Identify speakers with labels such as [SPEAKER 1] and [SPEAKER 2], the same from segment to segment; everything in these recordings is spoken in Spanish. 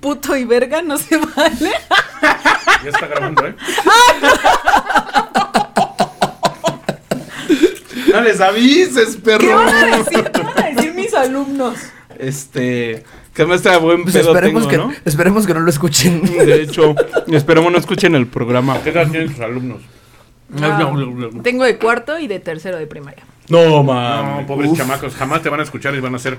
[SPEAKER 1] puto y verga no se vale.
[SPEAKER 2] Ya está grabando, ¿eh?
[SPEAKER 3] No les avises, perro.
[SPEAKER 1] ¿Qué van a decir? ¿Qué van a decir mis alumnos?
[SPEAKER 3] Este. Que me está buen
[SPEAKER 4] Pues
[SPEAKER 3] pedo
[SPEAKER 4] esperemos,
[SPEAKER 3] tengo,
[SPEAKER 4] que,
[SPEAKER 3] ¿no?
[SPEAKER 4] esperemos que no lo escuchen.
[SPEAKER 3] De hecho, esperemos no escuchen el programa.
[SPEAKER 2] ¿Qué edad tienen tus alumnos?
[SPEAKER 1] Ah, tengo de cuarto y de tercero de primaria.
[SPEAKER 3] No,
[SPEAKER 2] No,
[SPEAKER 5] Ah,
[SPEAKER 3] mames.
[SPEAKER 2] Ah, pobres
[SPEAKER 4] Uf.
[SPEAKER 2] chamacos, jamás te van a escuchar y van a hacer.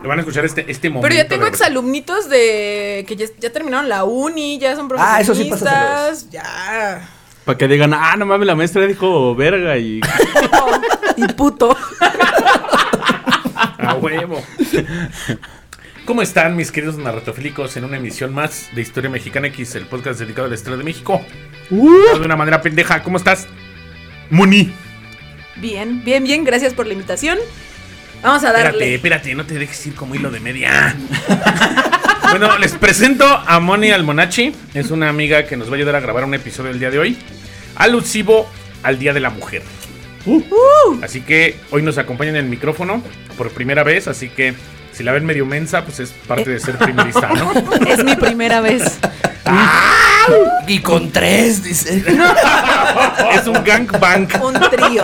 [SPEAKER 2] Te van a escuchar este, este momento.
[SPEAKER 1] Pero ya tengo
[SPEAKER 2] de-
[SPEAKER 1] exalumnitos de que ya, ya terminaron la uni, ya son
[SPEAKER 4] Ah, eso
[SPEAKER 1] profesionistas.
[SPEAKER 4] sí,
[SPEAKER 1] ya.
[SPEAKER 3] Para que digan, ah, no mames, la maestra dijo verga y.
[SPEAKER 1] y puto.
[SPEAKER 2] A Ah, huevo. ¿Cómo están mis queridos narratofílicos en una emisión más de Historia Mexicana X, el podcast dedicado a la historia de México? De una manera pendeja, ¿cómo estás? Muni.
[SPEAKER 1] Bien, bien, bien, gracias por la invitación. Vamos a
[SPEAKER 2] Espérate,
[SPEAKER 1] darle.
[SPEAKER 2] espérate, no te dejes ir como hilo de media. bueno, les presento a Moni Almonachi. Es una amiga que nos va a ayudar a grabar un episodio el día de hoy, alusivo al Día de la Mujer.
[SPEAKER 1] Uh.
[SPEAKER 2] Uh. Así que hoy nos acompaña en el micrófono por primera vez, así que si la ven medio mensa, pues es parte de ser primerista, ¿no?
[SPEAKER 1] Es mi primera vez.
[SPEAKER 4] y con tres, dice.
[SPEAKER 2] es un gangbang.
[SPEAKER 1] Un trío.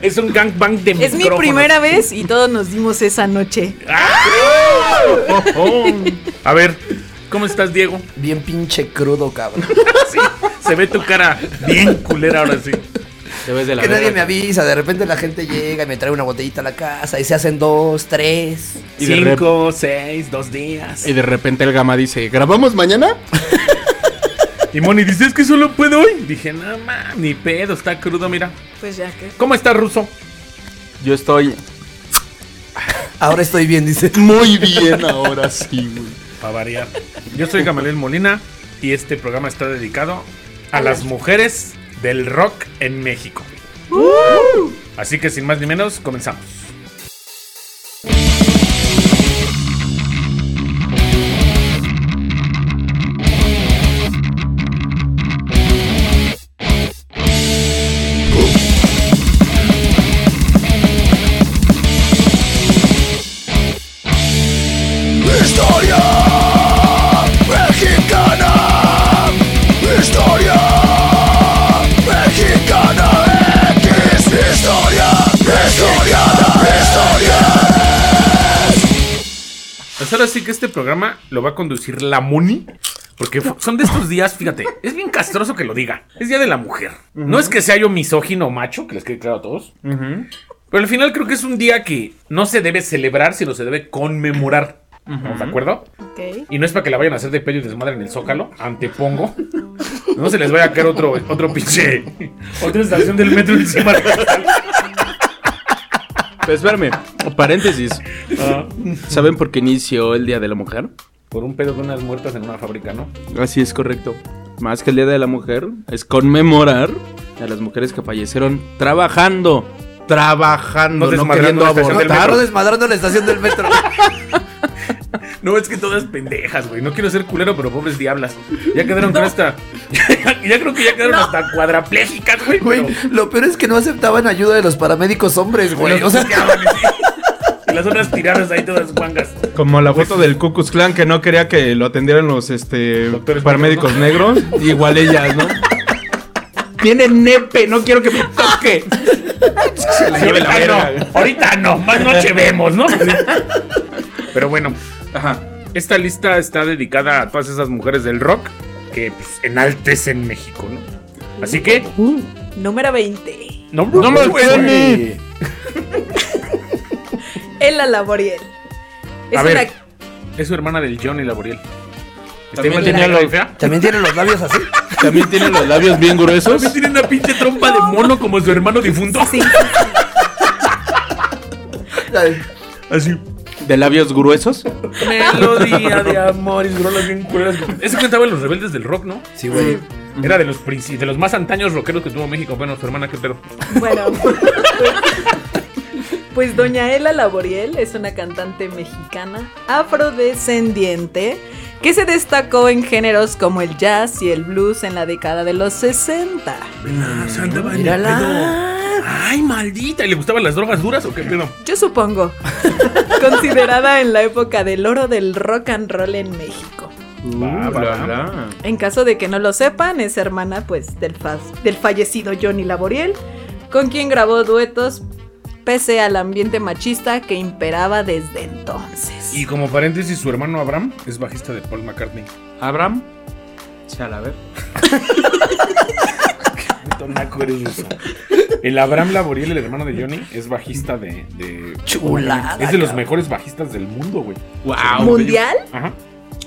[SPEAKER 2] Es un gangbang de
[SPEAKER 1] Es mi
[SPEAKER 2] micrófonos. ¡Ah!
[SPEAKER 1] primera vez y todos nos dimos esa noche.
[SPEAKER 2] Oh, oh. A ver, ¿cómo estás, Diego?
[SPEAKER 4] Bien pinche crudo, cabrón.
[SPEAKER 2] Sí, se ve tu cara bien culera ahora sí.
[SPEAKER 3] Te ves de la
[SPEAKER 4] que nadie
[SPEAKER 3] verga.
[SPEAKER 4] me avisa. De repente la gente llega y me trae una botellita a la casa y se hacen dos, tres.
[SPEAKER 3] Y de
[SPEAKER 2] Cinco, seis, dos días.
[SPEAKER 3] Y de repente el gama dice, ¿grabamos mañana?
[SPEAKER 2] Y Moni dice, es que solo puedo hoy. Dije, no mames, ni pedo, está crudo, mira.
[SPEAKER 1] Pues ya que.
[SPEAKER 2] ¿Cómo está Ruso?
[SPEAKER 3] Yo estoy
[SPEAKER 4] Ahora estoy bien, dice.
[SPEAKER 3] muy bien ahora sí, güey.
[SPEAKER 2] Para variar. Yo soy Gamaliel Molina y este programa está dedicado a las mujeres del rock en México. Así que sin más ni menos, comenzamos. Pues ahora sí que este programa lo va a conducir la Moni. Porque fu- son de estos días, fíjate, es bien castroso que lo diga. Es día de la mujer. No es que sea yo misógino o macho, que les quede claro a todos. Pero al final creo que es un día que no se debe celebrar, sino se debe conmemorar. ¿Estamos ¿De acuerdo?
[SPEAKER 1] Ok.
[SPEAKER 2] Y no es para que la vayan a hacer de pedo y desmadre en el zócalo, antepongo. No se les vaya a caer otro, otro pinche. Otra estación del metro encima.
[SPEAKER 3] Pues espérame, paréntesis.
[SPEAKER 2] Ah,
[SPEAKER 3] ¿Saben por qué inició el Día de la Mujer?
[SPEAKER 2] por un pedo de unas muertas en una fábrica, ¿no?
[SPEAKER 3] Así es correcto. Más que el Día de la Mujer, es conmemorar a las mujeres que fallecieron trabajando. Trabajando,
[SPEAKER 2] No
[SPEAKER 3] no,
[SPEAKER 2] desmadrando
[SPEAKER 3] queriendo
[SPEAKER 2] la estación del
[SPEAKER 3] abortar.
[SPEAKER 4] Agarro desmadrando la estación del metro.
[SPEAKER 2] No, es que todas pendejas, güey. No quiero ser culero, pero pobres diablas. Ya quedaron con hasta. Ya, creo que ya quedaron hasta cuadraplégicas, güey.
[SPEAKER 4] Güey,
[SPEAKER 2] pero-
[SPEAKER 4] lo peor es que no aceptaban ayuda de los paramédicos hombres, güey.
[SPEAKER 2] Los
[SPEAKER 4] O sea,
[SPEAKER 2] puteaban, sí. Y las otras tiradas ahí todas guangas.
[SPEAKER 6] Como la foto del Ku Klux Klan que no quería que lo atendieran los este
[SPEAKER 2] Doctores
[SPEAKER 6] paramédicos negros, igual ellas, ¿no?
[SPEAKER 3] Tiene nepe, no quiero que me toque.
[SPEAKER 2] Se la
[SPEAKER 3] lleve la
[SPEAKER 2] ahorita
[SPEAKER 3] verga.
[SPEAKER 2] no, ahorita no, más noche vemos, ¿no? Pero bueno, esta lista está dedicada a todas esas mujeres del rock que pues, enaltecen México, ¿no? Así que.
[SPEAKER 1] Número 20.
[SPEAKER 2] No,
[SPEAKER 3] No me
[SPEAKER 2] güey.
[SPEAKER 3] suene.
[SPEAKER 1] Ella Laboriel.
[SPEAKER 2] A
[SPEAKER 1] Es
[SPEAKER 2] ver.
[SPEAKER 1] una.
[SPEAKER 2] Es su hermana del Johnny Laboriel. Está
[SPEAKER 3] También
[SPEAKER 2] igual de
[SPEAKER 3] tenía
[SPEAKER 2] negra y
[SPEAKER 3] los-
[SPEAKER 2] fea.
[SPEAKER 4] también tienen los labios así.
[SPEAKER 3] También tiene los labios bien gruesos.
[SPEAKER 2] También tiene una pinche trompa de mono como su hermano difunto. Así.
[SPEAKER 3] De labios gruesos.
[SPEAKER 2] Melodía de amor y sus rolas bien culeras. Ese cantaba en los rebeldes del rock, ¿no?
[SPEAKER 4] Sí, güey.
[SPEAKER 2] Era de los, princi- de los más antaños rockeros que tuvo México. Bueno, su hermana, qué pedo.
[SPEAKER 1] Bueno. Pues doña Ela Laboriel es una cantante mexicana afrodescendiente que se destacó en géneros como el jazz y el blues en la década de los 60.
[SPEAKER 2] Ah,
[SPEAKER 4] Mírala.
[SPEAKER 2] Mm, Ay, maldita. ¿Y le gustaban las drogas duras o qué pedo?
[SPEAKER 1] Yo supongo. Considerada en la época del oro del rock and roll en México.
[SPEAKER 3] Uh,
[SPEAKER 2] Va, va,
[SPEAKER 3] la,
[SPEAKER 2] va.
[SPEAKER 3] la.
[SPEAKER 1] En caso de que no lo sepan, es hermana pues del, fa- del fallecido Johnny Laboriel, con quien grabó duetos pese al ambiente machista que imperaba desde entonces.
[SPEAKER 2] Y como paréntesis, su hermano Abraham es bajista de Paul McCartney.
[SPEAKER 3] Abraham. Se a la ver.
[SPEAKER 2] Puto naco eres, Ruso. El Abraham Laboriel, el hermano de Johnny, es bajista de. de-
[SPEAKER 4] Chulada,
[SPEAKER 2] Es de los
[SPEAKER 4] cabrón.
[SPEAKER 2] mejores bajistas del mundo, güey.
[SPEAKER 3] Wow.
[SPEAKER 1] ¿Mundial?
[SPEAKER 2] Ajá.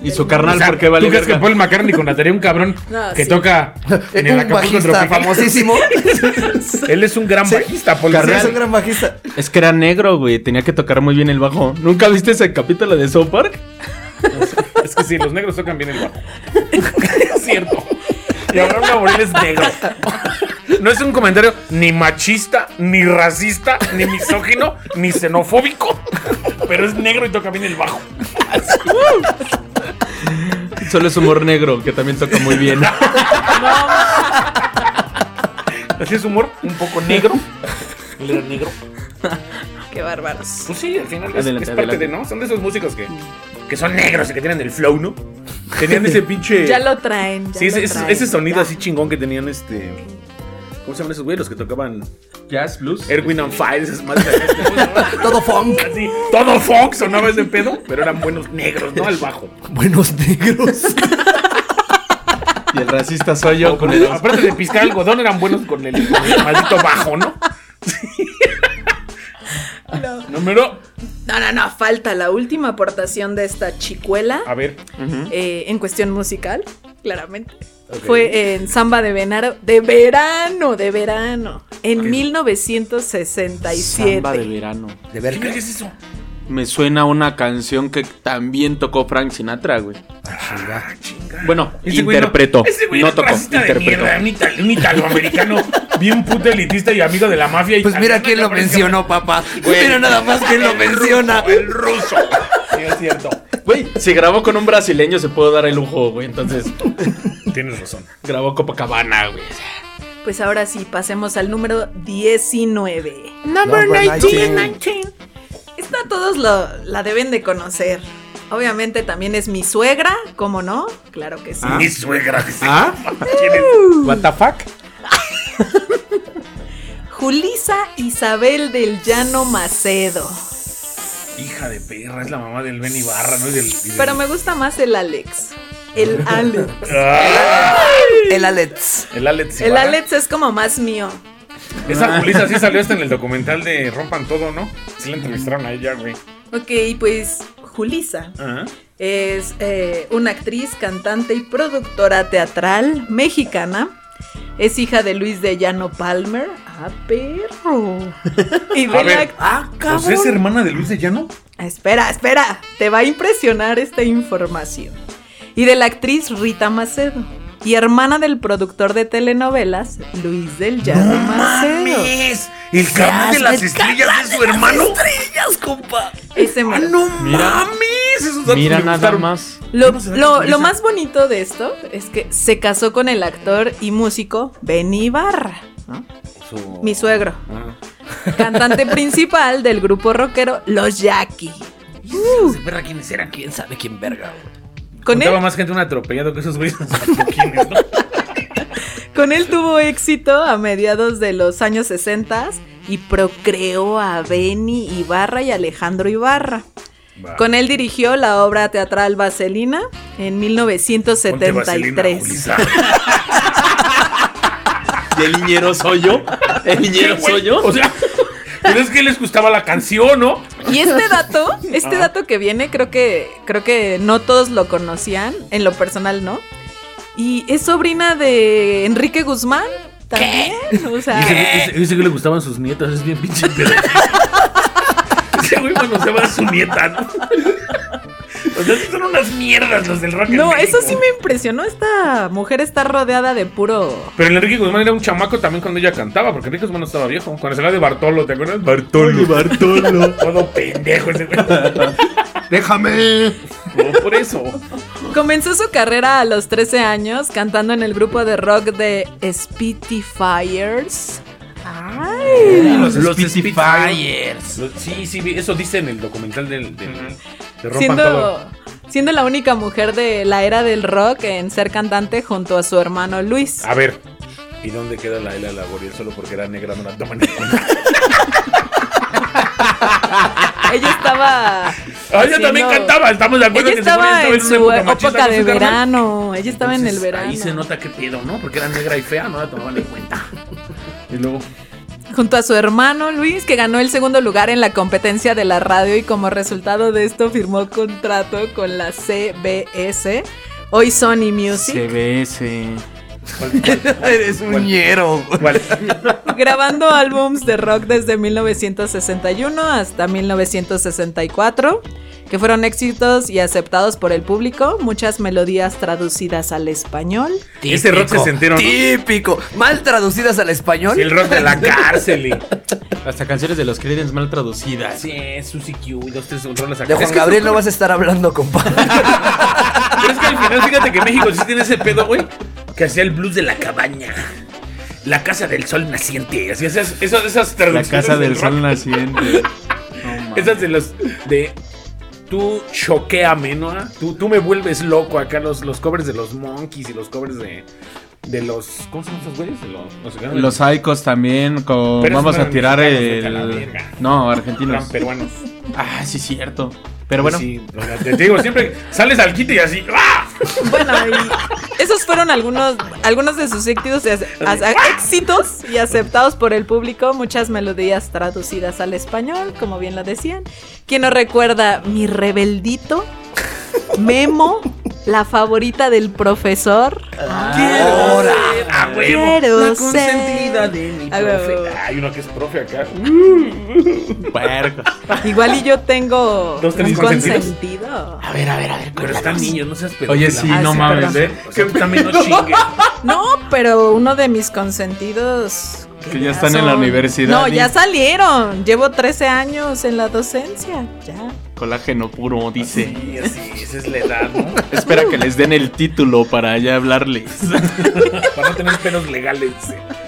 [SPEAKER 3] Y su
[SPEAKER 2] O
[SPEAKER 3] carnal,
[SPEAKER 2] sea,
[SPEAKER 3] porque vale
[SPEAKER 2] ¿Tú crees que
[SPEAKER 3] verga?
[SPEAKER 2] Paul McCartney contrataría un cabrón
[SPEAKER 1] No,
[SPEAKER 2] que
[SPEAKER 1] sí.
[SPEAKER 2] toca en el
[SPEAKER 4] un
[SPEAKER 2] Acapulco
[SPEAKER 4] bajista
[SPEAKER 2] Tropical?
[SPEAKER 4] famosísimo.
[SPEAKER 2] Él es un gran
[SPEAKER 4] Sí.
[SPEAKER 2] bajista, Paul
[SPEAKER 3] Carnal.
[SPEAKER 4] es
[SPEAKER 2] McCartney.
[SPEAKER 4] un gran bajista.
[SPEAKER 3] Es que era negro, güey. Tenía que tocar muy bien el bajo. ¿Nunca viste ese capítulo de South Park?
[SPEAKER 2] Es que sí, los negros tocan bien el bajo. es cierto. Y Abraham Laboriel es negro. No es un comentario ni machista, ni racista, ni misógino, ni xenofóbico. Pero es negro y toca bien el bajo.
[SPEAKER 3] Solo es humor negro, que también toca muy bien.
[SPEAKER 2] Así es humor, un poco negro. Él era negro.
[SPEAKER 1] Qué bárbaros.
[SPEAKER 2] Pues sí, al final es,
[SPEAKER 3] Adelante,
[SPEAKER 2] es parte
[SPEAKER 3] adelante.
[SPEAKER 2] de, ¿no? Son de esos músicos que, que son negros y que tienen el flow, ¿no? Tenían ese pinche.
[SPEAKER 1] Ya lo traen. ya
[SPEAKER 2] sí,
[SPEAKER 1] lo
[SPEAKER 2] ese, ese-
[SPEAKER 1] traen,
[SPEAKER 2] ese sonido
[SPEAKER 1] ya.
[SPEAKER 2] así chingón que tenían este. ¿Cómo se llaman esos güeyes? Los que tocaban
[SPEAKER 3] Jazz, blues.
[SPEAKER 2] Erwin on Fire, esas madres. Este, pues,
[SPEAKER 4] Todo funk.
[SPEAKER 2] Así, todo Fox sonaba ese pedo, pero eran buenos negros, ¿no? Al bajo.
[SPEAKER 4] Buenos negros.
[SPEAKER 3] Y el racista soy yo con el.
[SPEAKER 2] Aparte de piscar algodón, eran buenos con el, con el maldito bajo, ¿no? Sí. Número.
[SPEAKER 1] No, no, no, falta la última aportación de esta chicuela
[SPEAKER 2] A ver.
[SPEAKER 1] eh, en cuestión musical, claramente. Fue en Samba de Venaro, de verano, de verano, en 1967.
[SPEAKER 3] Samba de verano.
[SPEAKER 4] De
[SPEAKER 2] ¿Qué
[SPEAKER 4] ver
[SPEAKER 2] verga es eso?
[SPEAKER 3] Me suena una canción que también tocó Frank Sinatra, güey.
[SPEAKER 2] Ah, chinga.
[SPEAKER 3] Bueno,
[SPEAKER 2] Ese güey
[SPEAKER 3] interpretó.
[SPEAKER 2] No, ese güey
[SPEAKER 3] no
[SPEAKER 2] era un
[SPEAKER 3] tocó,
[SPEAKER 2] racista de
[SPEAKER 3] interpretó.
[SPEAKER 2] mierda, un, ital- un italoamericano bien puto elitista y amigo de la mafia.
[SPEAKER 4] Pues mira quién lo mencionó, papá. Mira nada más quién lo menciona.
[SPEAKER 2] El ruso. Sí, es cierto.
[SPEAKER 3] Güey, si grabó con un brasileño se puede dar el lujo, güey. Entonces,
[SPEAKER 2] Tienes razón.
[SPEAKER 3] grabó Copacabana, güey.
[SPEAKER 1] Pues ahora sí, pasemos al número 19.
[SPEAKER 4] Number 19.
[SPEAKER 1] 19. Esta todos lo- la deben de conocer. Obviamente también es mi suegra, ¿cómo no? Claro que sí.
[SPEAKER 2] Mi suegra.
[SPEAKER 3] ¿Ah?
[SPEAKER 2] ¿Quién es?
[SPEAKER 3] ¿What the fuck?
[SPEAKER 1] Julisa Isabel del Llano Macedo.
[SPEAKER 2] Hija de perra, es la mamá del Ben Ibarra, ¿no? Y del, y del-
[SPEAKER 1] Pero me gusta más el Alex. El Alex.
[SPEAKER 2] Ah,
[SPEAKER 4] El Alex.
[SPEAKER 2] El Alex.
[SPEAKER 1] El
[SPEAKER 2] Ibarra.
[SPEAKER 1] Alex Ah. es como más mío.
[SPEAKER 2] Esa Julisa sí salió hasta en el documental de Rompan Todo, ¿no? Sí la entrevistaron a ella, güey.
[SPEAKER 1] Ok, pues Julisa
[SPEAKER 4] Ah.
[SPEAKER 2] Ajá.
[SPEAKER 1] es eh, una actriz, cantante y productora teatral mexicana. Es hija de Luis de Llano Palmer. ¡Ah, perro! Y de
[SPEAKER 2] A ver,
[SPEAKER 1] la- ¡Ah,
[SPEAKER 2] Pues
[SPEAKER 1] cabrón!
[SPEAKER 2] es hermana de Luis de Llano.
[SPEAKER 1] Espera, espera. Te va a impresionar esta información. Y de la actriz Rita Macedo. Y hermana del productor de telenovelas, Luis del Llano Macedo.
[SPEAKER 2] El cabrón de las estrellas es su hermano.
[SPEAKER 4] Estrellas, compa.
[SPEAKER 1] Ese mero.
[SPEAKER 3] Mira.
[SPEAKER 2] mames, esos datos
[SPEAKER 3] Mira
[SPEAKER 2] me
[SPEAKER 3] nada
[SPEAKER 2] gustaron.
[SPEAKER 3] más.
[SPEAKER 1] Lo,
[SPEAKER 2] ¿Cómo se ve
[SPEAKER 1] lo-
[SPEAKER 2] con
[SPEAKER 1] lo
[SPEAKER 2] esa?
[SPEAKER 1] más bonito de esto es que se casó con el actor y músico Benny Barra,
[SPEAKER 2] Su-
[SPEAKER 1] mi suegro,
[SPEAKER 2] Ah.
[SPEAKER 1] cantante principal del grupo rockero Los Jackie.
[SPEAKER 4] Se verá quiénes eran. ¿Quién sabe quién verga? güey.
[SPEAKER 1] Con
[SPEAKER 2] Contaba
[SPEAKER 1] él,
[SPEAKER 2] más gente un atropellado que esos güeyes. Coquines, ¿no?
[SPEAKER 1] con él tuvo éxito a mediados de los años 60 y procreó a Benny Ibarra y Alejandro Ibarra.
[SPEAKER 2] Va.
[SPEAKER 1] Con él dirigió la obra teatral Vaselina en
[SPEAKER 2] Ponte vaselina,
[SPEAKER 1] 1973.
[SPEAKER 2] Julisa.
[SPEAKER 3] ¿Y el niñero soy yo? ¿El niñero
[SPEAKER 2] Sí, güey.
[SPEAKER 3] soy yo?
[SPEAKER 2] O sea, pero es que les gustaba la canción, ¿no?
[SPEAKER 1] Y este dato, este dato que viene, creo que, creo que no todos lo conocían, en lo personal, ¿no? Y es sobrina de Enrique Guzmán también. O sea,
[SPEAKER 2] Dice que le gustaban sus nietas, es bien pinche pedo. Ese güey manoseaba a su nieta, ¿no? O sea, sí son unas mierdas los del rock. en
[SPEAKER 1] no,
[SPEAKER 2] México.
[SPEAKER 1] eso sí me impresionó. Esta mujer está rodeada de puro.
[SPEAKER 2] Pero el Enrique Guzmán era un chamaco también cuando ella cantaba, porque Enrique Guzmán no estaba viejo. Cuando se la de Bartolo, ¿te acuerdas? Bartolo. Bartolo. Todo pendejo ese güey.
[SPEAKER 6] ¡Déjame!
[SPEAKER 2] No, por eso.
[SPEAKER 1] Comenzó su carrera a los 13 años cantando en el grupo de rock de Spitfires. ¡Ay!
[SPEAKER 6] Los,
[SPEAKER 2] Los
[SPEAKER 6] Spitfire.
[SPEAKER 3] eh.
[SPEAKER 2] Sí, sí, vi- eso dice en el documental del, del- de Rompan Todo.
[SPEAKER 1] Siendo, siendo la única mujer de la era del rock en ser cantante junto a su hermano Luis.
[SPEAKER 2] A ver. ¿Y dónde queda la Laila Laboriel? Solo porque era negra no la toman en cuenta.
[SPEAKER 1] Ella estaba.
[SPEAKER 2] Ah, ella también
[SPEAKER 1] haciendo-
[SPEAKER 2] cantaba. Estamos de acuerdo
[SPEAKER 1] Ella
[SPEAKER 2] que según
[SPEAKER 1] estaba
[SPEAKER 2] esto
[SPEAKER 1] en
[SPEAKER 2] era una
[SPEAKER 1] su
[SPEAKER 2] machista,
[SPEAKER 1] época
[SPEAKER 2] ¿no,
[SPEAKER 1] de
[SPEAKER 2] Carmen?
[SPEAKER 1] verano. Ella estaba en el
[SPEAKER 2] Entonces,
[SPEAKER 1] verano.
[SPEAKER 2] Ahí se nota qué pedo, ¿no? Porque era negra y fea, no la tomaban en cuenta. Y luego.
[SPEAKER 1] junto a su hermano Luis, que ganó el segundo lugar en la competencia de la radio y como resultado de esto firmó contrato con la CBS, hoy Sony Music,
[SPEAKER 3] CBS.
[SPEAKER 4] Eres un ñero.
[SPEAKER 2] ¿Cuál?
[SPEAKER 1] grabando álbums de rock desde 1961 hasta 1964, que fueron éxitos y aceptados por el público, muchas melodías traducidas al español.
[SPEAKER 2] Ese rock se sentieron, ¿no?
[SPEAKER 4] Típico. Mal traducidas al español.
[SPEAKER 2] El rock de la cárcel. Y...
[SPEAKER 3] Hasta canciones de los Creedence mal traducidas.
[SPEAKER 2] Así es, Susi Q y dos, tres rolas acá.
[SPEAKER 4] De Juan
[SPEAKER 2] Es que-
[SPEAKER 4] Gabriel no vas a estar hablando, compadre.
[SPEAKER 2] Pero es que al final, fíjate que México sí tiene ese pedo, güey. Que hacía el blues de la cabaña. La casa del sol naciente. Así esas, esas, esas
[SPEAKER 6] La
[SPEAKER 2] traducciones.
[SPEAKER 6] casa del
[SPEAKER 2] rock,
[SPEAKER 6] sol naciente. No mames.
[SPEAKER 2] Esas de los. De. Tú choqueame, ¿no? Tú, tú me vuelves loco acá. Los, los covers de los monkeys y los covers de. De los. ¿Cómo se llaman esos güeyes? De Los. Los,
[SPEAKER 6] Los Saicos también, con
[SPEAKER 2] Pero esos
[SPEAKER 6] vamos
[SPEAKER 2] eran
[SPEAKER 6] a tirar
[SPEAKER 2] mexicanos, vete a la
[SPEAKER 6] el...
[SPEAKER 2] verga.
[SPEAKER 6] No,
[SPEAKER 2] eran
[SPEAKER 6] argentinos.
[SPEAKER 2] peruanos.
[SPEAKER 6] Ah, sí, cierto. Pero bueno,
[SPEAKER 2] Sí, o sea, te, te digo, siempre sales al quite y así. ¡ah!
[SPEAKER 1] Bueno, y esos fueron algunos, algunos de sus éxitos y ace- a- éxitos y aceptados por el público, muchas melodías traducidas al español, como bien lo decían. ¿Quién no recuerda Mi Rebeldito? Memo, la favorita del profesor.
[SPEAKER 4] Ahora.
[SPEAKER 2] ¡A ¡Ah, huevo!
[SPEAKER 1] Quiero ser. A huevo.
[SPEAKER 2] Hay uno que es profe acá.
[SPEAKER 3] Puercos.
[SPEAKER 1] Igual y yo tengo
[SPEAKER 2] Dos, tres
[SPEAKER 1] un
[SPEAKER 2] consentidos.
[SPEAKER 1] consentido.
[SPEAKER 2] Pero están niños, no seas pedo.
[SPEAKER 6] oye, sí,
[SPEAKER 1] Ah,
[SPEAKER 6] no
[SPEAKER 1] sí,
[SPEAKER 6] mames,
[SPEAKER 1] perdón.
[SPEAKER 6] ¿eh?
[SPEAKER 2] O sea, tú también no chingues.
[SPEAKER 1] No, pero uno de mis consentidos.
[SPEAKER 6] Que ya están en la universidad,
[SPEAKER 1] No,
[SPEAKER 6] y-
[SPEAKER 1] ya salieron. Llevo 13 años en la docencia. Ya.
[SPEAKER 6] Colágeno puro, dice.
[SPEAKER 2] Sí, así, esa es la edad, ¿no?
[SPEAKER 6] Espera que les den el título para ya hablarles.
[SPEAKER 2] Para no tener pelos legales.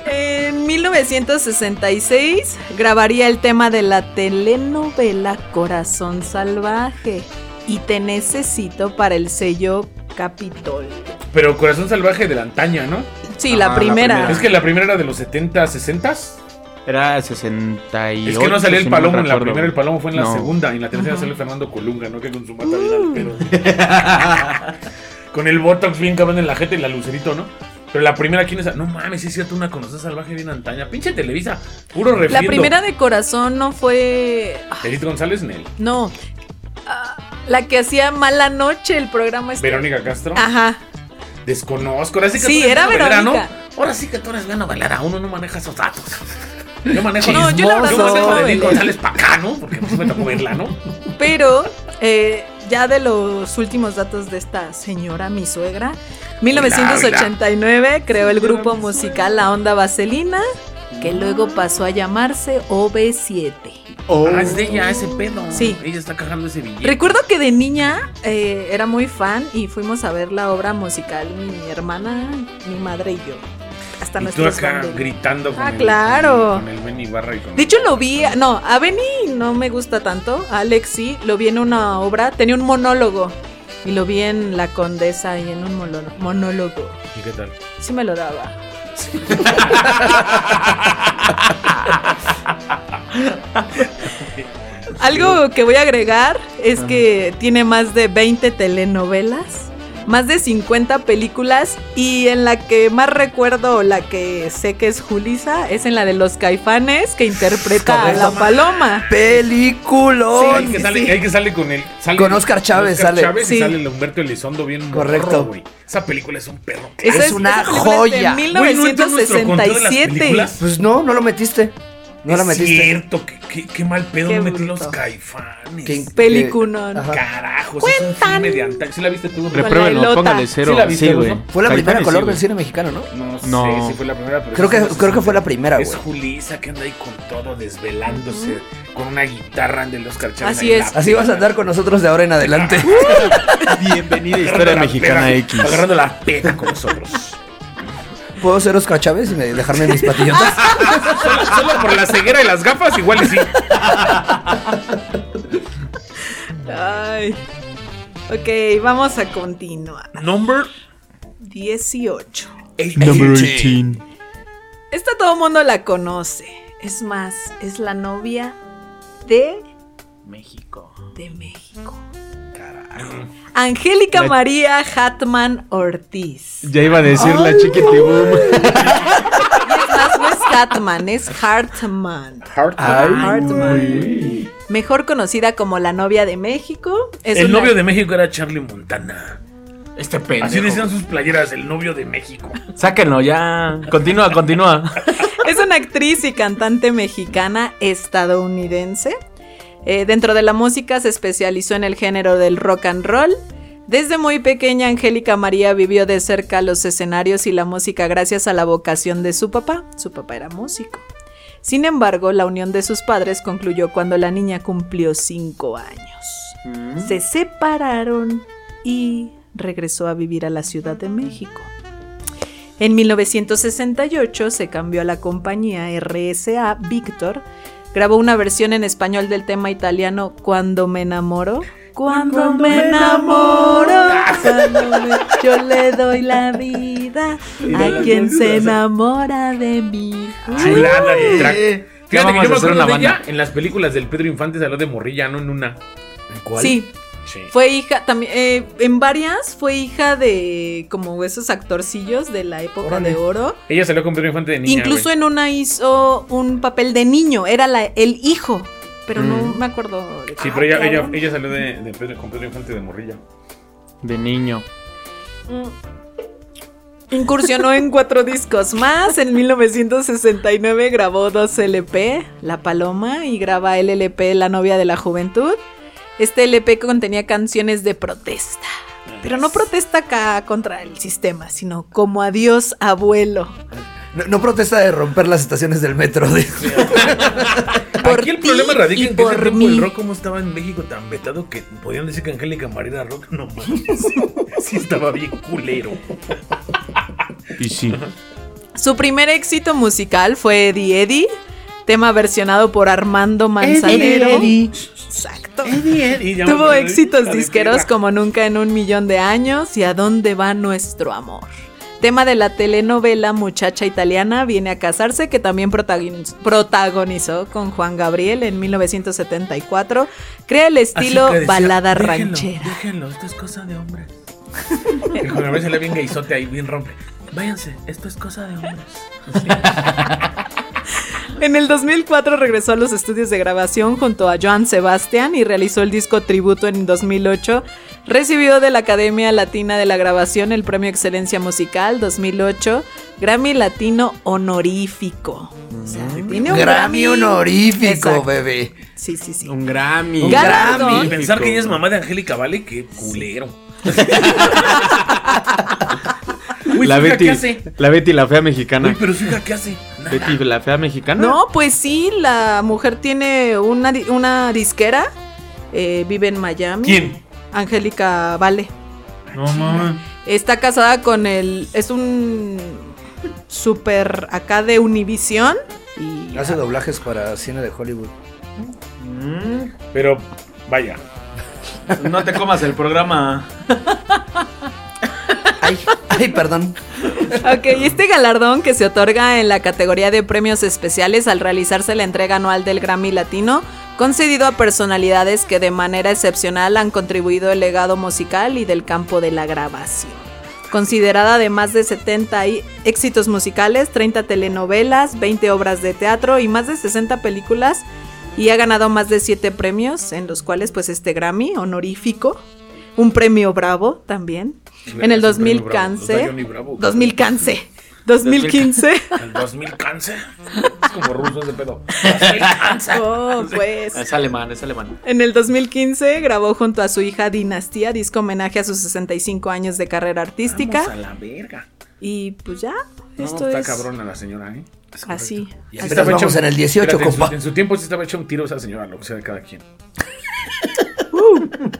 [SPEAKER 1] En 1966 grabaría el tema de la telenovela Corazón Salvaje y Te Necesito para el sello Capitol.
[SPEAKER 2] Pero Corazón Salvaje de la antaña, ¿no?
[SPEAKER 1] Sí,
[SPEAKER 6] Ah,
[SPEAKER 1] la
[SPEAKER 6] la
[SPEAKER 1] primera.
[SPEAKER 6] primera.
[SPEAKER 2] Es que la primera era de los 70, 60. Es
[SPEAKER 6] Era 68.
[SPEAKER 2] que no salió el
[SPEAKER 6] si mal
[SPEAKER 2] palomo en la
[SPEAKER 6] recuerdo.
[SPEAKER 2] primera, el palomo fue en la
[SPEAKER 6] No.
[SPEAKER 2] segunda. Y en la tercera salió Fernando Colunga, ¿no? Que con su mata bien al pedo. con el botox bien cabrón en la jeta y la lucerito, ¿no? Pero la primera, ¿quién es? No mames, sí es cierto, una Corazón Salvaje bien antaña. Pinche Televisa, puro
[SPEAKER 1] la
[SPEAKER 2] refriendo.
[SPEAKER 1] primera de Corazón no fue. ah,
[SPEAKER 2] Edith González Nel.
[SPEAKER 1] No. Ah, la que hacía Mala Noche, el programa este.
[SPEAKER 2] Verónica Castro.
[SPEAKER 1] Ajá.
[SPEAKER 2] Desconozco. Ahora sí que
[SPEAKER 1] Sí,
[SPEAKER 2] tú eres
[SPEAKER 1] era
[SPEAKER 2] Gano Valera,
[SPEAKER 1] Verónica.
[SPEAKER 2] ¿no? Ahora sí que tú eres Gano Valera. Uno no maneja esos datos. Yo manejo,
[SPEAKER 1] No, yo la verdad
[SPEAKER 2] yo
[SPEAKER 1] no,
[SPEAKER 2] manejo de
[SPEAKER 1] Belén.
[SPEAKER 2] Edith González para acá, ¿no? Porque pues me tocó verla, ¿no?
[SPEAKER 1] Pero eh, ya de los últimos datos de esta señora, mi suegra, 1989 creó el grupo musical La Onda Vaselina, que
[SPEAKER 2] Mm.
[SPEAKER 1] luego pasó a llamarse OB7.
[SPEAKER 4] Oh.
[SPEAKER 2] Ah, es de ella ese pedo.
[SPEAKER 1] Sí.
[SPEAKER 2] Ella está cagando ese billete.
[SPEAKER 1] Recuerdo que de niña eh, era muy fan y fuimos a ver la obra musical mi hermana, mi madre y yo. Hasta
[SPEAKER 2] y tú
[SPEAKER 1] nuestros
[SPEAKER 2] acá
[SPEAKER 1] bandos.
[SPEAKER 2] gritando con
[SPEAKER 1] Ah,
[SPEAKER 2] el,
[SPEAKER 1] claro.
[SPEAKER 2] Con el Ben Ibarra y con...
[SPEAKER 1] De hecho lo vi, no, a Benny no me gusta tanto, a Alex sí, lo vi en una obra, tenía un monólogo y lo vi en La Condesa y en un molo- monólogo.
[SPEAKER 2] ¿Y qué tal?
[SPEAKER 1] Sí me lo daba. Algo que voy a agregar es que tiene más de 20 telenovelas, más de 50 películas y en la que más recuerdo, o la que sé que es Julisa, es en la de los caifanes que interpreta a la paloma.
[SPEAKER 2] Hay
[SPEAKER 4] Peliculón.
[SPEAKER 2] que sale, hay que sale con el. sale-
[SPEAKER 4] Con Oscar Chávez sale.
[SPEAKER 2] Chávez y
[SPEAKER 1] Sí.
[SPEAKER 2] sale el Humberto Elizondo bien morro,
[SPEAKER 4] Correcto.
[SPEAKER 2] güey. Esa película es un perro.
[SPEAKER 1] Esa
[SPEAKER 4] Es una
[SPEAKER 1] esa película es de
[SPEAKER 4] joya.
[SPEAKER 2] Güey, ¿no entró en nuestro control de las
[SPEAKER 1] 1967.
[SPEAKER 2] películas?
[SPEAKER 4] Pues no, no lo metiste. No
[SPEAKER 2] es
[SPEAKER 4] lo metiste.
[SPEAKER 2] cierto, qué, qué- qué mal pedo
[SPEAKER 1] Qué
[SPEAKER 2] no metí los
[SPEAKER 1] bruto.
[SPEAKER 2] caifanes.
[SPEAKER 4] Qué-
[SPEAKER 1] Peliculón.
[SPEAKER 4] Ajá.
[SPEAKER 2] Carajos, es un
[SPEAKER 1] Cuentan.
[SPEAKER 2] filme de antaño. ¿Sí la viste tú?
[SPEAKER 1] Con la
[SPEAKER 6] Repruébenlo,
[SPEAKER 1] elota.
[SPEAKER 6] póngale cero.
[SPEAKER 2] Sí la viste,
[SPEAKER 6] Sí, güey.
[SPEAKER 2] ¿no?
[SPEAKER 4] Fue la primera
[SPEAKER 6] Caifanes, sí,
[SPEAKER 4] color
[SPEAKER 6] güey.
[SPEAKER 4] del cine mexicano, ¿no?
[SPEAKER 2] No, sé
[SPEAKER 6] No.
[SPEAKER 2] si fue la primera, pero
[SPEAKER 4] Creo
[SPEAKER 2] sí
[SPEAKER 4] que, creo que fue la primera, güey.
[SPEAKER 2] Es Julisa que anda ahí con todo, desvelándose, con una guitarra de los carchales.
[SPEAKER 1] Así
[SPEAKER 2] ahí
[SPEAKER 1] es.
[SPEAKER 2] la
[SPEAKER 4] Así vas a andar con nosotros de ahora en adelante.
[SPEAKER 2] Ah.
[SPEAKER 6] Bienvenida a
[SPEAKER 2] agarrando
[SPEAKER 6] Historia
[SPEAKER 2] la
[SPEAKER 6] Mexicana
[SPEAKER 2] peda,
[SPEAKER 6] X.
[SPEAKER 2] Agarrando la peta con nosotros.
[SPEAKER 4] ¿Puedo ser Oscar Chávez y me- dejarme mis patillotas?
[SPEAKER 2] solo, solo por la ceguera y las gafas, igual y sí.
[SPEAKER 1] Ay. Ok, vamos a continuar.
[SPEAKER 2] Number
[SPEAKER 1] 18.
[SPEAKER 6] Number 18.
[SPEAKER 1] Esta todo el mundo la conoce. Es más, es la novia de,
[SPEAKER 3] México.
[SPEAKER 1] de México. Angélica María Hatman Ortiz.
[SPEAKER 6] Ya iba a decir la chiquitibum.
[SPEAKER 1] Y es más, no es Hatman, es Hartman.
[SPEAKER 6] Uy.
[SPEAKER 1] Mejor conocida como la novia de México. Es
[SPEAKER 2] El
[SPEAKER 1] una-
[SPEAKER 2] novio de México era Charlie Montana.
[SPEAKER 3] Este
[SPEAKER 2] Así decían
[SPEAKER 3] pendejo.
[SPEAKER 2] sus playeras, el novio de México.
[SPEAKER 3] Sáquenlo ya. Continúa, continúa.
[SPEAKER 1] Es una actriz y cantante mexicana estadounidense. Eh, dentro de la música se especializó en el género del rock and roll. Desde muy pequeña, Angélica María vivió de cerca los escenarios y la música gracias a la vocación de su papá. Su papá era músico. Sin embargo, la unión de sus padres concluyó cuando la niña cumplió 5 años. Se separaron y regresó a vivir a la Ciudad de México. En 1968 se cambió a la compañía RSA Víctor. Grabó una versión en español del tema italiano Cuando me enamoro. Cuando, me enamoro, cuando me- yo le doy la vida a quien se enamora de mí.
[SPEAKER 2] Chulada de track.
[SPEAKER 3] Ya
[SPEAKER 2] Fíjate que
[SPEAKER 3] vamos
[SPEAKER 2] yo me
[SPEAKER 3] a hacer
[SPEAKER 2] acuerdo
[SPEAKER 3] una
[SPEAKER 2] de ella
[SPEAKER 3] banda.
[SPEAKER 2] en las películas del Pedro Infante salió de morrilla, no en una.
[SPEAKER 4] ¿Cuál?
[SPEAKER 1] Sí,
[SPEAKER 2] Sí.
[SPEAKER 1] fue hija también eh, en varias fue hija de como esos actorcillos de la época de oro.
[SPEAKER 2] Ella salió con Pedro Infante de niña.
[SPEAKER 1] Incluso
[SPEAKER 2] güey.
[SPEAKER 1] en una hizo un papel de niño, era la, el hijo, pero no me acuerdo. de- Ah,
[SPEAKER 2] Sí, pero ella, ella, ella salió de, de Pedro- con Pedro Infante de morrilla.
[SPEAKER 3] De niño.
[SPEAKER 1] Mm. Incursionó en cuatro discos más. En 1969 grabó dos LP, La Paloma, y graba el LP La novia de la juventud. Este LP contenía canciones de protesta. Pero no protesta acá contra el sistema, sino como adiós abuelo.
[SPEAKER 4] No, no protesta de romper las estaciones del metro. de-
[SPEAKER 1] Por
[SPEAKER 2] Aquí el
[SPEAKER 1] ti
[SPEAKER 2] problema radica
[SPEAKER 1] y
[SPEAKER 2] en que ese
[SPEAKER 1] por
[SPEAKER 2] tiempo
[SPEAKER 1] mí.
[SPEAKER 2] el rock como estaba en México tan vetado que podían decir que Angélica María era rock, no mames. sí estaba bien culero.
[SPEAKER 3] Y sí.
[SPEAKER 1] Su primer éxito musical fue Eddie Eddie, tema versionado por Armando Manzanero. Exacto. Tuvo éxitos disqueros como nunca en un millón de años y A dónde va nuestro amor. Tema de la telenovela Muchacha Italiana viene a casarse que también protagoniz- protagonizó con Juan Gabriel en 1974. Crea el estilo balada ranchera.
[SPEAKER 2] Déjenlo, esto es cosa de hombres. El Juan Gabriel sale bien gaizote ahí, bien rompe. Váyanse, esto es cosa de hombres.
[SPEAKER 1] En el 2004 regresó a los estudios de grabación junto a Joan Sebastián y realizó el disco tributo en 2008. Recibió de la Academia Latina de la Grabación el Premio Excelencia Musical 2008, Grammy Latino Honorífico. O sea, tiene un
[SPEAKER 4] Mm. Grammy honorífico,
[SPEAKER 1] Exacto.
[SPEAKER 4] bebé.
[SPEAKER 1] Sí, sí, sí.
[SPEAKER 3] Un Grammy.
[SPEAKER 1] Un Galardón. Grammy.
[SPEAKER 2] Y pensar que ella es mamá de Angélica Vale, qué culero. Uy,
[SPEAKER 6] La
[SPEAKER 2] su hija, ¿qué
[SPEAKER 6] Betty,
[SPEAKER 2] hace?
[SPEAKER 6] la Betty la fea
[SPEAKER 2] Uy,
[SPEAKER 6] mexicana.
[SPEAKER 2] pero su hija, ¿qué hace? Nada.
[SPEAKER 3] Betty, la fea mexicana.
[SPEAKER 1] No, pues sí, la mujer tiene una, di- una disquera, eh, vive en Miami.
[SPEAKER 2] ¿Quién?
[SPEAKER 1] Angélica Vale.
[SPEAKER 3] No mames.
[SPEAKER 1] Está casada con el. Es un. Super acá de Univisión. Y.
[SPEAKER 4] Hace doblajes para cine de Hollywood.
[SPEAKER 2] Pero, vaya.
[SPEAKER 3] No te comas el programa.
[SPEAKER 4] Ay, ay, perdón.
[SPEAKER 1] Ok, y este galardón que se otorga en la categoría de premios especiales al realizarse la entrega anual del Grammy Latino, concedido a personalidades que de manera excepcional han contribuido al legado musical y del campo de la grabación. Considerada de más de 70 y- éxitos musicales, 30 telenovelas, 20 obras de teatro y más de 60 películas, y ha ganado más de 7 premios, en los cuales pues este Grammy honorífico, un premio Bravo también. En el 2000
[SPEAKER 2] cáncer
[SPEAKER 1] cáncer. 2000 cance. 2015.
[SPEAKER 2] El 2000 cáncer. Es como ruso ese pedo. 2000 cáncer.
[SPEAKER 1] Oh, pues.
[SPEAKER 3] Es alemán, es alemán.
[SPEAKER 1] En el 2015 grabó junto a su hija Dinastía disco homenaje a sus 65 años de carrera
[SPEAKER 2] Vamos a
[SPEAKER 1] artística.
[SPEAKER 2] la verga.
[SPEAKER 1] Y pues ya,
[SPEAKER 2] No,
[SPEAKER 1] esto
[SPEAKER 2] está
[SPEAKER 1] es
[SPEAKER 2] cabrona la señora, ¿eh?
[SPEAKER 1] así.
[SPEAKER 4] Y
[SPEAKER 1] así.
[SPEAKER 4] así estamos
[SPEAKER 2] hecha-
[SPEAKER 4] en el 18,
[SPEAKER 2] espérate, en su-
[SPEAKER 4] compa.
[SPEAKER 2] En su, tiempo sí estaba hecha un tiro esa señora, lo que sea de cada quien.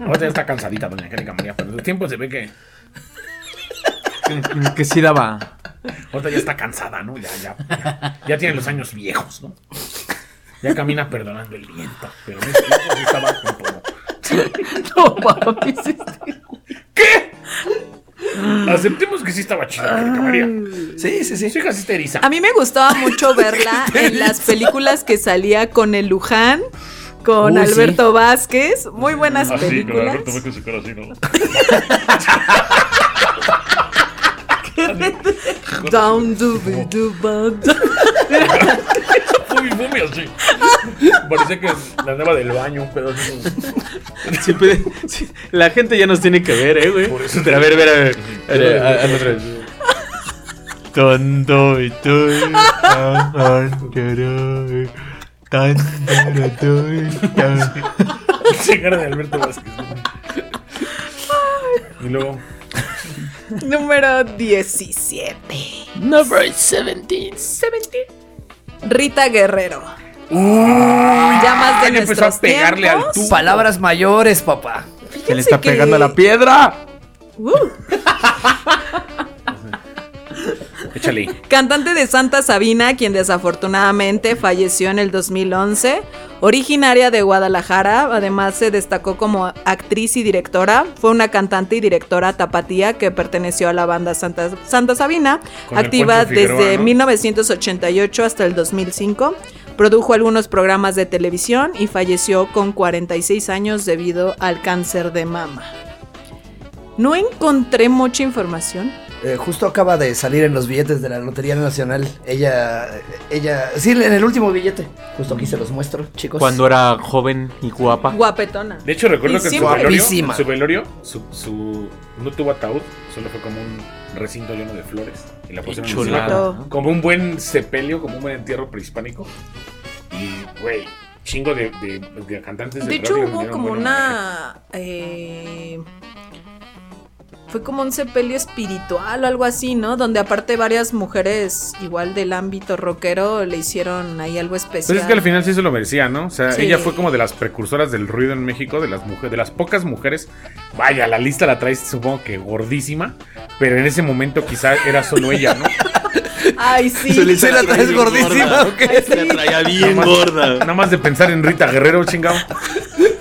[SPEAKER 2] Ahora ya está cansadita, doña Angélica María, pero en su tiempo se ve que.
[SPEAKER 3] Que sí daba.
[SPEAKER 2] Ahorita ya está cansada, ¿no? Ya, ya, ya, ya tiene los años viejos, ¿no? Ya camina perdonando el viento, pero en ese tiempo sí estaba con todo.
[SPEAKER 5] No mames. este-
[SPEAKER 2] Aceptemos que sí estaba chida, creo que María.
[SPEAKER 4] Sí, sí, sí.
[SPEAKER 2] Su hija sí está eriza.
[SPEAKER 1] A mí me gustaba mucho verla en las películas que salía con el Luján, con
[SPEAKER 4] Uy, sí.
[SPEAKER 1] Alberto Vázquez. Muy buenas
[SPEAKER 4] Ah,
[SPEAKER 2] Así, Ah, con
[SPEAKER 1] películas.
[SPEAKER 2] Alberto Vázquez, su cara así, ¿no?
[SPEAKER 1] Down, dubi, duba, du-
[SPEAKER 2] Fumi, fumi, así. Parecía que la andaba del baño, un pedo así.
[SPEAKER 3] Sí, pero- sí, la gente ya nos tiene que ver, ¿eh, güey?
[SPEAKER 2] Por eso
[SPEAKER 3] Pero a ver, a ver, a ver. A ver, a- a- otra vez.
[SPEAKER 5] Tondo y tú. tan, tan, tarán, tan, tarán, tú, tan.
[SPEAKER 2] Se cara de Alberto Vázquez. Y luego,
[SPEAKER 1] número 17.
[SPEAKER 5] Number 17.
[SPEAKER 1] Rita Guerrero. ya más de
[SPEAKER 2] le empezó
[SPEAKER 1] nuestros
[SPEAKER 2] a pegarle al
[SPEAKER 1] tiempos.
[SPEAKER 4] Palabras mayores, papá.
[SPEAKER 1] Fíjense
[SPEAKER 6] Se le está
[SPEAKER 1] que-
[SPEAKER 6] pegando a la piedra.
[SPEAKER 1] Uh,
[SPEAKER 2] échale.
[SPEAKER 1] cantante de Santa Sabina, quien desafortunadamente falleció en el 2011. Originaria de Guadalajara, además se destacó como actriz y directora. Fue una cantante y directora tapatía que perteneció a la banda Santa, Santa Sabina,
[SPEAKER 2] Con el
[SPEAKER 1] activa
[SPEAKER 2] Poncho Figueroa,
[SPEAKER 1] desde
[SPEAKER 2] ¿no?
[SPEAKER 1] 1988 hasta el 2005. Produjo algunos programas de televisión y falleció con 46 años debido al cáncer de mama. No encontré mucha información.
[SPEAKER 4] Eh, justo acaba de salir en los billetes de la Lotería Nacional. Ella, eh, ella, sí, en el último billete. Justo aquí se los muestro, chicos.
[SPEAKER 5] Cuando era joven y guapa.
[SPEAKER 1] Guapetona.
[SPEAKER 2] Ah, De hecho, recuerdo
[SPEAKER 1] Y
[SPEAKER 2] que en su
[SPEAKER 1] siempre-
[SPEAKER 2] velorio,
[SPEAKER 4] Guapísima.
[SPEAKER 2] su velorio, su, su- no tuvo ataúd, solo fue como un recinto lleno de flores. Y la pusieron encima
[SPEAKER 5] Chulada.
[SPEAKER 1] Exacto.
[SPEAKER 2] como- como un buen sepelio, como un buen entierro prehispánico. Y, güey, chingo de, de- de cantantes
[SPEAKER 1] De hecho,
[SPEAKER 2] radio
[SPEAKER 1] hubo
[SPEAKER 2] dieron
[SPEAKER 1] como
[SPEAKER 2] buen homenaje.
[SPEAKER 1] una. eh, fue como un sepelio espiritual o algo así, ¿no? Donde aparte varias mujeres, igual del ámbito rockero, le hicieron ahí algo especial.
[SPEAKER 2] Pues es que al final sí se lo merecía, ¿no? O sea,
[SPEAKER 1] Sí.
[SPEAKER 2] ella fue como de las precursoras del ruido en México, de las mujeres, de las pocas mujeres. Vaya, la lista la traes, supongo que gordísima, pero en ese momento quizá era solo ella, ¿no?
[SPEAKER 1] Ay, sí.
[SPEAKER 4] Sí, la traes gordísima, ¿o qué?
[SPEAKER 3] La traía bien gorda.
[SPEAKER 2] Nada más de pensar en Rita Guerrero, chingado.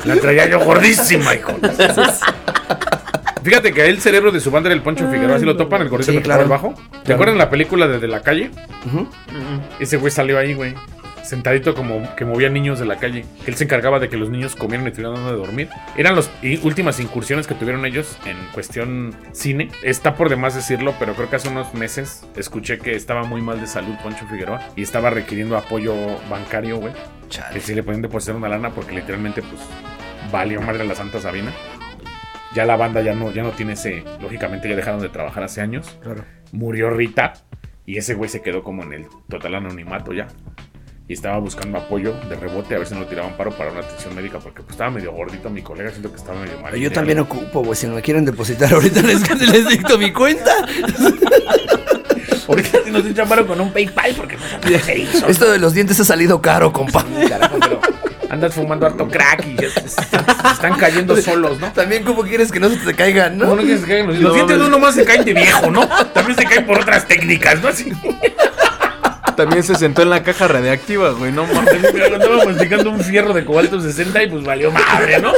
[SPEAKER 2] La traía yo gordísima, hijo. Fíjate que ahí el cerebro de su banda era el Poncho Figueroa, si lo topan, el gordito
[SPEAKER 4] Sí,
[SPEAKER 2] que tocaba el
[SPEAKER 4] claro.
[SPEAKER 2] bajo. ¿Te acuerdas la película de, De la calle? Ese güey salió ahí, güey. Sentadito como que movía niños de la calle. Que él se encargaba de que los niños comieran y tuvieran donde dormir. Eran las últimas incursiones que tuvieron ellos en cuestión cine. Está por demás decirlo, pero creo que hace unos meses escuché que estaba muy mal de salud Poncho Figueroa. Y estaba requiriendo apoyo bancario, güey. Que
[SPEAKER 4] Chale.
[SPEAKER 2] sí le pueden depositar una lana porque literalmente, pues, valió madre la Santa Sabina. Ya la banda ya no, ya no tiene ese. Lógicamente ya dejaron de trabajar hace años.
[SPEAKER 4] Claro.
[SPEAKER 2] Murió Rita y ese güey se quedó como en el total anonimato ya. Y estaba buscando apoyo de rebote a ver si no lo tiraban paro para una atención médica porque pues estaba medio gordito mi colega, siento que estaba medio mal.
[SPEAKER 4] Yo también ocupo, güey. Si no me quieren depositar ahorita les, les dicto mi cuenta.
[SPEAKER 2] Ahorita sí nos echan paro con un PayPal porque no se se hizo.
[SPEAKER 4] Esto de los dientes ha salido caro, compa.
[SPEAKER 2] Carajo, pero andas fumando harto crack y ya se- se- se están cayendo solos, ¿no?
[SPEAKER 4] También, ¿cómo quieres que no se te caigan,
[SPEAKER 2] No,
[SPEAKER 4] no?
[SPEAKER 2] no quieres que caigan los
[SPEAKER 3] No,
[SPEAKER 2] dientes. Los dientes
[SPEAKER 3] mames.
[SPEAKER 2] no nomás se caen de viejo, ¿no? También se caen por otras técnicas, ¿no? Así.
[SPEAKER 6] También se sentó en la caja radiactiva, güey. No mames.
[SPEAKER 2] Mira, cuando Estaba masticando un fierro de cobalto 60 y pues valió madre, ¿no?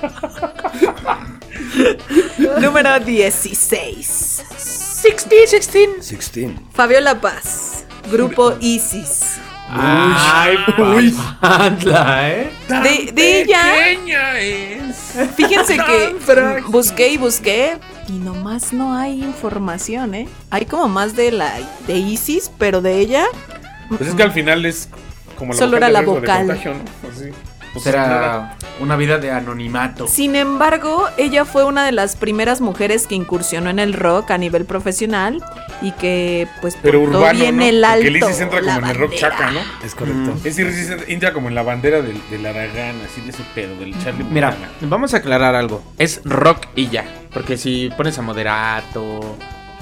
[SPEAKER 1] Número 16.
[SPEAKER 4] 16.
[SPEAKER 1] Fabiola Paz, grupo Isis.
[SPEAKER 3] Ay, uy. ¿eh?
[SPEAKER 1] De, de ella,
[SPEAKER 2] Pequeña es.
[SPEAKER 1] fíjense que
[SPEAKER 2] Tan frágil.
[SPEAKER 1] busqué y busqué y nomás no hay información, ¿eh? Hay como más de la de Isis, pero de ella
[SPEAKER 2] Pues es que al final es como la
[SPEAKER 1] Solo
[SPEAKER 2] vocal
[SPEAKER 1] era
[SPEAKER 2] de
[SPEAKER 1] la
[SPEAKER 2] riesgo de
[SPEAKER 1] vocal.
[SPEAKER 2] contagio, ¿no? Así. Pues nada.
[SPEAKER 5] Era una vida de anonimato.
[SPEAKER 1] Sin embargo, ella fue una de las primeras mujeres que incursionó en el rock a nivel profesional y que pues
[SPEAKER 2] Pero
[SPEAKER 1] portó
[SPEAKER 2] urbano,
[SPEAKER 1] bien
[SPEAKER 2] ¿no?
[SPEAKER 1] el alto.
[SPEAKER 2] Porque Lizzy entra
[SPEAKER 1] la
[SPEAKER 2] como en el rock
[SPEAKER 1] bandera.
[SPEAKER 2] chaca, ¿no?
[SPEAKER 4] Es correcto.
[SPEAKER 2] Es decir, Lizzy entra como en la bandera del, del Aragán, así de ese pedo, del Charlie
[SPEAKER 5] Mira,
[SPEAKER 2] Montana.
[SPEAKER 5] vamos a aclarar algo. Es rock y ya. Porque si pones a Moderato,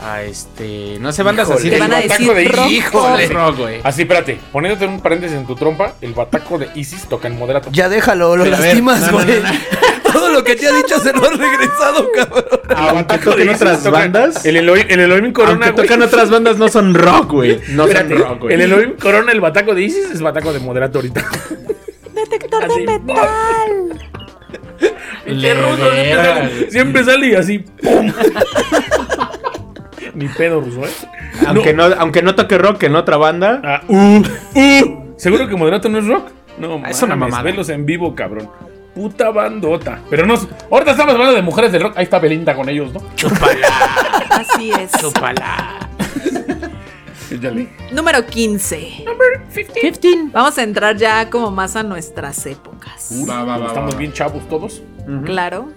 [SPEAKER 5] a este. No sé, bandas así
[SPEAKER 1] Te van a
[SPEAKER 2] El bataco
[SPEAKER 1] decir
[SPEAKER 2] de
[SPEAKER 1] rock.
[SPEAKER 2] híjole.
[SPEAKER 5] Es rock, güey.
[SPEAKER 2] Así, espérate, poniéndote un paréntesis en tu trompa, el bataco de Isis toca en moderato.
[SPEAKER 4] Ya déjalo, lo
[SPEAKER 5] Pero a ver,
[SPEAKER 4] lastimas,
[SPEAKER 5] no, no,
[SPEAKER 4] güey.
[SPEAKER 5] no,
[SPEAKER 4] Todo lo que te ha dicho se lo ha regresado, cabrón.
[SPEAKER 6] Aunque toquen
[SPEAKER 2] Ah, Isis
[SPEAKER 6] otras
[SPEAKER 2] toca-
[SPEAKER 6] bandas.
[SPEAKER 2] El Elohim, el Elohim Corona.
[SPEAKER 6] Aunque
[SPEAKER 2] güey.
[SPEAKER 6] tocan otras bandas, no son rock, güey.
[SPEAKER 5] No son
[SPEAKER 2] Espérate,
[SPEAKER 5] rock, güey.
[SPEAKER 2] el Elohim Corona, el bataco de Isis es bataco de moderato ahorita.
[SPEAKER 1] Detector
[SPEAKER 2] Así,
[SPEAKER 1] de metal.
[SPEAKER 2] Pinche ruso, siempre sale, siempre sale y así. ¡pum! Ni pedo ruso, ¿eh?
[SPEAKER 6] Aunque no, aunque no toque rock en otra banda.
[SPEAKER 2] Ah, uh, uh. ¿Seguro que Moderato no es rock? No,
[SPEAKER 5] Ah, es una
[SPEAKER 2] mames,
[SPEAKER 5] mamada.
[SPEAKER 2] Velos en vivo, cabrón. Puta bandota. Pero no. Ahorita estamos hablando de mujeres del rock. Ahí está Belinda con ellos, ¿no?
[SPEAKER 1] Así es.
[SPEAKER 2] Ya leí.
[SPEAKER 1] Número 15. 15. Vamos a entrar ya como más a nuestras épocas.
[SPEAKER 6] Va, va, va,
[SPEAKER 2] Estamos
[SPEAKER 6] va.
[SPEAKER 2] bien chavos todos.
[SPEAKER 1] Claro.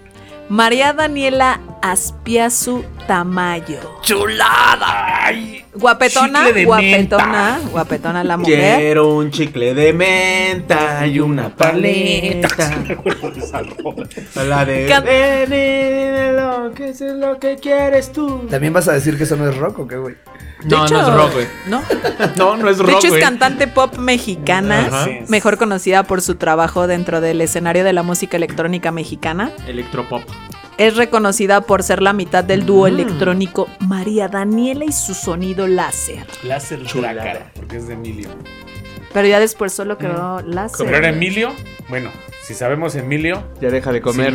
[SPEAKER 1] María Daniela Aspiazu Tamayo.
[SPEAKER 2] ¡Chulada! Ay,
[SPEAKER 1] Guapetona,
[SPEAKER 2] Chicle de
[SPEAKER 1] guapetona, guapetona la mujer.
[SPEAKER 5] Quiero un chicle de menta y una paleta.
[SPEAKER 2] me acuerdo de esa rola.
[SPEAKER 5] La de.
[SPEAKER 1] Can-
[SPEAKER 5] Ven y dilo, que es lo que quieres tú.
[SPEAKER 4] ¿También vas a decir que eso no es rock o qué, güey?
[SPEAKER 1] De
[SPEAKER 5] No,
[SPEAKER 1] hecho-
[SPEAKER 5] no es rock, güey.
[SPEAKER 1] No,
[SPEAKER 5] No, no es
[SPEAKER 1] De
[SPEAKER 5] rock,
[SPEAKER 1] hecho, es
[SPEAKER 5] güey.
[SPEAKER 1] cantante pop mexicana, mejor conocida por su trabajo dentro del escenario de la música electrónica mexicana.
[SPEAKER 5] Electropop.
[SPEAKER 1] Es reconocida por ser la mitad del dúo
[SPEAKER 2] Mm.
[SPEAKER 1] electrónico María Daniela y su sonido láser.
[SPEAKER 2] Láser
[SPEAKER 5] Chulada.
[SPEAKER 2] Dracar, porque es de Emilio.
[SPEAKER 1] Pero ya después solo quedó láser.
[SPEAKER 2] Pero Mm. era Emilio. Bueno, si sabemos Emilio
[SPEAKER 6] Ya deja de comer.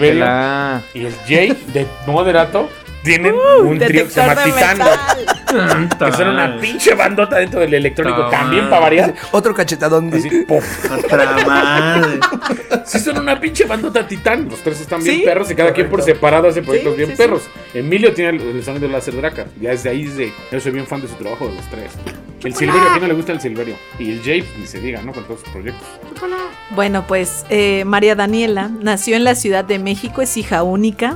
[SPEAKER 2] y el Jay de Moderato tienen un trío que se
[SPEAKER 1] Uh, Detector
[SPEAKER 2] llama
[SPEAKER 1] de
[SPEAKER 2] Titán.
[SPEAKER 1] metal.
[SPEAKER 2] Que son una pinche bandota dentro del electrónico.
[SPEAKER 5] Ta
[SPEAKER 2] También
[SPEAKER 5] madre.
[SPEAKER 2] para variar.
[SPEAKER 4] ¿Eh? Otro cachetadón.
[SPEAKER 2] Así, puff.
[SPEAKER 5] Otra madre.
[SPEAKER 2] Sí, son una pinche bandota titán. Los tres están bien
[SPEAKER 1] Sí.
[SPEAKER 2] perros y cada quien por separado hace proyectos
[SPEAKER 1] Sí,
[SPEAKER 2] bien
[SPEAKER 1] sí, sí.
[SPEAKER 2] perros. Emilio tiene el, el sonido láser Dracar. Ya desde ahí dice, yo soy bien fan de su trabajo de los tres. El Silverio, ¿a quién no le gusta el Silverio? Y el Jay, ni se diga, ¿no? Con todos sus proyectos.
[SPEAKER 1] Bueno, pues eh, María Daniela nació en la Ciudad de México, es hija única,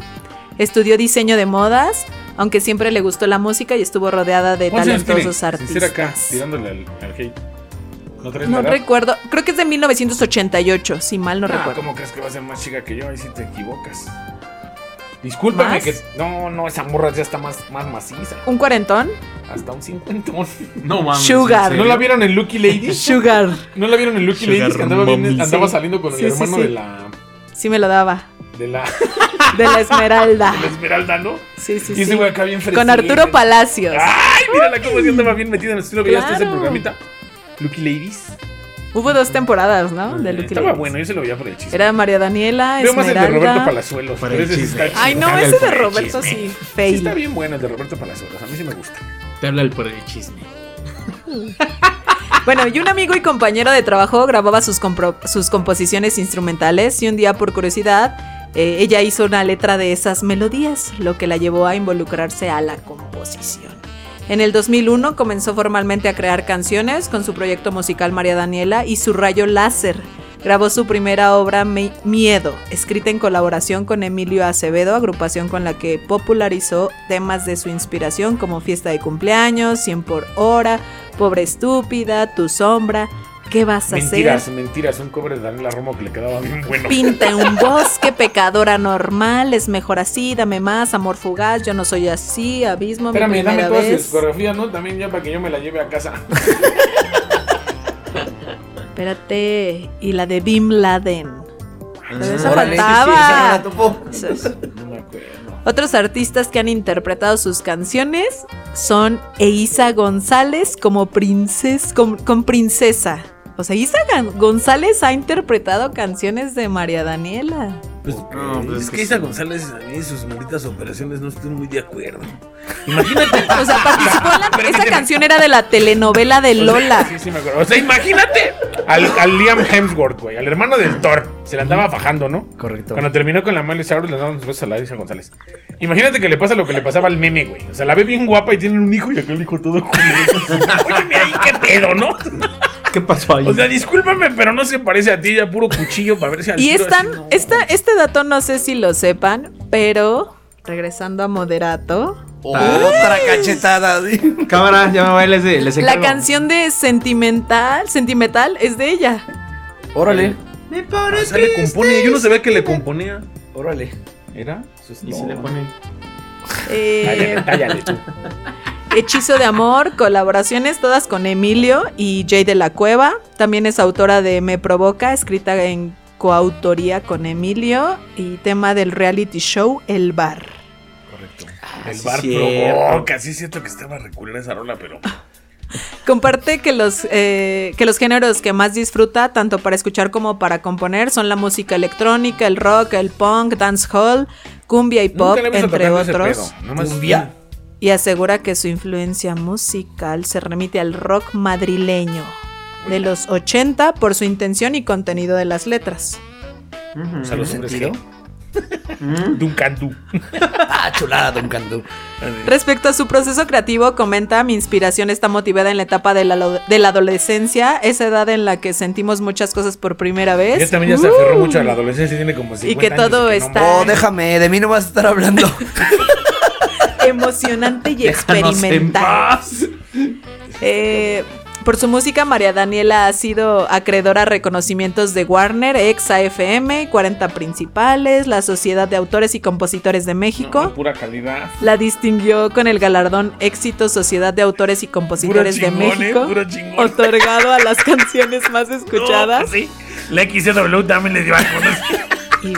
[SPEAKER 1] estudió diseño de modas, aunque siempre le gustó la música y estuvo rodeada de
[SPEAKER 2] ¿Cuántos años tiene?
[SPEAKER 1] talentosos
[SPEAKER 2] Sincera
[SPEAKER 1] artistas.
[SPEAKER 2] acá, tirándole al, al hate. ¿No traes
[SPEAKER 1] No
[SPEAKER 2] la edad?
[SPEAKER 1] recuerdo, creo que es de 1988, si mal no
[SPEAKER 2] Ah,
[SPEAKER 1] recuerdo.
[SPEAKER 2] ¿Cómo crees que va a ser más chica que yo? Ahí sí te equivocas. Discúlpame
[SPEAKER 1] ¿Más?
[SPEAKER 2] que. No, no, esa morra ya está más, más maciza.
[SPEAKER 1] ¿Un cuarentón?
[SPEAKER 2] Hasta un cincuentón.
[SPEAKER 5] No mames.
[SPEAKER 1] Sugar.
[SPEAKER 2] ¿No la vieron en Lucky Ladies?
[SPEAKER 1] Sugar.
[SPEAKER 2] ¿No la vieron en Lucky
[SPEAKER 5] Sugar
[SPEAKER 2] Ladies? Que andaba, bien-
[SPEAKER 5] Mommy.
[SPEAKER 2] andaba
[SPEAKER 1] Sí.
[SPEAKER 2] saliendo con el
[SPEAKER 1] Sí, sí,
[SPEAKER 2] hermano
[SPEAKER 1] sí.
[SPEAKER 2] de la.
[SPEAKER 1] Sí me lo daba.
[SPEAKER 2] de la.
[SPEAKER 1] De la Esmeralda.
[SPEAKER 2] de la Esmeralda, ¿no?
[SPEAKER 1] Sí, sí,
[SPEAKER 2] y ese
[SPEAKER 1] sí.
[SPEAKER 2] güey Ah. acá bien fresco.
[SPEAKER 1] Con Arturo Palacios.
[SPEAKER 2] ¡Ay! Mírala cómo sí andaba bien metida en el estilo que ya está ese
[SPEAKER 1] Claro.
[SPEAKER 2] programita. Lucky Ladies.
[SPEAKER 1] Hubo dos temporadas, ¿no? De Lucky
[SPEAKER 2] Estaba
[SPEAKER 1] Ladies.
[SPEAKER 2] bueno, yo se lo veía por el chiste.
[SPEAKER 1] Era María Daniela,
[SPEAKER 2] Veo más el de Roberto
[SPEAKER 1] Esmeralda.
[SPEAKER 2] Palazuelos.
[SPEAKER 5] Por
[SPEAKER 2] pero
[SPEAKER 5] el
[SPEAKER 2] ese sí
[SPEAKER 5] chisme.
[SPEAKER 2] está chido.
[SPEAKER 1] Ay, no,
[SPEAKER 5] Hágale
[SPEAKER 1] ese de
[SPEAKER 5] por el
[SPEAKER 1] Roberto
[SPEAKER 5] chisme.
[SPEAKER 1] sí.
[SPEAKER 2] Sí,
[SPEAKER 1] Fail.
[SPEAKER 2] está bien bueno el de Roberto Palazuelos. A mí sí me gusta.
[SPEAKER 5] Te habla el por el chisme.
[SPEAKER 1] Bueno, y un amigo y compañero de trabajo grababa sus, compro- sus composiciones instrumentales y un día por curiosidad eh, ella hizo una letra de esas melodías, lo que la llevó a involucrarse a la composición. En el 2001 comenzó formalmente a crear canciones con su proyecto musical María Daniela y su rayo láser. Grabó su primera obra Mi- Miedo, escrita en colaboración con Emilio Acevedo, agrupación con la que popularizó temas de su inspiración como Fiesta de cumpleaños, 100 por hora, Pobre estúpida, Tu sombra, ¿qué vas a
[SPEAKER 2] Mentiras,
[SPEAKER 1] Pues hacer?
[SPEAKER 2] mentiras. Un cobre de Daniela Romo que le quedaba bien bueno.
[SPEAKER 1] Pinta en un bosque, pecadora normal, es mejor así, dame más, amor fugaz, yo no soy así, abismo, mi
[SPEAKER 2] Espérame, dame
[SPEAKER 1] primera
[SPEAKER 2] todas sus
[SPEAKER 1] vez.
[SPEAKER 2] discografías, ¿no? También ya para que yo me la lleve a casa.
[SPEAKER 1] Espérate, y la de Bin Laden. Pero esa
[SPEAKER 4] Ah, Órale, sí, sí,
[SPEAKER 1] faltaba.
[SPEAKER 4] esa no la topó.
[SPEAKER 1] Eso es.
[SPEAKER 2] No me acuerdo.
[SPEAKER 1] Otros artistas que han interpretado sus canciones son Eiza González como princesa, con, con princesa. O sea, Eiza Gan- González ha interpretado canciones de María Daniela.
[SPEAKER 7] No, pues es que Isa González a mí sus malditas operaciones no estoy muy de acuerdo. Imagínate,
[SPEAKER 1] O sea, participó en la- esa canción era de la telenovela de Lola.
[SPEAKER 2] Sí, sí, me acuerdo. O sea, imagínate al, al Liam Hemsworth, güey, al hermano del Thor. Se la andaba fajando, ¿no?
[SPEAKER 4] Correcto.
[SPEAKER 2] Cuando terminó con la Miley Cyrus, le daban sus besos a la Isa González. Imagínate que le pasa lo que le pasaba al meme, güey. O sea, la ve bien guapa y tiene un hijo y aquel hijo todo culero. Óyeme ahí, qué pedo, ¿no?
[SPEAKER 6] ¿Qué pasó ahí?
[SPEAKER 2] O sea, discúlpame, pero no se parece a ti, ya puro cuchillo para ver si al
[SPEAKER 1] Y
[SPEAKER 2] tiro
[SPEAKER 1] están,
[SPEAKER 2] así, no.
[SPEAKER 1] esta, este dato no sé si lo sepan, pero regresando a Moderato,
[SPEAKER 4] Otra cachetada. sí.
[SPEAKER 6] Cámara, ya me bailes de. Les
[SPEAKER 1] la
[SPEAKER 6] encargo.
[SPEAKER 1] canción de Sentimental, Sentimental es de ella.
[SPEAKER 4] Órale,
[SPEAKER 7] o sea, le compone. Yo no sabía que le componía.
[SPEAKER 4] órale.
[SPEAKER 2] ¿Era?
[SPEAKER 5] Y se le pone.
[SPEAKER 1] Eh,
[SPEAKER 2] Cállale, cállale tú.
[SPEAKER 1] Hechizo de Amor, colaboraciones todas con Emilio y Jay de la Cueva. También es autora de Me Provoca, escrita en coautoría con Emilio y tema del reality show El Bar.
[SPEAKER 2] El bar
[SPEAKER 5] sí, cierto.
[SPEAKER 2] provoca, sí es cierto que estaba reculera esa rola, pero
[SPEAKER 1] Comparte que los, eh, que los géneros que más disfruta, tanto para escuchar como para componer, son la música electrónica, el rock, el punk, dancehall, cumbia y pop,
[SPEAKER 2] Nunca le hemos
[SPEAKER 1] entre
[SPEAKER 2] tocado ese
[SPEAKER 1] otros.
[SPEAKER 2] pedo, nomás-
[SPEAKER 4] Cumbia.
[SPEAKER 1] Y asegura que su influencia musical se remite al rock madrileño de los 80 por su intención y contenido de las letras.
[SPEAKER 2] O sea, los
[SPEAKER 4] ¿Tiene
[SPEAKER 2] hombres
[SPEAKER 4] sentido?
[SPEAKER 2] G. Duncandú.
[SPEAKER 4] Ah, chulada, Don Candú.
[SPEAKER 1] Respecto a su proceso creativo, comenta, mi inspiración está motivada en la etapa de la, lo- de la adolescencia, esa edad en la que sentimos muchas cosas por primera vez.
[SPEAKER 2] Ya también ya se aferró mucho a la adolescencia, tiene como 50
[SPEAKER 1] que
[SPEAKER 2] años
[SPEAKER 1] todo
[SPEAKER 2] no
[SPEAKER 1] está-
[SPEAKER 2] mames.
[SPEAKER 4] Oh, déjame, de mí no vas a estar hablando.
[SPEAKER 1] emocionante y
[SPEAKER 5] Déjanos en
[SPEAKER 1] experimental. Eh, por su música, María Daniela ha sido acreedora a reconocimientos de Warner, Exa FM, 40 Principales, la Sociedad de Autores y Compositores de México.
[SPEAKER 2] No, pues. pura calidad.
[SPEAKER 1] La distinguió con el galardón Éxito Sociedad de Autores y
[SPEAKER 2] Puro
[SPEAKER 1] Compositores
[SPEAKER 2] chingón,
[SPEAKER 1] de
[SPEAKER 2] eh,
[SPEAKER 1] México,
[SPEAKER 2] puro chingón.
[SPEAKER 1] otorgado a las canciones más
[SPEAKER 2] No,
[SPEAKER 1] escuchadas.
[SPEAKER 2] pues sí. La XCW también les lleva con
[SPEAKER 1] Y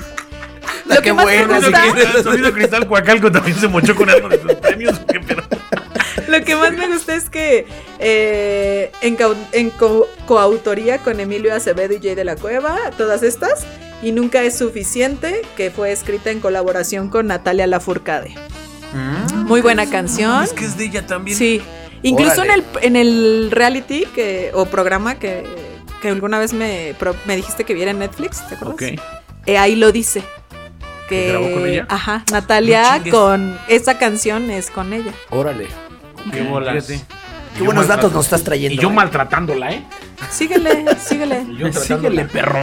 [SPEAKER 1] Lo
[SPEAKER 4] La que
[SPEAKER 1] que más me
[SPEAKER 4] buena,
[SPEAKER 2] Sonido
[SPEAKER 1] gusta-
[SPEAKER 2] Cristal- Sonido Cristal Coacalco también se mochó con algo de sus premios. ¿o ¿Qué pedo?
[SPEAKER 1] Lo que más me gusta es que eh, en, cau- en co- coautoría con Emilio Acevedo y Jay de la Cueva, todas estas, y Nunca es suficiente, que fue escrita en colaboración con Natalia Lafourcade.
[SPEAKER 5] ¿Mm?
[SPEAKER 1] Muy buena canción.
[SPEAKER 7] Es que es de ella también.
[SPEAKER 1] Sí. Incluso en
[SPEAKER 4] Órale.
[SPEAKER 1] el, en el reality que, o programa que, que alguna vez me, pro- me dijiste que viera en Netflix, ¿te acuerdas? Eh, ahí lo dice. Que,
[SPEAKER 2] grabó con ella?
[SPEAKER 1] Ajá,
[SPEAKER 7] No
[SPEAKER 1] Natalia
[SPEAKER 7] chingues.
[SPEAKER 1] con esa canción es con ella.
[SPEAKER 4] Órale.
[SPEAKER 5] Qué bolas.
[SPEAKER 2] Fíjate.
[SPEAKER 4] Qué buenos datos nos estás trayendo.
[SPEAKER 2] Y yo
[SPEAKER 4] eh.
[SPEAKER 2] maltratándola, ¿eh?
[SPEAKER 1] Síguele, síguele.
[SPEAKER 2] Y yo tratándola.
[SPEAKER 5] perro.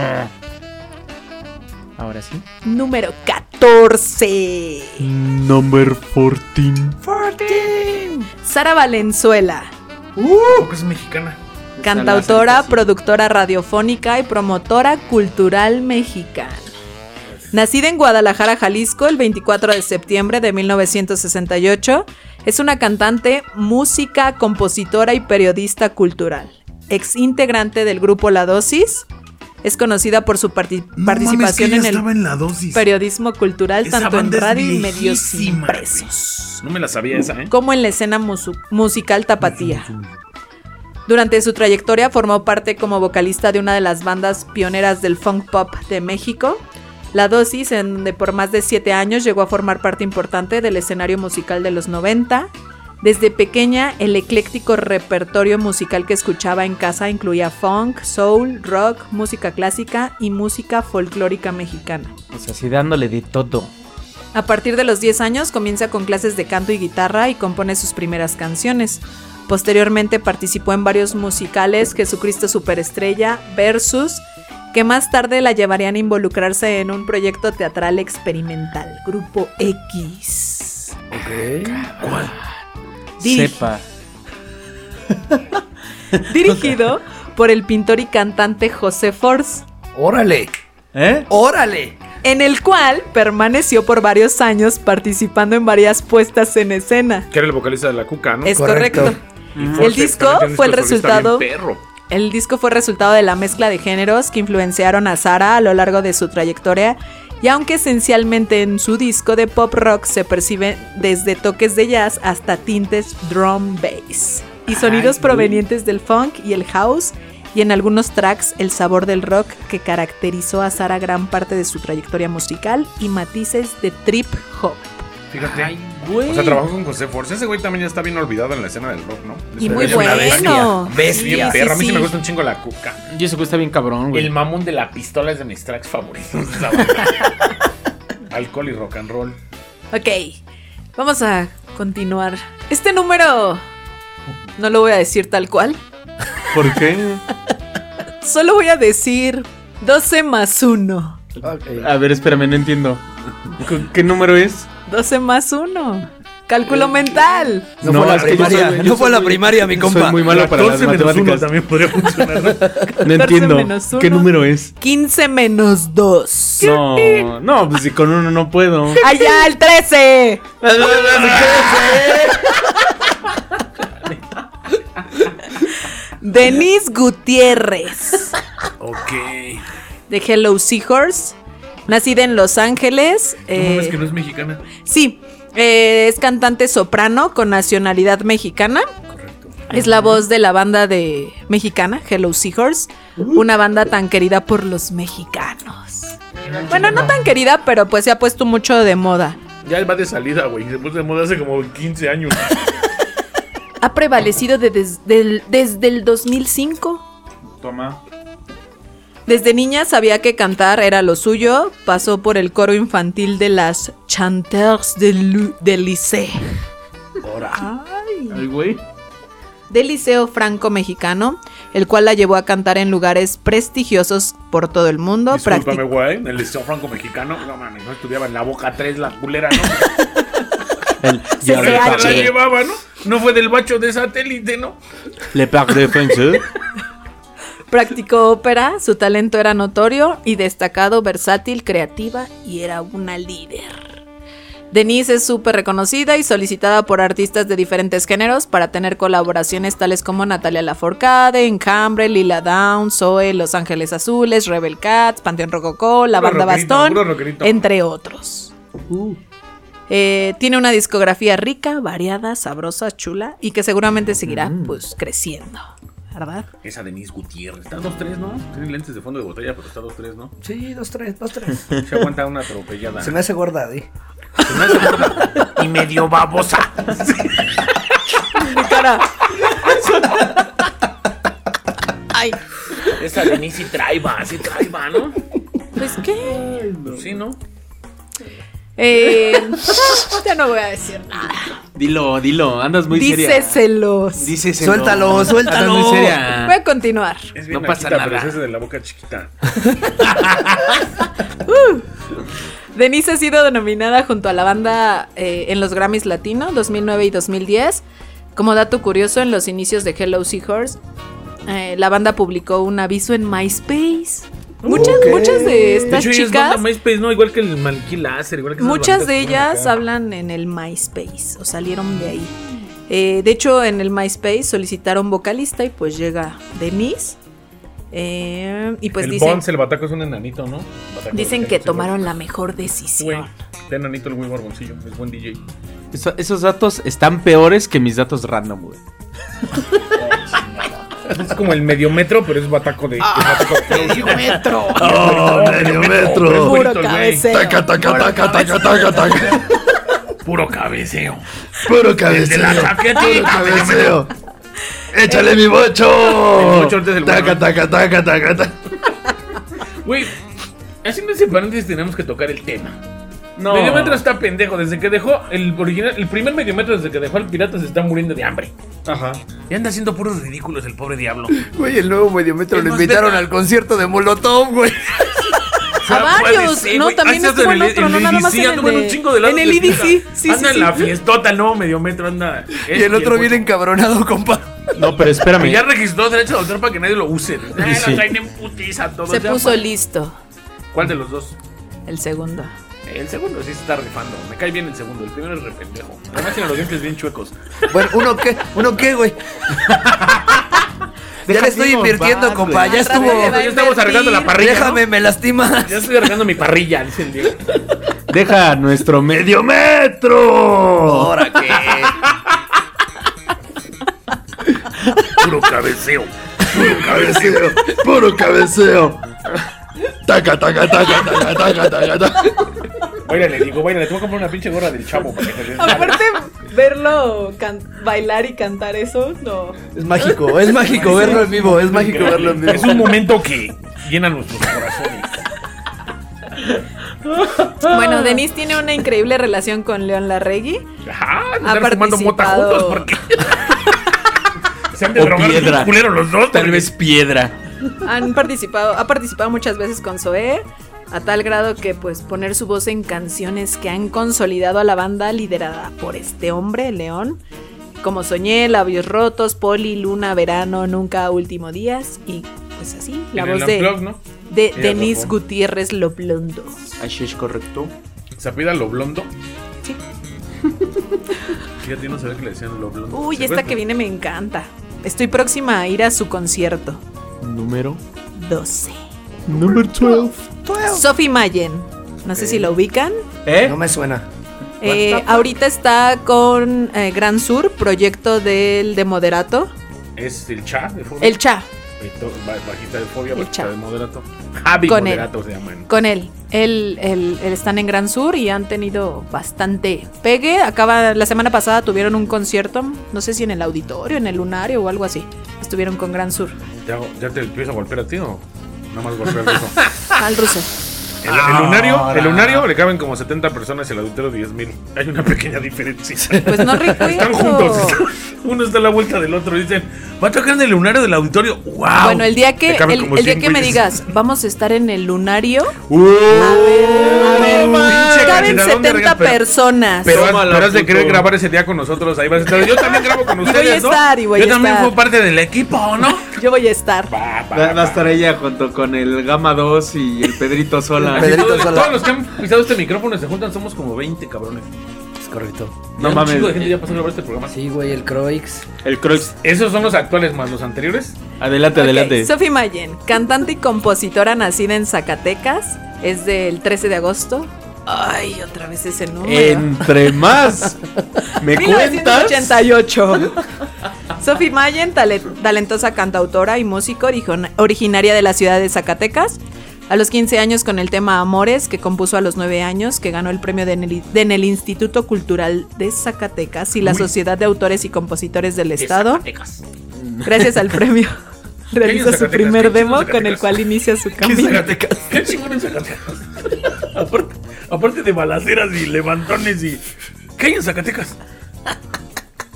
[SPEAKER 5] Ahora sí.
[SPEAKER 1] Número 14.
[SPEAKER 6] Number 14.
[SPEAKER 1] Sara Valenzuela, Uh.
[SPEAKER 2] Tampoco es mexicana.
[SPEAKER 1] cantautora, productora radiofónica y promotora cultural mexicana. Nacida en Guadalajara, Jalisco, el 24 de septiembre de 1968, es una cantante, música, compositora y periodista cultural. Ex integrante del grupo La Dosis, es conocida por su parti-
[SPEAKER 7] No
[SPEAKER 1] participación
[SPEAKER 7] mames, que ella
[SPEAKER 1] en el
[SPEAKER 7] estaba en la dosis.
[SPEAKER 1] periodismo cultural
[SPEAKER 7] Esa
[SPEAKER 1] tanto en
[SPEAKER 7] banda es
[SPEAKER 1] radio y medios
[SPEAKER 7] viejísima,
[SPEAKER 1] impresos,
[SPEAKER 2] No me la sabía esa, ¿eh?
[SPEAKER 1] como en la escena musu- musical tapatía. Durante su trayectoria formó parte como vocalista de una de las bandas pioneras del funk pop de México, La Dosis, en donde por más de siete años llegó a formar parte importante del escenario musical de los 90. Desde pequeña, el ecléctico repertorio musical que escuchaba en casa incluía funk, soul, rock, música clásica y música folclórica mexicana.
[SPEAKER 5] O sea, sí dándole de todo.
[SPEAKER 1] A partir de los 10 años comienza con clases de canto y guitarra y compone sus primeras canciones. Posteriormente participó en varios musicales Jesucristo Superestrella, Versus, que más tarde la llevarían a involucrarse en un proyecto teatral experimental, Grupo X. Dirige.
[SPEAKER 5] Sepa.
[SPEAKER 1] Dirigido por el pintor y cantante José Force,
[SPEAKER 4] Órale.
[SPEAKER 5] ¿Eh?
[SPEAKER 4] Órale.
[SPEAKER 1] en el cual permaneció por varios años participando en varias puestas en escena.
[SPEAKER 2] Que era el vocalista de la Cuca, ¿no?
[SPEAKER 1] Es
[SPEAKER 4] Correcto.
[SPEAKER 1] correcto.
[SPEAKER 2] Mm, Y Force
[SPEAKER 1] El disco
[SPEAKER 2] también tiene un
[SPEAKER 1] fue el
[SPEAKER 2] disco solista
[SPEAKER 1] resultado-
[SPEAKER 2] bien perro.
[SPEAKER 1] El disco fue resultado de la mezcla de géneros que influenciaron a Sara a lo largo de su trayectoria y aunque esencialmente en su disco de pop rock se percibe desde toques de jazz hasta tintes drum bass y sonidos provenientes del funk y el house y en algunos tracks el sabor del rock que caracterizó a Sara gran parte de su trayectoria musical y matices de trip hop
[SPEAKER 2] Fíjate. O sea, trabajó con José Force. Ese güey también ya está bien olvidado en la escena del rock, ¿no?
[SPEAKER 1] y
[SPEAKER 2] Desde
[SPEAKER 1] muy
[SPEAKER 2] hace una década.
[SPEAKER 1] bueno.
[SPEAKER 2] Bien
[SPEAKER 1] Sí, sí,
[SPEAKER 2] perro. A mí sí
[SPEAKER 1] sí.
[SPEAKER 2] me gusta un chingo la Cuca.
[SPEAKER 5] Y eso está bien cabrón, güey.
[SPEAKER 2] El mamón de la pistola es de mis tracks favoritos. la verdad. Alcohol y rock and roll.
[SPEAKER 1] Ok, vamos a continuar. Este número no lo voy a decir tal cual.
[SPEAKER 6] ¿Por qué?
[SPEAKER 1] Solo voy a decir 12 más 1.
[SPEAKER 4] Ok.
[SPEAKER 6] A ver, espérame, no entiendo. ¿Qué- ¿Qué número es?
[SPEAKER 1] 12 más 1. Cálculo mental.
[SPEAKER 4] No,
[SPEAKER 6] No,
[SPEAKER 4] fue a
[SPEAKER 6] es
[SPEAKER 4] la
[SPEAKER 6] que yo
[SPEAKER 4] primaria.
[SPEAKER 6] soy- yo
[SPEAKER 4] no fue a
[SPEAKER 6] soy
[SPEAKER 4] la
[SPEAKER 6] muy-
[SPEAKER 4] primaria, mi compa.
[SPEAKER 6] Soy muy malo para las
[SPEAKER 2] 14 menos uno
[SPEAKER 6] matemáticas.
[SPEAKER 2] también podría funcionar. ¿no?
[SPEAKER 6] No
[SPEAKER 1] 14
[SPEAKER 6] entiendo.
[SPEAKER 1] menos uno.
[SPEAKER 6] ¿Qué número es?
[SPEAKER 1] 15 menos 2.
[SPEAKER 6] No, no, pues si con uno no puedo.
[SPEAKER 1] Allá el 13. Denise Gutiérrez.
[SPEAKER 7] Ok.
[SPEAKER 1] De Hello Seahorse. Nacida en Los Ángeles.
[SPEAKER 7] No mames,
[SPEAKER 1] eh,
[SPEAKER 7] que no es mexicana.
[SPEAKER 1] Sí, eh, es cantante soprano con nacionalidad mexicana. Es la voz de la banda de mexicana, Hello Seahorse, una banda tan querida por los mexicanos. Bueno, no tan querida, pero pues se ha puesto mucho de moda.
[SPEAKER 2] Ya va de salida, güey. Se puso de moda hace como 15 años.
[SPEAKER 1] Ha prevalecido de des- del- desde el 2005.
[SPEAKER 6] Toma.
[SPEAKER 1] Desde niña sabía que cantar era lo suyo. Pasó por el coro infantil de las Chanteurs del Lu- del Lycée.
[SPEAKER 3] Ay, güey.
[SPEAKER 1] del Liceo Franco Mexicano, el cual la llevó a cantar en lugares prestigiosos por todo el mundo.
[SPEAKER 2] Discúlpame,
[SPEAKER 1] Practic-
[SPEAKER 2] güey. En el liceo franco mexicano. No mames, no estudiaba en la boca 3 la culera, ¿no?
[SPEAKER 3] El,
[SPEAKER 1] Se-
[SPEAKER 2] Por eso la
[SPEAKER 1] Che.
[SPEAKER 2] llevaba, ¿no? No fue del bacho de satélite, ¿no?
[SPEAKER 3] Le Parc de France.
[SPEAKER 1] practicó ópera, su talento era notorio y destacado, versátil, creativa y era una líder. Denise es súper reconocida y solicitada por artistas de diferentes géneros para tener colaboraciones tales como Natalia Laforcade, Encambre, Lila Down, Zoe, Los Ángeles Azules, Rebel Cats, Panteón Rococó, La
[SPEAKER 2] Puro
[SPEAKER 1] Banda
[SPEAKER 2] rockerito,
[SPEAKER 1] Bastón,
[SPEAKER 2] puro rockerito. Uh.
[SPEAKER 1] entre otros. Eh, tiene una discografía rica, variada, sabrosa, chula y que seguramente seguirá
[SPEAKER 2] Mm.
[SPEAKER 1] pues creciendo, ¿verdad?
[SPEAKER 2] Esa Denise Gutiérrez. Está 2-3, ¿no? Tiene lentes de fondo de botella, pero está 2-3, ¿no?
[SPEAKER 4] Sí, dos, tres, dos, tres.
[SPEAKER 2] Se aguanta una atropellada.
[SPEAKER 4] Se me hace gorda, di.
[SPEAKER 2] Y medio babosa.
[SPEAKER 1] Mi cara. Ay,
[SPEAKER 2] Esa Denise sí traiba, sí traiba, ¿no?
[SPEAKER 1] pues qué.
[SPEAKER 2] Sí, ¿no?
[SPEAKER 1] Eh, ya no voy a decir nada.
[SPEAKER 5] Dilo, dilo, andas
[SPEAKER 1] Pues
[SPEAKER 5] muy seria.
[SPEAKER 1] Díceselos.
[SPEAKER 5] Díceselo.
[SPEAKER 4] Suéltalo,
[SPEAKER 5] Andas
[SPEAKER 4] suéltalo.
[SPEAKER 5] muy
[SPEAKER 1] Voy
[SPEAKER 5] seria.
[SPEAKER 1] a continuar.
[SPEAKER 2] Es
[SPEAKER 5] No pasa
[SPEAKER 2] naquita,
[SPEAKER 5] nada.
[SPEAKER 2] Pero se hace de la boca chiquita.
[SPEAKER 1] Denise ha sido denominada junto a la banda eh, en los Grammys Latino 2009 y 2010. Como dato curioso, en los inicios de Hello Seahorse, eh, la banda publicó un aviso en MySpace. Muchas,
[SPEAKER 4] Ok.
[SPEAKER 1] muchas de
[SPEAKER 2] De
[SPEAKER 1] estas
[SPEAKER 2] hecho, ellos
[SPEAKER 1] chicas,
[SPEAKER 2] mandan MySpace, ¿no? Igual que el maniquí láser, igual que esas
[SPEAKER 1] muchas
[SPEAKER 2] bandas
[SPEAKER 1] de
[SPEAKER 2] que ponen
[SPEAKER 1] ellas
[SPEAKER 2] acá.
[SPEAKER 1] hablan en el MySpace o salieron de ahí. Eh, de hecho, en el MySpace solicitaron vocalista y pues llega Denise. Eh, y pues
[SPEAKER 2] el
[SPEAKER 1] dicen,
[SPEAKER 2] Bonds, el bataco es un enanito, ¿no? Bataco,
[SPEAKER 1] dicen
[SPEAKER 2] el
[SPEAKER 1] que
[SPEAKER 2] sí,
[SPEAKER 1] tomaron la mejor decisión.
[SPEAKER 2] Güey, está enanito el güey barboncillo, es buen DJ.
[SPEAKER 5] Eso- esos datos están peores que mis datos random, güey.
[SPEAKER 2] Es como el medio metro, pero es bataco de. ¡Medio metro!
[SPEAKER 4] Oh, medio metro.
[SPEAKER 1] Puro
[SPEAKER 2] güey.
[SPEAKER 1] cabeceo.
[SPEAKER 4] Taca, taca, taca, taca, taca, taca.
[SPEAKER 2] Puro cabeceo.
[SPEAKER 4] Puro
[SPEAKER 2] Desde la
[SPEAKER 4] cabeceo. Puro
[SPEAKER 2] chaquetita.
[SPEAKER 4] cabeceo. Échale mi bocho.
[SPEAKER 2] El bocho antes del
[SPEAKER 4] Taca,
[SPEAKER 2] bueno.
[SPEAKER 4] taca, taca, taca, taca.
[SPEAKER 2] Güey, haciendo ese paréntesis, tenemos que tocar el tema. No. Mediometro está pendejo. Desde que dejó el original, el primer mediometro, desde que dejó al pirata, se está muriendo de hambre.
[SPEAKER 6] Ajá.
[SPEAKER 2] Y anda haciendo puros ridículos el pobre diablo.
[SPEAKER 4] Güey, el nuevo mediometro
[SPEAKER 2] Es
[SPEAKER 4] lo
[SPEAKER 2] más
[SPEAKER 4] invitaron
[SPEAKER 2] beta.
[SPEAKER 4] al concierto de Molotov, güey.
[SPEAKER 1] A varios, no, también
[SPEAKER 2] es
[SPEAKER 1] estuvo en otro, no nada más en el de- en el IDC, sí, sí,
[SPEAKER 2] Anda
[SPEAKER 1] sí.
[SPEAKER 2] en la fiestota, no, mediometro, anda. este,
[SPEAKER 4] Y el otro viene encabronado, compa.
[SPEAKER 6] No, pero
[SPEAKER 2] Y
[SPEAKER 6] espérame.
[SPEAKER 2] ya registró derecho de autor para que nadie lo use. Ay,
[SPEAKER 6] sí.
[SPEAKER 2] la traen en putiza todos.
[SPEAKER 1] Se
[SPEAKER 2] ya,
[SPEAKER 1] puso
[SPEAKER 2] pues.
[SPEAKER 1] listo
[SPEAKER 2] ¿Cuál de los dos?
[SPEAKER 1] el segundo.
[SPEAKER 2] El segundo sí se está rifando. Me cae bien el segundo. El primero es rependejo. Además tiene los dientes bien chuecos.
[SPEAKER 4] Bueno, ¿uno qué? ¿Uno qué, güey? ya le estoy invirtiendo, compa. Ya
[SPEAKER 1] Al rato
[SPEAKER 4] estuvo.
[SPEAKER 2] pues Ya estamos
[SPEAKER 1] invertir.
[SPEAKER 2] arreglando la parrilla. ¿no?
[SPEAKER 4] Déjame, me lastima.
[SPEAKER 2] Ya estoy arreglando mi parrilla, dice el Diego.
[SPEAKER 5] Deja nuestro medio.
[SPEAKER 6] ¡Mediometro!
[SPEAKER 4] Ahora qué.
[SPEAKER 2] Puro cabeceo.
[SPEAKER 6] Puro cabeceo. Puro cabeceo. Taca, taca, taca, taca, taca, taca, taca.
[SPEAKER 2] Báilale, Diego, báilale. Te voy a comprar una pinche gorra del chavo para que te des-
[SPEAKER 1] Aparte, verlo can- bailar y cantar eso, no.
[SPEAKER 4] Es mágico, es mágico verlo en vivo. Es mágico verlo en vivo.
[SPEAKER 2] Es un momento que llena nuestros corazones.
[SPEAKER 1] Bueno, Denise tiene una increíble relación con León Larregui.
[SPEAKER 2] Ajá,
[SPEAKER 1] Ha
[SPEAKER 2] están fumando mota
[SPEAKER 1] participado.
[SPEAKER 2] juntos porque. Se han de
[SPEAKER 5] O
[SPEAKER 2] drogar bien
[SPEAKER 5] piedra.
[SPEAKER 2] culero los dos.
[SPEAKER 5] Tal
[SPEAKER 2] porque-
[SPEAKER 5] vez piedra.
[SPEAKER 1] Han participado, ha participado muchas veces con Zoé, a tal grado que pues poner su voz en canciones que han consolidado a la banda liderada por este hombre, León, como Soñé, Labios Rotos, Poli, Luna, Verano, Nunca, Último Días y pues así, la
[SPEAKER 2] en el
[SPEAKER 1] voz de,
[SPEAKER 2] unplug, ¿no?
[SPEAKER 1] de
[SPEAKER 2] Ella
[SPEAKER 1] Denise
[SPEAKER 2] tocó.
[SPEAKER 1] Gutiérrez Loplondo.
[SPEAKER 5] Así es correcto.
[SPEAKER 2] ¿Sapida lo blondo? Sí. Fíjate, yo no sabía que le decían lo blondo.
[SPEAKER 1] Uy,
[SPEAKER 2] ¿Se
[SPEAKER 1] esta
[SPEAKER 2] acuerdan?
[SPEAKER 1] que viene me encanta. Estoy próxima a ir a su concierto.
[SPEAKER 5] Número.
[SPEAKER 1] 12.
[SPEAKER 6] Number 12.
[SPEAKER 1] Sophie Mayen. No sé si la ubican.
[SPEAKER 4] No me suena.
[SPEAKER 1] Eh, ahorita está con eh, Gran Sur, proyecto del de Moderato.
[SPEAKER 2] Es el cha de fobia.
[SPEAKER 1] El cha,
[SPEAKER 2] Esto, ba- Bajita de fobia,
[SPEAKER 1] El
[SPEAKER 2] bajita
[SPEAKER 1] cha.
[SPEAKER 2] de moderato. Javi
[SPEAKER 1] Con él.
[SPEAKER 2] moderato se llaman.
[SPEAKER 1] con él. Él, él- él están en Gran Sur y han tenido bastante pegue. Acaba, la semana pasada tuvieron un concierto, no sé si en el auditorio, en el lunario o algo así. Estuvieron con Gran Sur.
[SPEAKER 2] ¿Ya, ya te empiezo a golpear a ti o nada más golpear al ruso?
[SPEAKER 1] Al ruso.
[SPEAKER 2] El, el lunario, el lunario le caben como 70 personas y el auditorio 10.000. Hay una pequeña diferencia.
[SPEAKER 1] Pues no
[SPEAKER 2] Están
[SPEAKER 1] recuerdo.
[SPEAKER 2] juntos. Uno está a la vuelta del otro. Dicen, va a tocar en el lunario del auditorio. ¡Wow!
[SPEAKER 1] Bueno, el día que,
[SPEAKER 2] Le caben
[SPEAKER 1] el,
[SPEAKER 2] como
[SPEAKER 1] el día
[SPEAKER 2] 100
[SPEAKER 1] que me
[SPEAKER 2] güeyes.
[SPEAKER 1] digas, vamos a estar en el lunario,
[SPEAKER 2] ¡Uh!
[SPEAKER 1] a ver, caben
[SPEAKER 2] Pinche cantidad, ¿dónde
[SPEAKER 1] 70
[SPEAKER 2] regas? Pero-
[SPEAKER 1] personas.
[SPEAKER 2] Pero, has-
[SPEAKER 3] Tómala,
[SPEAKER 2] pero has de
[SPEAKER 3] puto.
[SPEAKER 2] querer grabar ese día con nosotros. Ahí vas a estar. Yo también grabo con
[SPEAKER 1] voy a
[SPEAKER 2] ustedes. ¿no?
[SPEAKER 1] estar, y voy
[SPEAKER 2] Yo
[SPEAKER 1] a
[SPEAKER 2] también
[SPEAKER 1] estar.
[SPEAKER 2] fui parte del equipo, ¿no?
[SPEAKER 1] Yo voy a estar.
[SPEAKER 2] Va, va,
[SPEAKER 3] Va, va a
[SPEAKER 2] va.
[SPEAKER 3] estar ella junto con el Gama 2 y el Pedrito Sola.
[SPEAKER 4] Pedrito
[SPEAKER 2] Todos,
[SPEAKER 4] Sola.
[SPEAKER 2] todos los que han pisado este micrófono y se juntan somos como 20 cabrones.
[SPEAKER 4] Es correcto.
[SPEAKER 3] No
[SPEAKER 2] Ya un
[SPEAKER 3] mames.
[SPEAKER 2] chingo de gente ya pasó a grabar este programa.
[SPEAKER 4] Sí, güey, el Croix.
[SPEAKER 3] El Croix.
[SPEAKER 2] Esos son los actuales más los anteriores.
[SPEAKER 3] Adelante, adelante.
[SPEAKER 1] Ok, Sophie Mayen, cantante y compositora nacida en Zacatecas, es del 13 de agosto. Ay, otra vez ese número.
[SPEAKER 3] Entre más me cuentas.
[SPEAKER 1] 1988. Sophie Mayen, tale- talentosa cantautora y músico orijo- originaria de la ciudad de Zacatecas. A los 15 años con el tema Amores, que compuso a los 9 años, que ganó el premio de en, el, de en el Instituto Cultural de Zacatecas y la Sociedad de Autores y Compositores del Estado. Gracias al premio.
[SPEAKER 2] en
[SPEAKER 1] Realiza su
[SPEAKER 2] Zacatecas?
[SPEAKER 1] primer
[SPEAKER 2] ¿Qué hay en
[SPEAKER 1] demo con el
[SPEAKER 2] Zacatecas?
[SPEAKER 1] cual inicia su camino.
[SPEAKER 2] Qué chingón en Zacatecas. aparte, aparte de balaceras y levantones y. ¿Qué hay en Zacatecas?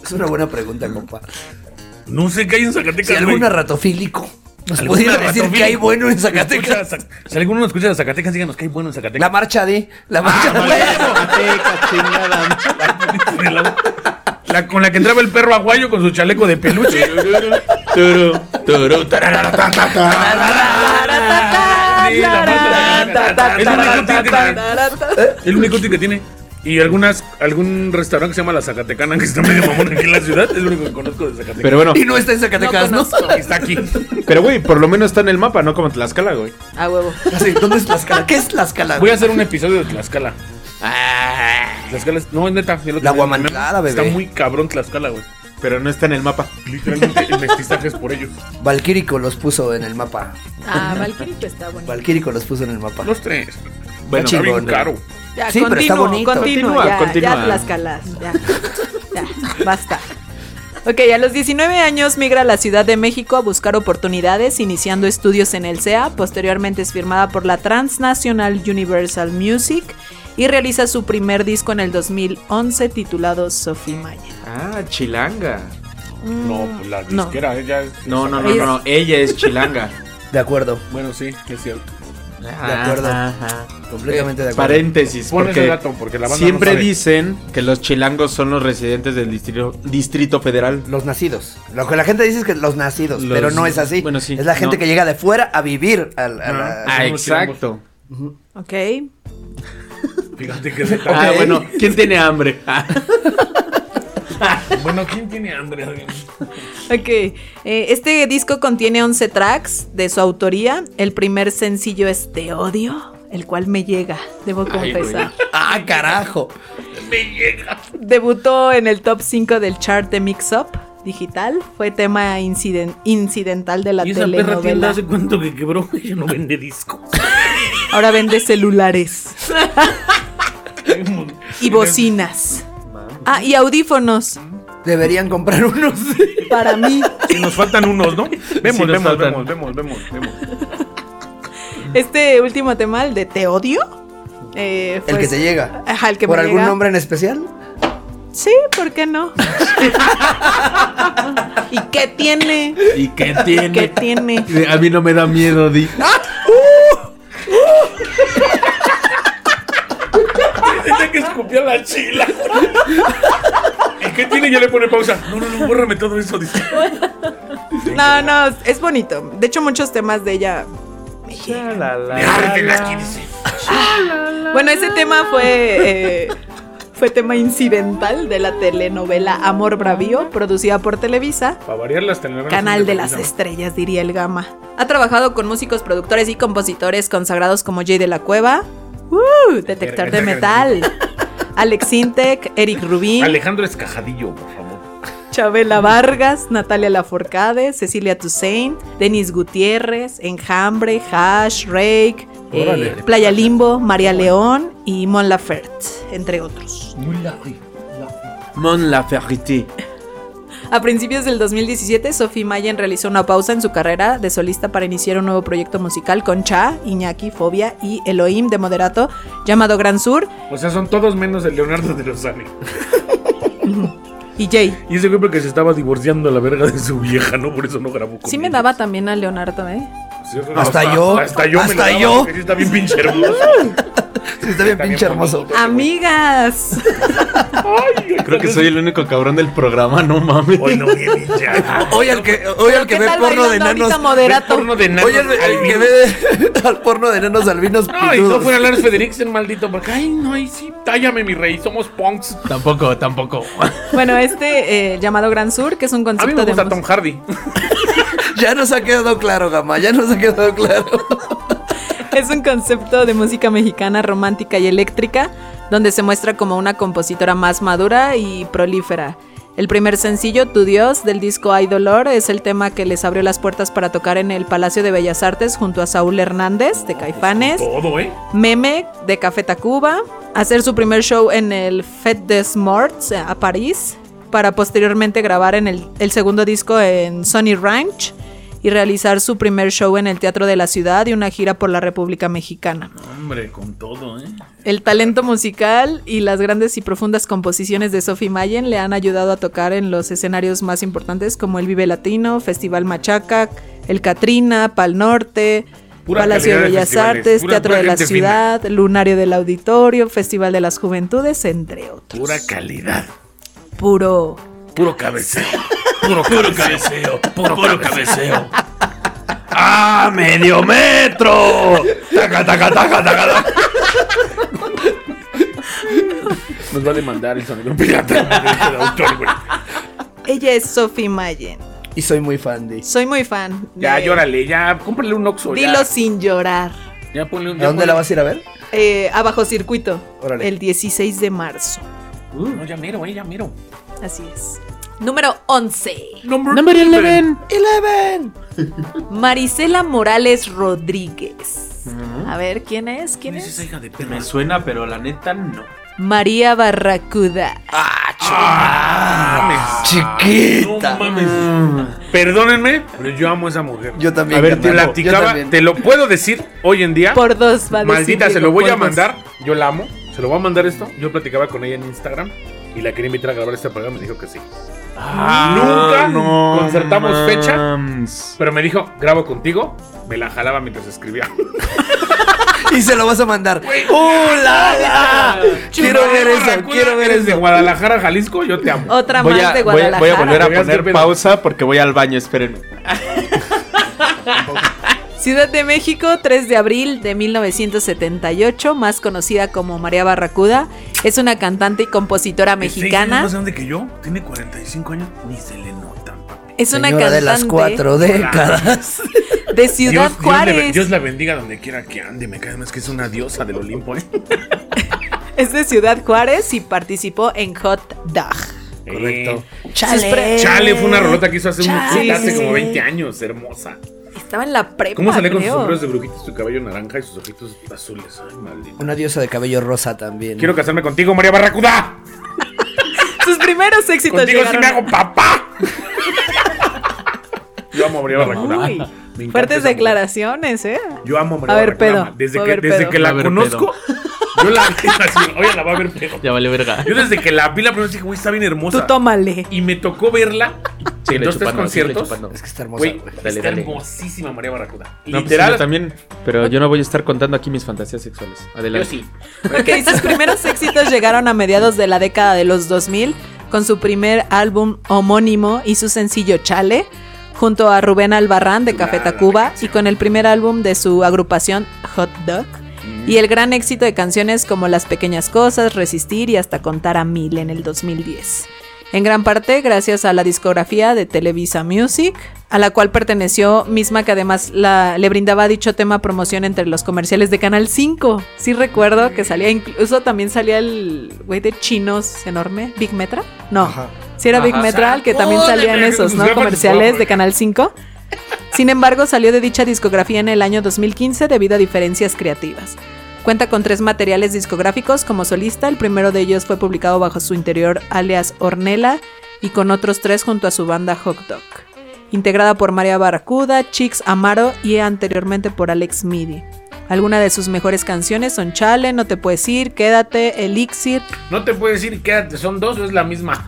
[SPEAKER 4] Es una buena pregunta, compa.
[SPEAKER 2] No sé qué hay en Zacatecas.
[SPEAKER 4] Si algún
[SPEAKER 2] güey.
[SPEAKER 4] ratofílico nos
[SPEAKER 2] ¿Alguna
[SPEAKER 4] pudiera decir
[SPEAKER 2] ratofílica?
[SPEAKER 4] que hay bueno en
[SPEAKER 2] Escucha,
[SPEAKER 4] Zacatecas.
[SPEAKER 2] Zac- Si alguno nos escucha de Zacatecas, díganos qué hay bueno en
[SPEAKER 4] La
[SPEAKER 2] Zacatecas.
[SPEAKER 4] marcha de.
[SPEAKER 6] Ah,
[SPEAKER 4] La marcha de.
[SPEAKER 3] Teca, chingada.
[SPEAKER 2] La- la- con la que entraba el perro aguayo con su chaleco de peluche.
[SPEAKER 3] Turu, turu, tarara.
[SPEAKER 2] Sí, la marcha de Zacatecas.
[SPEAKER 1] Eh.
[SPEAKER 2] El único útil que tiene. Y algunas, algún restaurante que se llama La Zacatecana, que está medio mamón aquí en la ciudad, es lo único que conozco de Zacatecas.
[SPEAKER 3] Pero bueno,
[SPEAKER 4] Y no está en Zacatecas, ¿no?
[SPEAKER 1] conozco.
[SPEAKER 2] está aquí.
[SPEAKER 3] pero güey, por lo menos está en el mapa, no como Tlaxcala, güey.
[SPEAKER 1] A huevo.
[SPEAKER 4] Así, ¿Dónde es Tlaxcala? ¿Qué es Tlaxcala?
[SPEAKER 2] Voy a hacer un episodio de Tlaxcala.
[SPEAKER 5] Ah.
[SPEAKER 2] Tlaxcala es, no, es neta. yo lo tenía
[SPEAKER 4] La
[SPEAKER 2] en mi
[SPEAKER 4] guamantlada,
[SPEAKER 2] memo.
[SPEAKER 4] bebé.
[SPEAKER 2] Está muy cabrón Tlaxcala, güey.
[SPEAKER 3] Pero no está en el mapa.
[SPEAKER 2] Literalmente el mestizaje es por ellos.
[SPEAKER 4] Valquírico los puso en el mapa.
[SPEAKER 1] Ah, Valkyrie está bueno.
[SPEAKER 4] Valquírico los puso en el mapa.
[SPEAKER 2] Los tres.
[SPEAKER 3] Bueno,
[SPEAKER 2] está bien
[SPEAKER 4] chingón,
[SPEAKER 2] caro.
[SPEAKER 1] Ya,
[SPEAKER 4] Sí, pero está
[SPEAKER 1] continuo,
[SPEAKER 4] bonito.
[SPEAKER 1] continuo,
[SPEAKER 3] Continúa,
[SPEAKER 1] ya,
[SPEAKER 3] continúa.
[SPEAKER 1] ya las calas, ya. Ya, basta. Ok, a los 19 años migra a la Ciudad de México a buscar oportunidades, iniciando estudios en el CEA. Posteriormente es firmada por la Transnational Universal Music y realiza su primer disco en el 2011 titulado Sophie Maya.
[SPEAKER 3] Ah, chilanga.
[SPEAKER 2] No, pues la
[SPEAKER 1] No.
[SPEAKER 2] disquera, ella es-
[SPEAKER 3] No, no, no,
[SPEAKER 1] Ella
[SPEAKER 3] no, no, Ella es chilanga.
[SPEAKER 4] De acuerdo,
[SPEAKER 2] Bueno, sí, es cierto.
[SPEAKER 4] de
[SPEAKER 1] Ah,
[SPEAKER 4] acuerdo.
[SPEAKER 3] Ah,
[SPEAKER 4] Completamente
[SPEAKER 1] Eh,
[SPEAKER 4] de acuerdo.
[SPEAKER 3] Paréntesis,
[SPEAKER 2] Pon ese
[SPEAKER 3] porque
[SPEAKER 2] dato, porque la banda no
[SPEAKER 3] siempre
[SPEAKER 2] sabe.
[SPEAKER 3] dicen que los chilangos son los residentes del distrito, distrito
[SPEAKER 2] Ah,
[SPEAKER 3] federal.
[SPEAKER 4] Los nacidos. Lo que la gente dice es que los nacidos,
[SPEAKER 3] Los-
[SPEAKER 4] pero no es así.
[SPEAKER 3] bueno, sí,
[SPEAKER 4] es la gente
[SPEAKER 3] no.
[SPEAKER 4] que llega de fuera a vivir al- a la-
[SPEAKER 3] Ah,
[SPEAKER 2] son los
[SPEAKER 3] exacto.
[SPEAKER 1] Ok.
[SPEAKER 2] Fíjate que se
[SPEAKER 3] Ah, bueno, ¿quién tiene hambre? Ah,
[SPEAKER 2] Bueno, ¿quién tiene hambre?
[SPEAKER 1] Ok. Eh, este disco contiene 11 tracks de su autoría. El primer sencillo es Te odio, el cual me llega, debo
[SPEAKER 3] Ay, güey.
[SPEAKER 1] confesar.
[SPEAKER 4] Ah, carajo.
[SPEAKER 1] Debutó en el top 5 del chart de Mix Up digital. Fue tema inciden- incidental de la
[SPEAKER 7] Y esa perra tienda
[SPEAKER 1] telenovela.
[SPEAKER 7] hace cuánto que quebró, ella no vende discos.
[SPEAKER 1] Ahora vende celulares y bocinas. Ah, y audífonos
[SPEAKER 4] Deberían comprar unos.
[SPEAKER 1] para mí.
[SPEAKER 2] Y nos faltan unos, ¿no? Vemos,
[SPEAKER 3] nos
[SPEAKER 2] vemos,
[SPEAKER 3] faltan.
[SPEAKER 2] vemos, vemos, vemos, vemos.
[SPEAKER 1] Este último tema, el de Te odio. eh,
[SPEAKER 4] El
[SPEAKER 1] fue-
[SPEAKER 4] que te llega.
[SPEAKER 1] Ajá, el que
[SPEAKER 4] ¿Por
[SPEAKER 1] me
[SPEAKER 4] algún
[SPEAKER 1] llega.
[SPEAKER 4] nombre en especial?
[SPEAKER 1] Sí, ¿por qué no? ¿Y qué tiene?
[SPEAKER 3] ¿Y qué
[SPEAKER 1] ¿Qué
[SPEAKER 3] tiene?
[SPEAKER 1] tiene?
[SPEAKER 3] A mí no me da miedo, Di.
[SPEAKER 2] Dice que escupió la chila. ¿Y qué tiene? Ya le pone pausa. No, no, no, bórrame todo eso. Dice.
[SPEAKER 1] No, no, es bonito. De hecho, muchos temas de ella me llegan. Bueno, ese tema fue, eh, fue tema incidental de la telenovela Amor Bravío, producida por Televisa,
[SPEAKER 2] Para variar las telenovelas.
[SPEAKER 1] canal de las estrellas, diría el Gama. Ha trabajado con músicos, productores y compositores consagrados como Jay de la Cueva, ¡uh! Detector de Metal, Alex Intec, Eric Rubin,
[SPEAKER 2] Alejandro Escajadillo, por favor.
[SPEAKER 1] Chabela Vargas, Natalia Laforcade, Cecilia Toussaint, Denis Gutiérrez, Enjambre, Hash, Rake, eh, Playa Limbo, María León y Mon Lafert, entre otros.
[SPEAKER 3] Mon Laferriti.
[SPEAKER 1] A principios del 2017, Sophie Mayen realizó una pausa en su carrera de solista para iniciar un nuevo proyecto musical con Cha, Iñaki, Fobia y Elohim de Moderato, llamado Gran Sur
[SPEAKER 2] O sea, son todos menos el Leonardo de Lozane.
[SPEAKER 1] y Jay.
[SPEAKER 2] Y ese güey porque se estaba divorciando a la verga de su vieja, ¿no? Por eso no grabó con
[SPEAKER 1] Sí me
[SPEAKER 2] ella.
[SPEAKER 1] daba también a Leonardo, ¿eh?
[SPEAKER 2] Sí, o sea,
[SPEAKER 4] Hasta yo.
[SPEAKER 2] Hasta yo. me
[SPEAKER 4] Hasta
[SPEAKER 2] la daba,
[SPEAKER 4] yo.
[SPEAKER 2] porque sí Está bien pinche hermoso.
[SPEAKER 4] Sí, está bien pinche hermoso.
[SPEAKER 1] Amigas.
[SPEAKER 5] Creo que soy el único cabrón del programa, no mames.
[SPEAKER 2] Hoy no viene ya.
[SPEAKER 4] Hoy al que, hoy al que
[SPEAKER 1] ¿Qué
[SPEAKER 4] ve
[SPEAKER 1] tal
[SPEAKER 4] porno de
[SPEAKER 1] bailando ahorita
[SPEAKER 4] nanos.
[SPEAKER 1] Moderato?
[SPEAKER 2] Porno de nada.
[SPEAKER 4] Hoy al al que ve al porno de nanos albinos.
[SPEAKER 2] No, y no
[SPEAKER 4] pitudos.
[SPEAKER 2] fuera Lars Federiksen, maldito. Porque, ay, no, ahí sí, tállame, mi rey. Somos punks.
[SPEAKER 5] Tampoco, tampoco.
[SPEAKER 1] Bueno, este eh, llamado Gran Sur, que es un
[SPEAKER 2] A mí
[SPEAKER 1] concepto
[SPEAKER 2] me gusta
[SPEAKER 1] de
[SPEAKER 2] Tom Hardy.
[SPEAKER 4] Ya nos ha quedado claro, Gama, ya nos ha quedado claro.
[SPEAKER 1] Es un concepto de música mexicana romántica y eléctrica, donde se muestra como una compositora más madura y prolífera. El primer sencillo, Tu Dios, del disco Hay Dolor, es el tema que les abrió las puertas para tocar en el Palacio de Bellas Artes junto a Saúl Hernández, de Caifanes,
[SPEAKER 2] Todo, ¿eh?
[SPEAKER 1] Meme, de Café Tacuba, hacer su primer show en el Fête des Morts eh, a París, para posteriormente grabar en el, el segundo disco en Sony Ranch y realizar su primer show en el Teatro de la Ciudad y una gira por la República Mexicana.
[SPEAKER 7] Hombre, con todo, ¿eh?
[SPEAKER 1] El talento musical y las grandes y profundas composiciones de Sophie Mayen le han ayudado a tocar en los escenarios más importantes como el Vive Latino, Festival Machaca, el Catrina, Pal Norte,
[SPEAKER 2] Pura
[SPEAKER 1] Palacio de
[SPEAKER 2] calidad de
[SPEAKER 1] Bellas
[SPEAKER 2] festivales,
[SPEAKER 1] Artes,
[SPEAKER 2] pura-
[SPEAKER 1] Teatro
[SPEAKER 2] pura
[SPEAKER 1] de la
[SPEAKER 2] gente
[SPEAKER 1] Ciudad, Lunario del Auditorio, Festival de las Juventudes, entre otros.
[SPEAKER 7] Pura calidad.
[SPEAKER 1] Puro.
[SPEAKER 7] Puro cabeceo. Puro, puro cabeceo. Puro, puro cabeceo.
[SPEAKER 6] ¡Ah, medio metro! ¡Taca, taca, taca, taca! taca.
[SPEAKER 2] Nos va a demandar el sonido pirata. el autor, güey.
[SPEAKER 1] Ella es Sophie Mayen.
[SPEAKER 4] Y soy muy fan de.
[SPEAKER 1] Soy muy fan.
[SPEAKER 2] Ya,
[SPEAKER 1] de-
[SPEAKER 2] llórale, ya. Cómprale un Oxxo. ya.
[SPEAKER 1] Dilo sin llorar.
[SPEAKER 2] Ya ponle un.
[SPEAKER 4] ¿A dónde la vas a ir a ver?
[SPEAKER 1] Eh, a Bajo circuito.
[SPEAKER 4] Órale.
[SPEAKER 1] El 16 de marzo.
[SPEAKER 2] Uh, no, ya mero, eh, ya mero.
[SPEAKER 1] Así es. Número 11.
[SPEAKER 5] Number 11.
[SPEAKER 1] Marisela Morales Rodríguez. A ver, ¿quién es? ¿Quién
[SPEAKER 7] Es esa
[SPEAKER 1] es?
[SPEAKER 7] hija de perra.
[SPEAKER 3] Me suena, pero la neta no.
[SPEAKER 1] María Barracuda.
[SPEAKER 2] Ah.
[SPEAKER 4] Chiquita.
[SPEAKER 2] Perdónenme, pero yo amo a esa mujer.
[SPEAKER 4] Yo también.
[SPEAKER 2] A ver,
[SPEAKER 4] yo
[SPEAKER 2] te
[SPEAKER 4] también. Yo
[SPEAKER 2] platicaba,
[SPEAKER 4] también.
[SPEAKER 2] te lo puedo decir hoy en día.
[SPEAKER 1] Por dos va a decir
[SPEAKER 2] Maldita, se
[SPEAKER 1] Diego,
[SPEAKER 2] lo voy
[SPEAKER 1] por
[SPEAKER 2] a
[SPEAKER 1] dos.
[SPEAKER 2] mandar. Yo la amo. Se lo voy a mandar esto. Yo platicaba con ella en Instagram y la quería invitar a grabar este programa. Me dijo que sí.
[SPEAKER 3] Ah,
[SPEAKER 2] Nunca concertamos
[SPEAKER 5] fecha.
[SPEAKER 2] Pero me dijo, grabo contigo. Me la jalaba mientras escribía.
[SPEAKER 4] Y se lo vas a mandar. ¡Uh, la, la! Quiero ver eso,
[SPEAKER 2] Barracuda,
[SPEAKER 4] quiero ver
[SPEAKER 2] eres de
[SPEAKER 4] eso.
[SPEAKER 2] Guadalajara, Jalisco. Yo te amo.
[SPEAKER 1] Otra
[SPEAKER 5] Voy
[SPEAKER 1] más
[SPEAKER 5] a,
[SPEAKER 1] de
[SPEAKER 5] voy, a-
[SPEAKER 1] Guadalajara.
[SPEAKER 5] voy a volver a
[SPEAKER 2] Te veas
[SPEAKER 5] poner
[SPEAKER 2] bien.
[SPEAKER 5] pausa porque voy al baño, espérenme.
[SPEAKER 1] Ciudad de México, 3 de abril de 1978, más conocida como María Barracuda. Es una cantante y compositora
[SPEAKER 7] ¿Es más
[SPEAKER 1] mexicana.
[SPEAKER 7] grande que yo? Tiene 45 años. Ni se le nota, papi.
[SPEAKER 1] Es una
[SPEAKER 4] Señora
[SPEAKER 1] cantante
[SPEAKER 4] de las cuatro décadas.
[SPEAKER 1] de Ciudad
[SPEAKER 2] Dios, Dios le
[SPEAKER 1] Juárez.
[SPEAKER 2] ben- Dios la bendiga donde quiera que ande. Me cae más que es una diosa del Olimpo, ¿eh?
[SPEAKER 1] Es de Ciudad Juárez y participó en Hot Dog.
[SPEAKER 2] Correcto.
[SPEAKER 1] Sus pre-
[SPEAKER 2] Chale, fue una rolota que hizo hace, un-
[SPEAKER 1] Eh, Chale.
[SPEAKER 2] hace como 20 años. Hermosa.
[SPEAKER 1] Estaba en la prepa,
[SPEAKER 2] ¿Cómo sale con sus
[SPEAKER 1] creo.
[SPEAKER 2] sombreros de brujitas, su cabello naranja y sus ojitos azules? Ay, maldito.
[SPEAKER 4] Una diosa de cabello rosa también.
[SPEAKER 2] Quiero casarme contigo, María Barracuda.
[SPEAKER 1] Sus primeros éxitos
[SPEAKER 2] Contigo sí
[SPEAKER 1] llegaron
[SPEAKER 2] me hago papá. Yo amo a María Barracuda.
[SPEAKER 1] Uy,
[SPEAKER 2] Me encanta
[SPEAKER 1] fuertes
[SPEAKER 2] esa mujer.
[SPEAKER 1] declaraciones, ¿eh?
[SPEAKER 2] Yo amo a María
[SPEAKER 1] Va a haber
[SPEAKER 2] Barracuda.
[SPEAKER 1] pedo,
[SPEAKER 2] Desde
[SPEAKER 1] va a
[SPEAKER 2] que,
[SPEAKER 1] haber
[SPEAKER 2] desde
[SPEAKER 1] pedo.
[SPEAKER 2] que
[SPEAKER 5] Va a
[SPEAKER 2] la
[SPEAKER 5] haber
[SPEAKER 2] conozco, yo la vi así. Oye, la va a ver pedo.
[SPEAKER 5] Ya vale verga.
[SPEAKER 2] Yo desde que la vi la primera vez dije, güey, está bien
[SPEAKER 1] Tú
[SPEAKER 2] hermosa.
[SPEAKER 1] tómale.
[SPEAKER 2] Y me tocó verla en dos, tres conciertos.
[SPEAKER 4] Es que está hermosa.
[SPEAKER 2] Güey,
[SPEAKER 4] güey.
[SPEAKER 5] Dale,
[SPEAKER 2] está
[SPEAKER 5] dale.
[SPEAKER 2] hermosísima María Barracuda.
[SPEAKER 5] Literal.
[SPEAKER 2] Literal.
[SPEAKER 5] también, pero yo no voy a estar contando aquí mis fantasías sexuales.
[SPEAKER 2] yo
[SPEAKER 5] Adelante.
[SPEAKER 2] sí.
[SPEAKER 1] Ok, sus primeros éxitos llegaron a mediados de la década de los 2000 con su primer álbum homónimo y su sencillo Chale, junto a Rubén Albarrán de Café
[SPEAKER 2] Chulada de
[SPEAKER 1] Tacuba y
[SPEAKER 2] canción.
[SPEAKER 1] con el primer álbum de su agrupación Hot Dog. Y el gran éxito de canciones como Las Pequeñas Cosas, Resistir y Hasta Contar a Mil en el 2010. en gran parte gracias a la discografía de Televisa Music, a la cual perteneció misma que además la- le brindaba dicho tema promoción entre los comerciales de Canal 5. Sí recuerdo que salía, incluso también salía el güey de chinos enorme, Big Metra. No,
[SPEAKER 4] Ajá.
[SPEAKER 1] si era Big Metra, el que también salían esos, ¿no? Comerciales de Canal 5. Sin embargo, salió de dicha discografía en el año 2015 debido a diferencias creativas. Cuenta con tres materiales discográficos como solista, el primero de ellos fue publicado bajo su interior alias Ornella y con otros tres junto a su banda Hot Dog, integrada por María Barracuda, Chicks Amaro y anteriormente por Alex Midi. Algunas de sus mejores canciones son Chale, No Te Puedes Ir, Quédate, Elixir,
[SPEAKER 2] No te puedo decir, quédate, son dos o es la misma.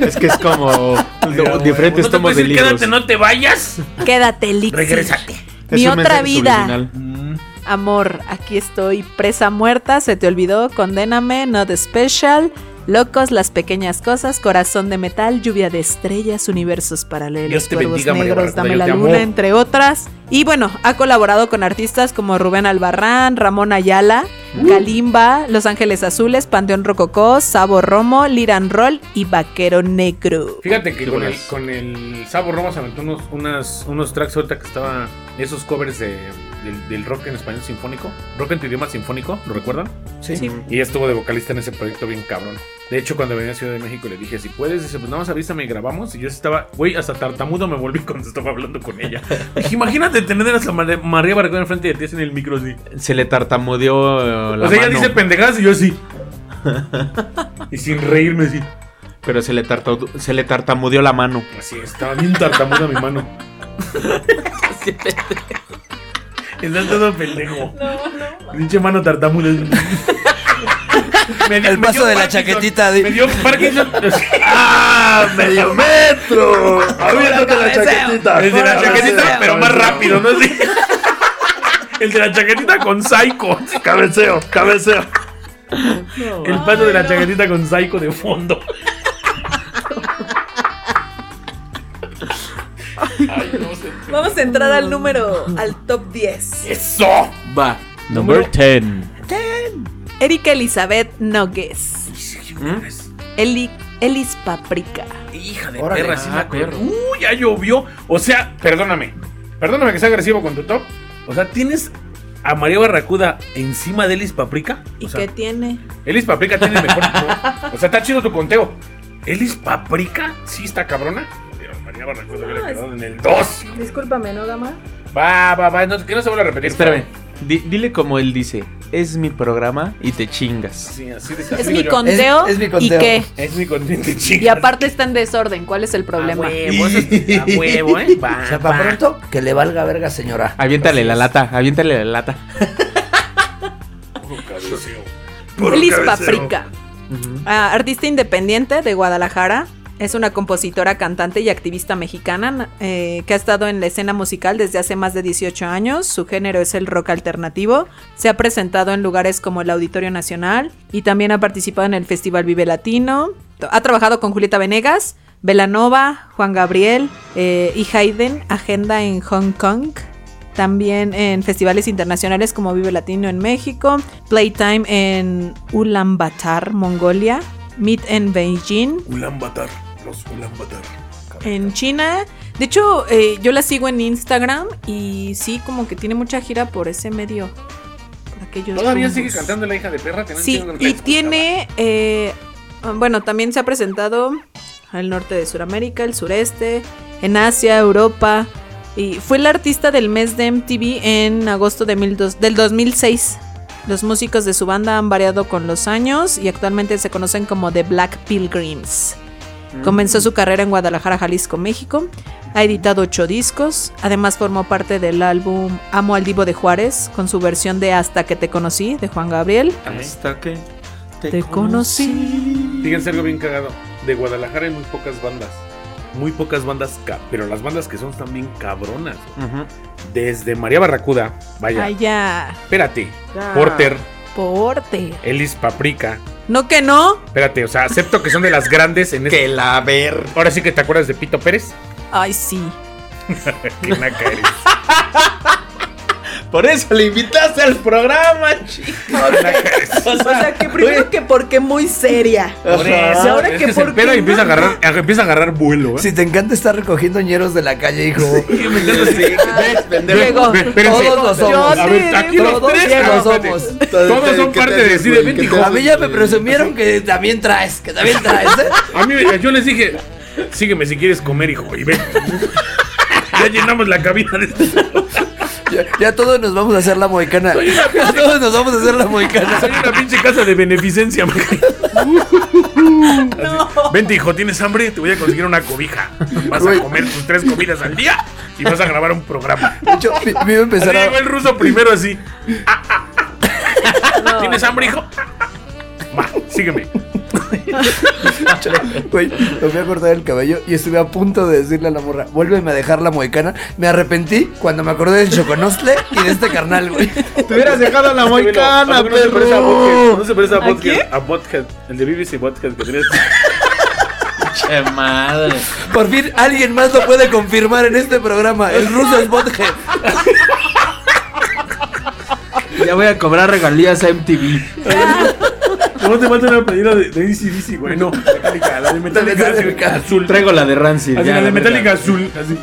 [SPEAKER 3] Es que es como
[SPEAKER 2] Pero,
[SPEAKER 3] lo- diferentes
[SPEAKER 2] güey, no te
[SPEAKER 3] tomos
[SPEAKER 2] puedes
[SPEAKER 3] de
[SPEAKER 2] ir,
[SPEAKER 3] libros.
[SPEAKER 2] Quédate, no te vayas.
[SPEAKER 1] Quédate, Elixir.
[SPEAKER 2] Regrésate.
[SPEAKER 3] Es
[SPEAKER 1] Mi
[SPEAKER 3] un mensaje
[SPEAKER 1] otra vida.
[SPEAKER 3] subliminal.
[SPEAKER 2] Mm.
[SPEAKER 1] Amor, aquí estoy, presa muerta, se te olvidó, condéname, not special, locos, las pequeñas cosas, corazón de metal, lluvia de estrellas, universos paralelos,
[SPEAKER 2] Dios te
[SPEAKER 1] cuervos
[SPEAKER 2] bendiga, María
[SPEAKER 1] negros,
[SPEAKER 2] Barracuda,
[SPEAKER 1] dame
[SPEAKER 2] yo
[SPEAKER 1] la
[SPEAKER 2] te amo.
[SPEAKER 1] luna, entre otras. Y bueno, ha colaborado con artistas como Rubén Albarrán, Ramón Ayala, Kalimba, Los Ángeles Azules, Panteón Rococó, Sabo Romo, Liran Roll y Vaquero Negro.
[SPEAKER 2] Fíjate que
[SPEAKER 3] Qué
[SPEAKER 2] con el,
[SPEAKER 3] buenas.
[SPEAKER 2] con el Sabo Romo se aventó unos, unas, unos tracks ahorita que estaba esos covers de, del, del rock en español sinfónico. Rock en tu idioma sinfónico, ¿lo recuerdan?
[SPEAKER 1] Sí.
[SPEAKER 2] Y ella estuvo de vocalista en ese proyecto bien cabrón. De hecho, cuando venía a Ciudad de México le dije, si puedes, dice, pues nada más avísame y grabamos. Y yo estaba, güey, hasta tartamudo me volví cuando estaba hablando con ella. Dije, imagínate tener a esa Mar- María Barragán enfrente de ti así en el micro así.
[SPEAKER 3] Se le tartamudeó eh, la
[SPEAKER 2] o sea,
[SPEAKER 3] mano,
[SPEAKER 2] ella dice pendejadas y yo así. y sin reírme así.
[SPEAKER 3] pero se le, tartau- se le tartamudeó la mano.
[SPEAKER 2] Así, estaba bien tartamuda mi mano. Estás todo pendejo. Pinche mano tartamuda. Me dio-
[SPEAKER 4] El
[SPEAKER 2] me
[SPEAKER 4] paso
[SPEAKER 2] dio
[SPEAKER 4] de la
[SPEAKER 2] Parkinson.
[SPEAKER 4] chaquetita, di-
[SPEAKER 2] Me dio Parkinson.
[SPEAKER 6] ¡Ah! ¡Medio metro! ¡Aviéntate la chaquetita!
[SPEAKER 2] El de la
[SPEAKER 6] Ah,
[SPEAKER 2] chaquetita,
[SPEAKER 6] cabeceo.
[SPEAKER 2] pero más rápido, ¿no? Así. El de la chaquetita con Psycho.
[SPEAKER 6] Cabeceo, cabeceo.
[SPEAKER 2] El paso de la chaquetita con Psycho de fondo.
[SPEAKER 1] Vamos a entrar al número, al top 10.
[SPEAKER 2] ¡Eso!
[SPEAKER 3] Va. Number 10.
[SPEAKER 1] Erika Elizabeth Nogues. Eli, Elis Paprika.
[SPEAKER 2] pues, Hija de
[SPEAKER 4] Órale.
[SPEAKER 2] perra, sí me acuerdo. Uy, ya llovió. O sea, perdóname. Perdóname que sea agresivo con tu top. O sea, tienes a María Barracuda encima de Elis Paprika.
[SPEAKER 1] ¿Y
[SPEAKER 2] O sea,
[SPEAKER 1] qué tiene?
[SPEAKER 2] Elis Paprika tiene el mejor. top. O sea, está chido tu conteo. Elis Paprika, sí está cabrona. Pero María Barracuda hubiera quedado en el 2.
[SPEAKER 1] Discúlpame, ¿no, dama?
[SPEAKER 2] Va, va, va. No, que no se vuelva a repetir.
[SPEAKER 3] Espérame. Di- dile como él dice. Es mi programa y te chingas.
[SPEAKER 2] Sí, así de
[SPEAKER 1] Es
[SPEAKER 2] así
[SPEAKER 1] mi
[SPEAKER 2] yo.
[SPEAKER 1] conteo.
[SPEAKER 4] Es- es mi conteo.
[SPEAKER 1] ¿Y qué?
[SPEAKER 2] Es mi contente, chica.
[SPEAKER 1] Y aparte está en desorden. ¿Cuál es el
[SPEAKER 2] Ah,
[SPEAKER 1] problema?
[SPEAKER 5] A huevo, eso es- a huevo, ¿eh? Va,
[SPEAKER 4] O sea, para
[SPEAKER 5] va.
[SPEAKER 4] pronto, que le valga verga, señora.
[SPEAKER 3] Aviéntale la lata, aviéntale la lata.
[SPEAKER 1] Elis Paprika. Ah, artista independiente de Guadalajara. Es una compositora, cantante y activista mexicana eh, que ha estado en la escena musical desde hace más de 18 años. Su género es el rock alternativo. Se ha presentado en lugares como el Auditorio Nacional y también ha participado en el Festival Vive Latino. Ha trabajado con Julieta Venegas, Belanova, Juan Gabriel eh, y Hayden, agenda en Hong Kong. También en festivales internacionales como Vive Latino en México, Playtime en Ulaanbaatar, Mongolia, Meet en Beijing,
[SPEAKER 7] Ulan Batar, los Ulan Batar.
[SPEAKER 1] en China. De hecho, eh, yo la sigo en Instagram y sí, como que tiene mucha gira por ese medio. Por aquellos
[SPEAKER 2] Todavía
[SPEAKER 1] rumbos.
[SPEAKER 2] sigue cantando la hija de perra. Que no
[SPEAKER 1] Sí,
[SPEAKER 2] entiendo lo que
[SPEAKER 1] y
[SPEAKER 2] escuchaba.
[SPEAKER 1] tiene, eh, bueno, también se ha presentado al norte de Sudamérica, el sureste, en Asia, Europa, y fue la artista del mes de MTV en agosto de mil dos- del 2006. Los músicos de su banda han variado con los años y actualmente se conocen como The Black Pilgrims.
[SPEAKER 2] Mm.
[SPEAKER 1] Comenzó su carrera en Guadalajara, Jalisco, México. Ha editado ocho discos. Además formó parte del álbum Amo al Divo de Juárez con su versión de Hasta que te conocí de Juan Gabriel.
[SPEAKER 3] Hasta que
[SPEAKER 1] Te conocí.
[SPEAKER 2] Fíjense algo bien cagado. De Guadalajara hay muy pocas bandas. Muy pocas bandas, ca- pero las bandas que son están bien cabronas. güey. Desde María Barracuda, vaya,
[SPEAKER 1] Allá.
[SPEAKER 2] espérate, Porter,
[SPEAKER 1] Porte.
[SPEAKER 2] Elis Paprika,
[SPEAKER 1] No que no.
[SPEAKER 2] espérate, o sea, acepto que son de las grandes en este...
[SPEAKER 5] Que la ver.
[SPEAKER 2] Ahora sí que te acuerdas de Pito Pérez.
[SPEAKER 1] Ay, sí.
[SPEAKER 2] Qué naca eres.
[SPEAKER 5] Por eso le invitaste al programa, chico.
[SPEAKER 1] O sea, que primero que porque muy seria.
[SPEAKER 2] Por eso,
[SPEAKER 1] ahora
[SPEAKER 2] es
[SPEAKER 1] que
[SPEAKER 2] que se
[SPEAKER 1] por
[SPEAKER 2] empeda
[SPEAKER 1] qué
[SPEAKER 2] y empieza a
[SPEAKER 1] no.
[SPEAKER 2] agarrar, a- empieza a agarrar vuelo. ¿eh?
[SPEAKER 4] Si te encanta estar recogiendo ñeros de la calle, hijo.
[SPEAKER 1] Diego,
[SPEAKER 2] Ve, espérense.
[SPEAKER 4] todos lo somos.
[SPEAKER 1] Yo
[SPEAKER 2] A ver,
[SPEAKER 1] te
[SPEAKER 2] aquí
[SPEAKER 1] digo,
[SPEAKER 2] los
[SPEAKER 1] todos
[SPEAKER 2] tres,
[SPEAKER 1] Diego
[SPEAKER 2] cabrón,
[SPEAKER 1] somos.
[SPEAKER 2] espérate. Todos son parte de sí de
[SPEAKER 6] güey? ¿Qué
[SPEAKER 2] México.
[SPEAKER 6] te
[SPEAKER 4] A mí ya me presumieron que también traes, que también traes, ¿eh?
[SPEAKER 2] A mí me- yo les dije, sígueme si quieres comer, hijo, y ven. Ya llenamos la cabina de
[SPEAKER 4] Ya, ya todos nos vamos a hacer la moicana. Todos nos vamos a hacer la moicana.
[SPEAKER 2] Soy una pinche casa de beneficencia, man. Así, Vente, hijo, ¿tienes hambre? Te voy a conseguir una cobija. Vas a comer tus tres comidas al día y vas a grabar un programa.
[SPEAKER 4] De hecho, me me
[SPEAKER 2] Así
[SPEAKER 4] iba a empezar
[SPEAKER 2] llegó
[SPEAKER 4] a.
[SPEAKER 2] el ruso primero así. Ah, ah, ah. ¿Tienes hambre, hijo? Va, sígueme.
[SPEAKER 4] Güey, me voy a cortar el cabello y estuve a punto de decirle a la morra, vuélveme a dejar la moicana. Me arrepentí cuando me acordé del choconostle y de este carnal, güey.
[SPEAKER 5] Te hubieras dejado la moicana, perro.
[SPEAKER 2] No se parece a
[SPEAKER 1] ¿A qué?
[SPEAKER 2] Bothead. A Bothead. El de BBC Bothead que tienes.
[SPEAKER 5] Che madre.
[SPEAKER 4] Por fin alguien más lo puede confirmar en este programa. El ruso es bothead.
[SPEAKER 3] Ya voy a cobrar regalías a MTV.
[SPEAKER 2] ¿Cómo te falta una playera de, de DC, güey? No, Metallica, la de Metallica, así,
[SPEAKER 4] Metallica.
[SPEAKER 2] azul.
[SPEAKER 3] Traigo la de Rancid.
[SPEAKER 2] Así,
[SPEAKER 3] ya,
[SPEAKER 2] la de
[SPEAKER 3] la
[SPEAKER 2] Metallica
[SPEAKER 3] verga.
[SPEAKER 2] azul. Así.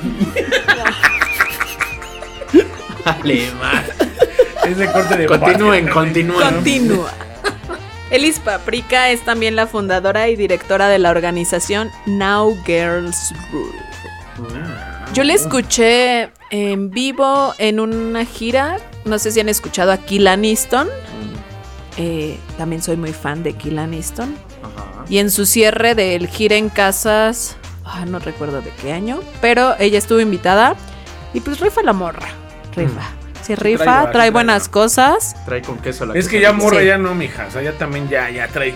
[SPEAKER 5] Dale, madre.
[SPEAKER 2] Ese corte de
[SPEAKER 5] Continúen, continúen.
[SPEAKER 1] Continúa. Elis Paprika es también la fundadora y directora de la organización Now Girls Rule. Yo la escuché en vivo en una gira. No sé si han escuchado a Kill Aniston. Eh, también soy muy fan de Kill Aniston. Y en su cierre del gira en casas, ah, no recuerdo de qué año, pero ella estuvo invitada y pues rifa la morra, rifa. Se rifa,
[SPEAKER 2] vara,
[SPEAKER 1] Mm.
[SPEAKER 2] sí
[SPEAKER 1] trae,
[SPEAKER 2] trae
[SPEAKER 1] buenas
[SPEAKER 2] vara.
[SPEAKER 1] cosas.
[SPEAKER 3] Trae con queso la
[SPEAKER 2] Es que
[SPEAKER 3] quesadilla.
[SPEAKER 2] ya morra
[SPEAKER 1] Sí.
[SPEAKER 2] ya no, mija. O sea, ya también ya, ya trae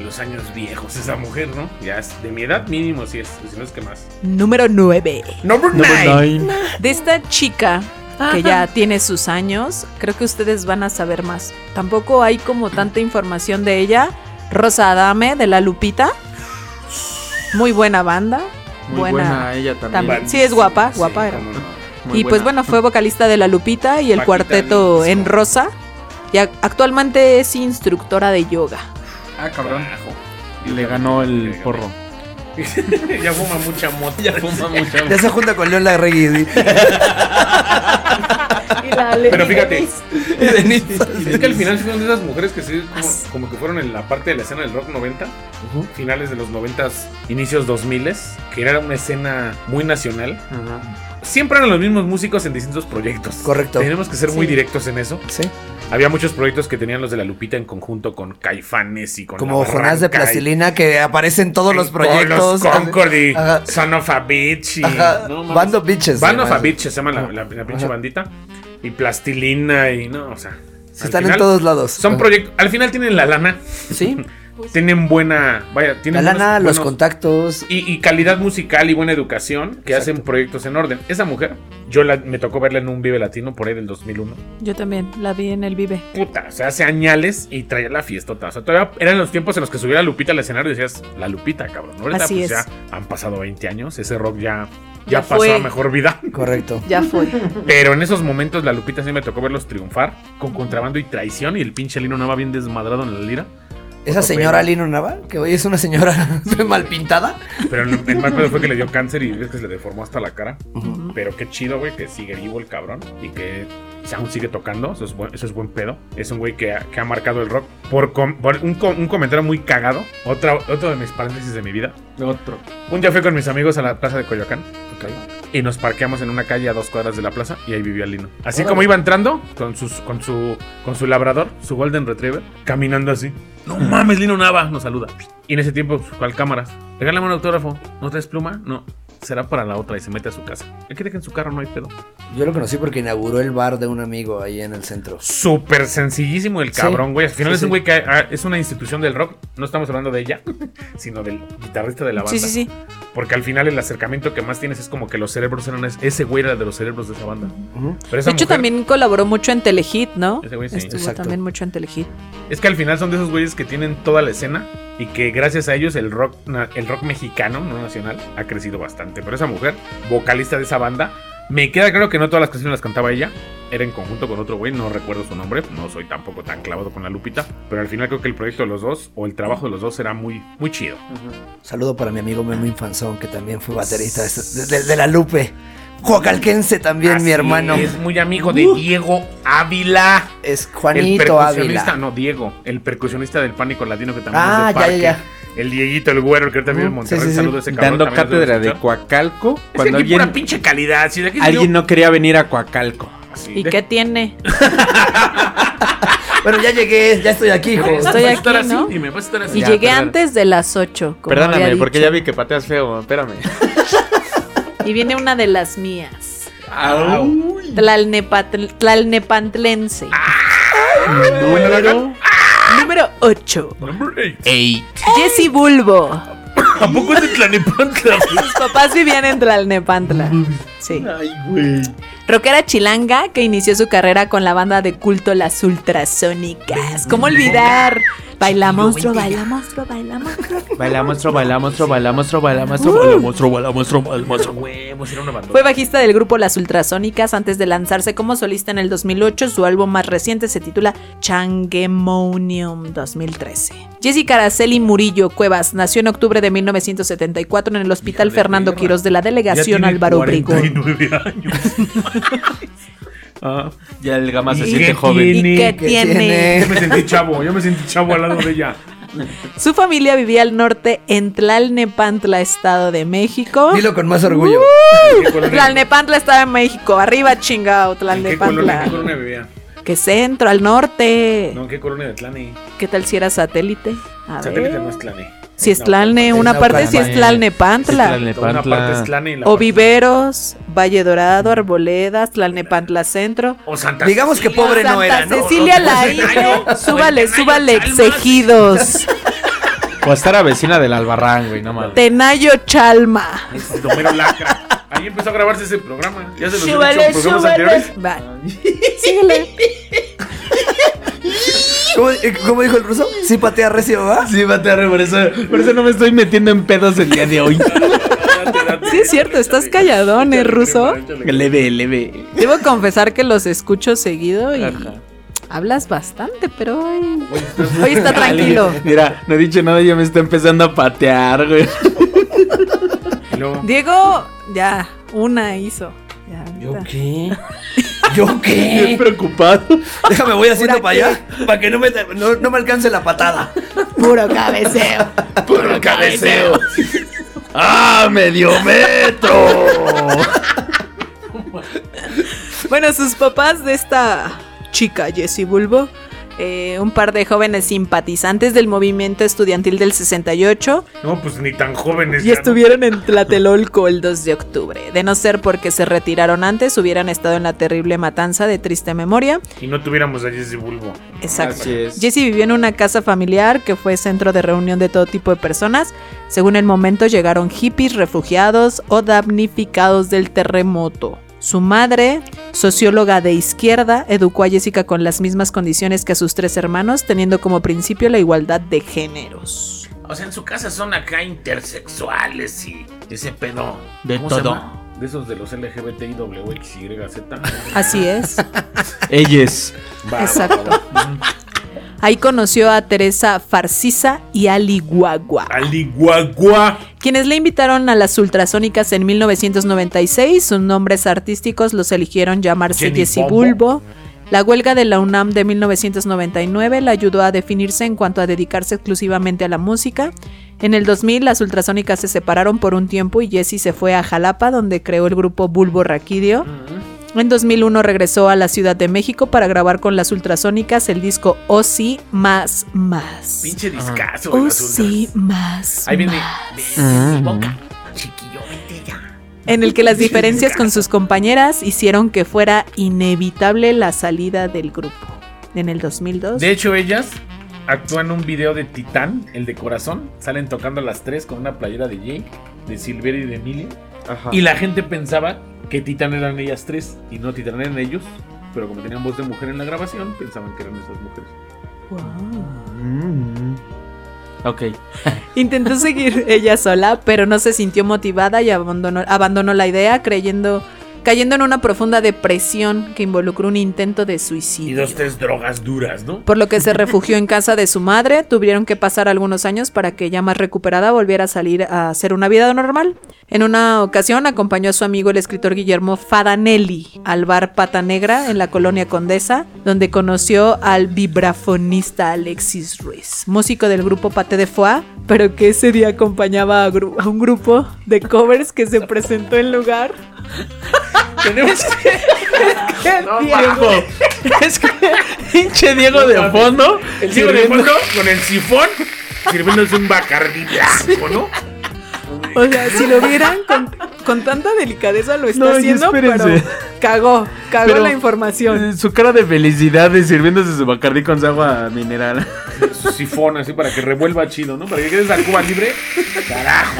[SPEAKER 2] los años viejos esa mujer, ¿no? Ya es de mi edad mínimo, si es, si no es que más.
[SPEAKER 1] Número 9.
[SPEAKER 2] Number
[SPEAKER 3] ¿eh?
[SPEAKER 1] De esta chica que ya tiene sus años, creo que ustedes van a saber más. Tampoco hay como tanta información de ella. Rosa Adame de La Lupita. Muy buena banda.
[SPEAKER 3] Muy buena, ella también.
[SPEAKER 1] también. Sí, es guapa, guapa era.
[SPEAKER 3] Muy
[SPEAKER 1] Y pues
[SPEAKER 3] buena.
[SPEAKER 1] bueno, fue vocalista de La Lupita y el
[SPEAKER 2] Paquita
[SPEAKER 1] cuarteto
[SPEAKER 2] Disco.
[SPEAKER 1] en Rosa. Y ac- actualmente es instructora de yoga.
[SPEAKER 3] Ah, cabrón. Le ganó el porro.
[SPEAKER 2] ya fuma mucha mota.
[SPEAKER 4] Ya se junta con León Larregui.
[SPEAKER 2] Pero fíjate,
[SPEAKER 4] Denise.
[SPEAKER 2] es que al final son de esas mujeres que sí, como, como que fueron en la parte de la escena del rock 90, finales de los 90, inicios 2000, que era una escena muy nacional. Siempre eran los mismos músicos en distintos proyectos.
[SPEAKER 4] Correcto.
[SPEAKER 2] Tenemos que ser muy
[SPEAKER 1] Sí.
[SPEAKER 2] directos en eso.
[SPEAKER 4] Sí.
[SPEAKER 2] Había muchos proyectos que tenían los de la Lupita en conjunto con Caifanes y con.
[SPEAKER 4] Como
[SPEAKER 2] La
[SPEAKER 4] Jonás
[SPEAKER 2] Barranca
[SPEAKER 4] de
[SPEAKER 2] y-
[SPEAKER 4] plastilina que aparece en todos los
[SPEAKER 2] y con los
[SPEAKER 4] proyectos.
[SPEAKER 2] Concord y
[SPEAKER 4] Ajá.
[SPEAKER 2] Son of a Bitch y.
[SPEAKER 4] Ajá.
[SPEAKER 2] no mames.
[SPEAKER 4] Band of Bitches.
[SPEAKER 2] Band of
[SPEAKER 4] además.
[SPEAKER 2] a Bitch se llama la, la- la pinche
[SPEAKER 4] Ajá.
[SPEAKER 2] bandita. Y Plastilina y no, o sea.
[SPEAKER 4] Sí,
[SPEAKER 2] al
[SPEAKER 4] están
[SPEAKER 2] final
[SPEAKER 4] en todos lados.
[SPEAKER 2] Son proyectos. Al final tienen la lana.
[SPEAKER 4] Sí.
[SPEAKER 1] Pues
[SPEAKER 2] Tienen buena. Vaya,
[SPEAKER 4] La
[SPEAKER 2] tienen.
[SPEAKER 4] lana,
[SPEAKER 2] buenos-
[SPEAKER 4] los
[SPEAKER 2] buenos-
[SPEAKER 4] contactos.
[SPEAKER 2] y, y calidad musical y buena educación que
[SPEAKER 4] Exacto.
[SPEAKER 2] hacen proyectos en orden. Esa mujer, yo la- me tocó verla en un Vive Latino por ahí del 2001.
[SPEAKER 1] Yo también la vi en el Vive.
[SPEAKER 2] puta, o sea, hace añales y traía la fiestota. O sea, todavía eran los tiempos en los que subiera Lupita al escenario y decías, la Lupita, cabrón. ¿no? Ahorita,
[SPEAKER 1] Así
[SPEAKER 2] pues
[SPEAKER 1] es.
[SPEAKER 2] ya han pasado 20 años, ese rock ya,
[SPEAKER 1] Ya
[SPEAKER 2] ya, pasó
[SPEAKER 1] fue.
[SPEAKER 2] a mejor vida.
[SPEAKER 4] Correcto.
[SPEAKER 1] Ya fue.
[SPEAKER 2] Pero en esos momentos la Lupita sí me tocó verlos triunfar con contrabando y traición y el pinche Lino Nava bien desmadrado en la lira.
[SPEAKER 4] Esa señora Lino Nava, que hoy es una señora mal pintada.
[SPEAKER 2] Pero el, el mal pedo fue que le dio cáncer y ves que se le deformó hasta la cara. Pero qué chido, güey, que sigue vivo el cabrón y que o sea, aún sigue tocando. Eso es buen, eso es buen pedo. Es un güey que, ha- que ha marcado el rock. Por, com- por un, com- un comentario muy cagado. Otra, otro de mis paréntesis de mi vida.
[SPEAKER 3] Otro.
[SPEAKER 2] Un día fui con mis amigos a la plaza de Coyoacán. Y nos parqueamos en una calle a dos cuadras de la plaza y ahí vivía Lino. Así como iba entrando con, sus, con, su, con su labrador, su Golden Retriever, caminando así. No mames, Lino Nava nos saluda. Y en ese tiempo, pues, ¿cuál cámaras? Regálame un autógrafo. ¿No traes pluma? No. Será para la otra y se mete a su casa. El que deja en su carro no hay pedo.
[SPEAKER 4] Yo lo conocí porque inauguró el bar de un amigo ahí en el centro.
[SPEAKER 2] Súper sencillísimo el cabrón, güey. Al final
[SPEAKER 4] Sí,
[SPEAKER 2] es
[SPEAKER 4] sí.
[SPEAKER 2] un güey que ah, es una institución del rock. No estamos hablando de ella, sino del guitarrista de la banda.
[SPEAKER 1] Sí, sí, sí.
[SPEAKER 2] Porque al final el acercamiento que más tienes es como que los cerebros eran es- ese güey era de los cerebros de esa banda. Pero
[SPEAKER 1] De hecho,
[SPEAKER 2] esa mujer-
[SPEAKER 1] también colaboró mucho en Telehit, ¿no?
[SPEAKER 2] Ese güey sí.
[SPEAKER 1] Estuvo
[SPEAKER 4] Exacto.
[SPEAKER 1] también mucho en Telehit.
[SPEAKER 2] es que al final son de esos güeyes que tienen toda la escena y que gracias a ellos el rock na- el rock mexicano, no nacional, ha crecido bastante. Pero esa mujer, vocalista de esa banda, me queda claro que no todas las canciones las cantaba ella, Era en conjunto con otro güey, no recuerdo su nombre, no soy tampoco tan clavado con la Lupita, pero al final creo que el proyecto de los dos o el trabajo de los dos era muy, muy chido.
[SPEAKER 4] Saludo para mi amigo Memo Infanzón, que también fue baterista de, de- de la Lupe. Coacalquense también,
[SPEAKER 2] Así
[SPEAKER 4] mi hermano. Uh.
[SPEAKER 2] Es muy amigo de Diego Ávila.
[SPEAKER 4] Es
[SPEAKER 2] el
[SPEAKER 4] Juanito
[SPEAKER 2] percusionista,
[SPEAKER 4] Ávila.
[SPEAKER 2] no, Diego, el percusionista del Pánico Latino que también
[SPEAKER 4] Ah,
[SPEAKER 2] es de
[SPEAKER 4] ya, ya,
[SPEAKER 2] Parque. El Dieguito, el güero, el que ahorita vive en
[SPEAKER 4] Ujú, sí,
[SPEAKER 2] Monterrey.
[SPEAKER 4] sí, sí.
[SPEAKER 2] Saludo a ese cabrón.
[SPEAKER 3] Dando
[SPEAKER 2] también lo debe
[SPEAKER 3] cátedra de
[SPEAKER 2] escuchar.
[SPEAKER 3] Coacalco
[SPEAKER 2] Es que
[SPEAKER 3] cuando
[SPEAKER 2] aquí pura
[SPEAKER 3] alguien,
[SPEAKER 2] pinche calidad. Si de aquí
[SPEAKER 3] alguien no quería venir a Coacalco.
[SPEAKER 2] Así
[SPEAKER 1] ¿Y
[SPEAKER 2] de-
[SPEAKER 1] qué tiene?
[SPEAKER 4] Bueno, ya llegué, ya estoy aquí, hijo.
[SPEAKER 1] Estoy
[SPEAKER 2] Vas a estar
[SPEAKER 1] aquí,
[SPEAKER 2] así,
[SPEAKER 1] ¿no?
[SPEAKER 2] dime, vas a estar así.
[SPEAKER 1] Y
[SPEAKER 5] Ya,
[SPEAKER 1] llegué
[SPEAKER 5] perdón.
[SPEAKER 1] antes de las 8. como había
[SPEAKER 5] Perdóname,
[SPEAKER 1] dicho.
[SPEAKER 5] porque ya vi que pateas feo, espérame.
[SPEAKER 1] Y viene una de las mías.
[SPEAKER 2] Au.
[SPEAKER 1] Tlalnepatl- Tlalnepantlense.
[SPEAKER 5] Ah.
[SPEAKER 3] Número
[SPEAKER 1] Número 8.
[SPEAKER 2] Number eight.
[SPEAKER 5] Ey.
[SPEAKER 1] Jesse Bulbo.
[SPEAKER 7] ¿A poco es de Tlanepantla?
[SPEAKER 1] Sus papás vivían en Tlalnepantla. Sí.
[SPEAKER 6] Ay, güey.
[SPEAKER 1] Rockera chilanga que inició su carrera con la banda de culto Las Ultrasónicas. ¿Cómo olvidar? Baila monstruo, baila monstruo, baila monstruo.
[SPEAKER 5] Baila monstruo, baila monstruo, baila monstruo, baila monstruo,
[SPEAKER 1] Uh.
[SPEAKER 5] baila monstruo, baila monstruo, baila monstruo. Huevos, era una bandota.
[SPEAKER 1] Fue bajista del grupo Las Ultrasónicas antes de lanzarse como solista en el 2008. Su álbum más reciente se titula Changemonium 2013. Jesse Caraceli Murillo Cuevas nació en octubre de 1974 en el Hospital Fernando Quirós de la Delegación Álvaro Obregón.
[SPEAKER 7] 49 años.
[SPEAKER 3] Ya el gama se
[SPEAKER 2] ¿Y
[SPEAKER 3] siente
[SPEAKER 2] qué
[SPEAKER 3] joven.
[SPEAKER 1] ¿Y qué
[SPEAKER 4] ¿Qué
[SPEAKER 1] tiene?
[SPEAKER 2] Ah, Yo me sentí chavo, yo me sentí chavo al lado de ella.
[SPEAKER 1] Su familia vivía al norte en Tlalnepantla, Estado de México.
[SPEAKER 4] Dilo con más orgullo.
[SPEAKER 2] ¿En qué colonia-
[SPEAKER 1] Tlalnepantla estaba en México. Arriba, chingado,
[SPEAKER 2] ¿En qué colonia, en qué
[SPEAKER 1] Tlalnepantla.
[SPEAKER 2] colonia vivía?
[SPEAKER 1] Que centro, al norte.
[SPEAKER 2] No, ¿en qué colonia de Tlane?
[SPEAKER 1] ¿Qué tal si era satélite? A
[SPEAKER 2] Satélite
[SPEAKER 1] ver.
[SPEAKER 2] no es Tlane.
[SPEAKER 1] Si es
[SPEAKER 2] No,
[SPEAKER 1] Tlalne,
[SPEAKER 4] no,
[SPEAKER 1] una
[SPEAKER 4] no,
[SPEAKER 1] parte si
[SPEAKER 5] Tlalne.
[SPEAKER 1] es Tlalnepantla.
[SPEAKER 2] Una parte es Tlane y la
[SPEAKER 1] O
[SPEAKER 2] otra-
[SPEAKER 1] Viveros, Valle Dorado, Arboledas, Tlalnepantla Centro.
[SPEAKER 2] O Santa
[SPEAKER 4] Digamos que pobre
[SPEAKER 1] Santa
[SPEAKER 4] no era, ¿no?
[SPEAKER 1] Cecilia la Ine. Súbale, súbale, exegidos.
[SPEAKER 5] O hasta era vecina del Albarrán, güey, no mames.
[SPEAKER 1] Tenayo Chalma.
[SPEAKER 2] Es Homero Lacra. Ahí empezó a grabarse ese programa. Ya se los he dicho
[SPEAKER 1] Súbale,
[SPEAKER 2] en programas anteriores.
[SPEAKER 1] súbale. Va. Síguele.
[SPEAKER 4] ¿Cómo, eh, cómo dijo el ruso? Sí patea recio, ¿va?
[SPEAKER 6] Sí, vete a regresar.
[SPEAKER 3] Por eso no me estoy metiendo en pedos el día de hoy.
[SPEAKER 1] Sí, es cierto, estás calladón, ¿eh, ruso?
[SPEAKER 3] leve, leve.
[SPEAKER 1] Debo confesar que los escucho seguido y hablas bastante, pero hoy, hoy está tranquilo.
[SPEAKER 3] Mira, no he dicho nada, ya me está empezando a patear, güey.
[SPEAKER 2] Y luego,
[SPEAKER 1] Diego, ya, una hizo. Ya, ahorita.
[SPEAKER 4] qué? ¿Yo
[SPEAKER 3] Estoy
[SPEAKER 4] qué?
[SPEAKER 3] preocupado.
[SPEAKER 4] Déjame voy haciendo para allá para que no me, no, no me alcance la patada.
[SPEAKER 1] Puro cabeceo.
[SPEAKER 6] Puro cabeceo. ¡Ah, medio metro!
[SPEAKER 1] Bueno, sus papás de esta chica, Jessie Bulbo, eh, un par de jóvenes simpatizantes del movimiento estudiantil del 68,
[SPEAKER 2] No, pues ni tan jóvenes.
[SPEAKER 1] Y
[SPEAKER 2] ya, ¿no?
[SPEAKER 1] estuvieron en Tlatelolco el 2 de octubre. De no ser porque se retiraron antes, hubieran estado en la terrible matanza de triste memoria.
[SPEAKER 2] Y no tuviéramos a Jesse Bulbo.
[SPEAKER 1] Exacto.
[SPEAKER 3] Así es.
[SPEAKER 1] Jesse vivió en una casa familiar que fue centro de reunión de todo tipo de personas. Según el momento llegaron hippies, refugiados o damnificados del terremoto. Su madre, socióloga de izquierda, educó a Jessica con las mismas condiciones que a sus tres hermanos, teniendo como principio la igualdad de géneros.
[SPEAKER 7] O sea, en su casa son acá intersexuales y ese pedo.
[SPEAKER 5] De
[SPEAKER 7] ¿Cómo se
[SPEAKER 5] todo.
[SPEAKER 7] llama?
[SPEAKER 2] De esos de los LGBTIWXYZ.
[SPEAKER 1] Así es.
[SPEAKER 3] Ellas.
[SPEAKER 1] Exacto. Ahí conoció a Teresa Farcisa y Ali Guagua,
[SPEAKER 2] Aliguagua.
[SPEAKER 1] quienes le invitaron a las ultrasónicas en 1996. Sus nombres artísticos los eligieron llamarse
[SPEAKER 2] Jenny
[SPEAKER 1] Jessy
[SPEAKER 2] Bombo.
[SPEAKER 1] Bulbo. La huelga de la UNAM de 1999 la ayudó a definirse en cuanto a dedicarse exclusivamente a la música. En el 2000 las ultrasónicas se separaron por un tiempo y Jessy se fue a Jalapa donde creó el grupo Bulbo Raquidio. En 2001 regresó a la Ciudad de México para grabar con las ultrasónicas el disco Oh sí más más.
[SPEAKER 7] Pinche discazo. güey,
[SPEAKER 1] Oh
[SPEAKER 7] las
[SPEAKER 1] sí Mm. más.
[SPEAKER 2] Ahí viene.
[SPEAKER 1] más.
[SPEAKER 7] ultras. Boca, chiquillo, vete ya.
[SPEAKER 1] En el que las diferencias con sus compañeras hicieron que fuera inevitable la salida del grupo. En el 2002.
[SPEAKER 2] De hecho, ellas actúan un video de Titán, el de corazón. Salen tocando las tres con una playera de Jake, de Silverio y de Emilia. Y la gente pensaba que Titán eran ellas tres y no Titán eran ellos. Pero como tenían voz de mujer en la grabación, pensaban que eran esas mujeres.
[SPEAKER 1] Wow.
[SPEAKER 5] Ok.
[SPEAKER 1] Intentó seguir ella sola, pero no se sintió motivada y abandonó, abandonó la idea creyendo cayendo en una profunda depresión que involucró un intento de
[SPEAKER 7] Y
[SPEAKER 1] suicidio.
[SPEAKER 7] dos, tres drogas duras, ¿no?
[SPEAKER 1] Por lo que se refugió en casa de su madre, tuvieron que pasar algunos años para que ya más recuperada volviera a salir a hacer una vida normal. En una ocasión acompañó a su amigo el escritor Guillermo Fadanelli al bar Pata Negra en la colonia Condesa, donde conoció al vibrafonista Alexis Ruiz, músico del grupo Pate de Foix, pero que ese día acompañaba a, gru- a un grupo de covers que se presentó en lugar.
[SPEAKER 2] Tenemos
[SPEAKER 1] ¡Qué viejo!
[SPEAKER 5] Diego. Es que pinche Diego de fondo.
[SPEAKER 2] el ciego de fondo con el sifón sirviéndose un bacardí blanco, ¿no?
[SPEAKER 1] O sea, si lo vieran con, con tanta delicadeza lo está
[SPEAKER 5] No, y
[SPEAKER 1] haciendo, pero
[SPEAKER 5] espérense.
[SPEAKER 1] cagó, cagó
[SPEAKER 5] Pero-
[SPEAKER 1] la información.
[SPEAKER 5] Su cara de felicidad de sirviéndose su bacardí con su agua mineral.
[SPEAKER 2] Su sifón así para que revuelva chido, ¿no? Para que quedes la Cuba libre. Carajo.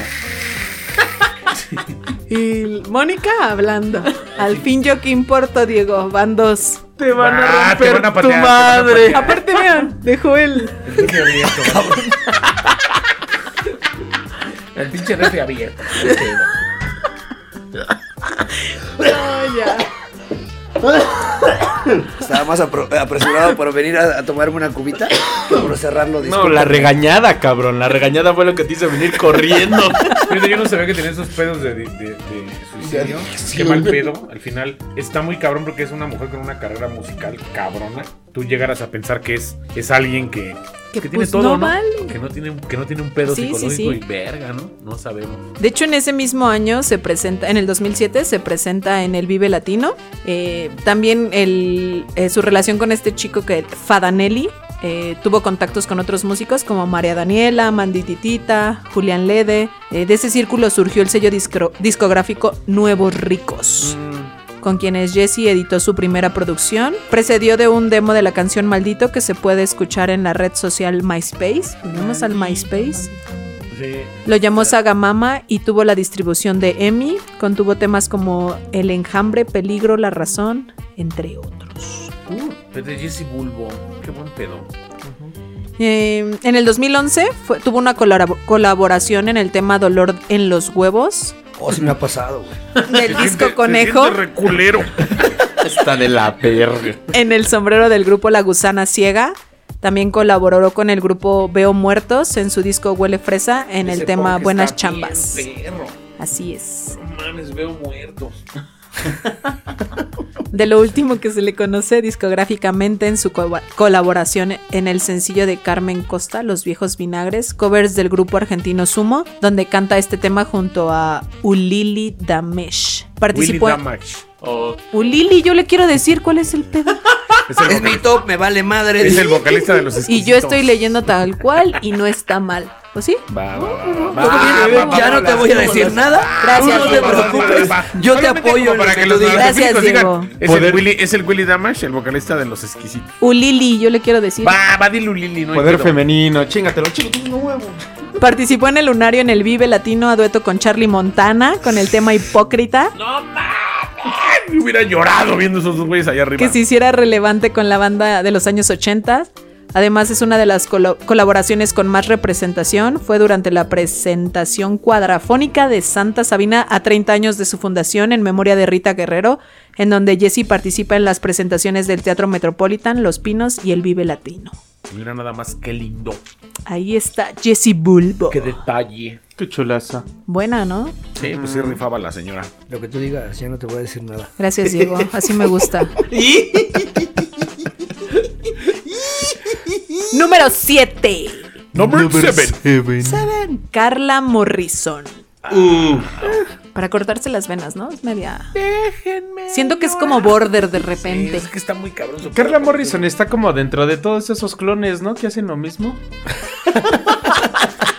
[SPEAKER 5] eh,
[SPEAKER 1] Y Mónica hablando. Al fin yo que importo, Diego, van dos.
[SPEAKER 5] Te van a
[SPEAKER 2] Ah, te
[SPEAKER 5] romper
[SPEAKER 2] van a patear, te van
[SPEAKER 5] tu
[SPEAKER 2] a
[SPEAKER 5] madre.
[SPEAKER 2] patear.
[SPEAKER 1] Aparte, vean, dejó el...
[SPEAKER 2] El refri abierto. El pinche refri abierto.
[SPEAKER 1] Ay, ya.
[SPEAKER 4] Estaba más apro- apresurado por venir a, a tomarme una cubita que por cerrarlo.
[SPEAKER 5] No, la regañada, cabrón. La regañada fue lo que te hizo venir corriendo.
[SPEAKER 2] Fíjate, yo no sabía que tenía esos pedos de, de- de- de suicidio. Qué mal pedo. Al final está muy cabrón porque es una mujer con una carrera musical cabrona. Tú llegaras a pensar que es, es alguien que,
[SPEAKER 1] Que,
[SPEAKER 2] que tiene
[SPEAKER 1] pues,
[SPEAKER 2] todo,
[SPEAKER 1] no
[SPEAKER 2] ¿no?
[SPEAKER 1] vale.
[SPEAKER 2] Que, no tiene, que no tiene un pedo
[SPEAKER 1] Sí, sí,
[SPEAKER 2] psicológico
[SPEAKER 1] sí.
[SPEAKER 2] y verga, ¿no? No sabemos.
[SPEAKER 1] De hecho, en ese mismo año se presenta, en el 2007 se presenta en el Vive Latino. Eh, también el- eh, su relación con este chico que Fadanelli eh, tuvo contactos con otros músicos como María Daniela, Mandititita, Julián Lede. Eh, de ese círculo surgió el sello discro- discográfico Nuevos Ricos. Con quienes Jesse editó su primera producción, precedió de un demo de la canción Maldito que se puede escuchar en la red social MySpace. Volvemos al MySpace.
[SPEAKER 2] Sí.
[SPEAKER 1] Lo llamó Sagamama y tuvo la distribución de Emmy. Contuvo temas como El enjambre, Peligro, La razón, entre otros.
[SPEAKER 2] Uh, pero de Jesse Bulbo. Qué buen pedo.
[SPEAKER 1] Eh, en el 2011 fue- tuvo una colabo- colaboración en el tema Dolor en los huevos
[SPEAKER 4] Oh, sí me ha pasado, güey.
[SPEAKER 1] del disco
[SPEAKER 2] Se
[SPEAKER 1] Conejo
[SPEAKER 2] siente reculero.
[SPEAKER 5] Está de la perra.
[SPEAKER 1] en el sombrero del grupo La Gusana Ciega. También colaboró con el grupo Veo Muertos en su disco Huele Fresa en el
[SPEAKER 2] Ese
[SPEAKER 1] tema
[SPEAKER 2] punk
[SPEAKER 1] Buenas
[SPEAKER 2] está bien
[SPEAKER 1] Chambas.
[SPEAKER 2] perro.
[SPEAKER 1] Así es.
[SPEAKER 2] No mames, veo muertos.
[SPEAKER 1] De lo último que se le conoce discográficamente en su co- colaboración en el sencillo de Carmen Costa, Los Viejos Vinagres, covers del grupo argentino Sumo, donde canta este tema junto a Ulili Damesh.
[SPEAKER 2] Willy
[SPEAKER 1] Participó
[SPEAKER 2] Damage.
[SPEAKER 1] Ulili, yo le quiero decir cuál es el pedo.
[SPEAKER 2] Es el,
[SPEAKER 4] Es mi
[SPEAKER 2] vocalista-
[SPEAKER 4] top, me vale madre.
[SPEAKER 2] es el vocalista de los
[SPEAKER 1] Y yo
[SPEAKER 2] Exquisitos.
[SPEAKER 1] estoy leyendo tal cual y no está mal. ¿O sí?
[SPEAKER 2] Va, va, va, va,
[SPEAKER 4] Yo también-
[SPEAKER 2] va, va,
[SPEAKER 4] ya
[SPEAKER 2] va,
[SPEAKER 4] no te
[SPEAKER 2] va,
[SPEAKER 4] voy a
[SPEAKER 2] va,
[SPEAKER 4] decir
[SPEAKER 2] va,
[SPEAKER 4] nada.
[SPEAKER 1] Gracias,
[SPEAKER 4] Tú no te
[SPEAKER 1] Diego.
[SPEAKER 4] preocupes.
[SPEAKER 2] Va, va.
[SPEAKER 4] Yo te
[SPEAKER 2] Solamente
[SPEAKER 4] apoyo
[SPEAKER 2] como
[SPEAKER 4] en lo
[SPEAKER 2] para
[SPEAKER 4] que
[SPEAKER 2] que
[SPEAKER 4] tú
[SPEAKER 2] los
[SPEAKER 4] digas.
[SPEAKER 2] narcotíficos
[SPEAKER 1] Gracias, Diego.
[SPEAKER 2] digan, Es el, Willy, es el Willy Damash, el vocalista de los exquisitos.
[SPEAKER 1] Ulili, yo le quiero decir.
[SPEAKER 2] Va, va Dilulili, no hay
[SPEAKER 5] Poder
[SPEAKER 2] pedo.
[SPEAKER 5] femenino, chingatelo, chingatelo.
[SPEAKER 1] Participó en el Lunario en el Vive Latino a dueto con Charlie Montana con el tema Hipócrita.
[SPEAKER 2] Ay, Hubiera llorado viendo esos dos güeyes allá arriba.
[SPEAKER 1] que se hiciera relevante con la banda de los años 80. Además es una de las colo- colaboraciones con más representación. Fue durante la presentación cuadrafónica de Santa Sabina a 30 años de su fundación en memoria de Rita Guerrero, en donde Jesse participa en las presentaciones del Teatro Metropolitan, Los Pinos y El Vive Latino.
[SPEAKER 2] Mira nada más, qué lindo.
[SPEAKER 1] Ahí está Jesse Bulbo.
[SPEAKER 2] Qué detalle.
[SPEAKER 5] Qué chulaza.
[SPEAKER 1] Buena, ¿no?
[SPEAKER 2] Sí, pues
[SPEAKER 1] Mm.
[SPEAKER 2] sí rifaba la señora.
[SPEAKER 4] Lo que tú digas, ya no te voy a decir nada.
[SPEAKER 1] Gracias, Diego. Así me gusta. Número 7.
[SPEAKER 2] Number 7.
[SPEAKER 1] Carla Morrison. Para cortarse las venas, ¿no? Es media. Siento que es como border de repente.
[SPEAKER 2] Es que está muy cabrón. su-
[SPEAKER 5] Carla Morrison está como dentro de todos esos clones, ¿no? Que hacen lo mismo.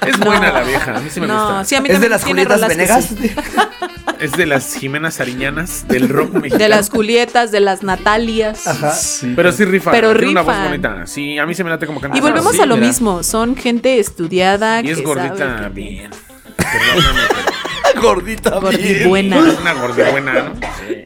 [SPEAKER 2] Es buena la vieja, a mí sí me
[SPEAKER 1] No,
[SPEAKER 2] gusta.
[SPEAKER 1] sí, a mí
[SPEAKER 4] ¿Es de
[SPEAKER 1] también
[SPEAKER 4] las
[SPEAKER 1] tiene
[SPEAKER 4] Julietas
[SPEAKER 1] rolas que
[SPEAKER 4] Venegas?
[SPEAKER 1] sí.
[SPEAKER 2] Es de las Jimenas Ariñanas del rock mexicano.
[SPEAKER 1] De las Julietas, de las Natalias.
[SPEAKER 4] Ajá.
[SPEAKER 2] Pero sí rifa.
[SPEAKER 1] Pero
[SPEAKER 2] tiene una voz
[SPEAKER 1] rifan.
[SPEAKER 2] bonita. Sí, a mí se me late como canta.
[SPEAKER 1] Y volvemos
[SPEAKER 5] sí,
[SPEAKER 1] a lo
[SPEAKER 5] mira.
[SPEAKER 1] mismo. Son gente estudiada.
[SPEAKER 2] Y es
[SPEAKER 1] Ah, que
[SPEAKER 2] gordita
[SPEAKER 1] sabe que-
[SPEAKER 2] bien. Perdóname,
[SPEAKER 4] Gordita,
[SPEAKER 2] pero es
[SPEAKER 1] Gordibuena.
[SPEAKER 2] una gorda buena, ¿no?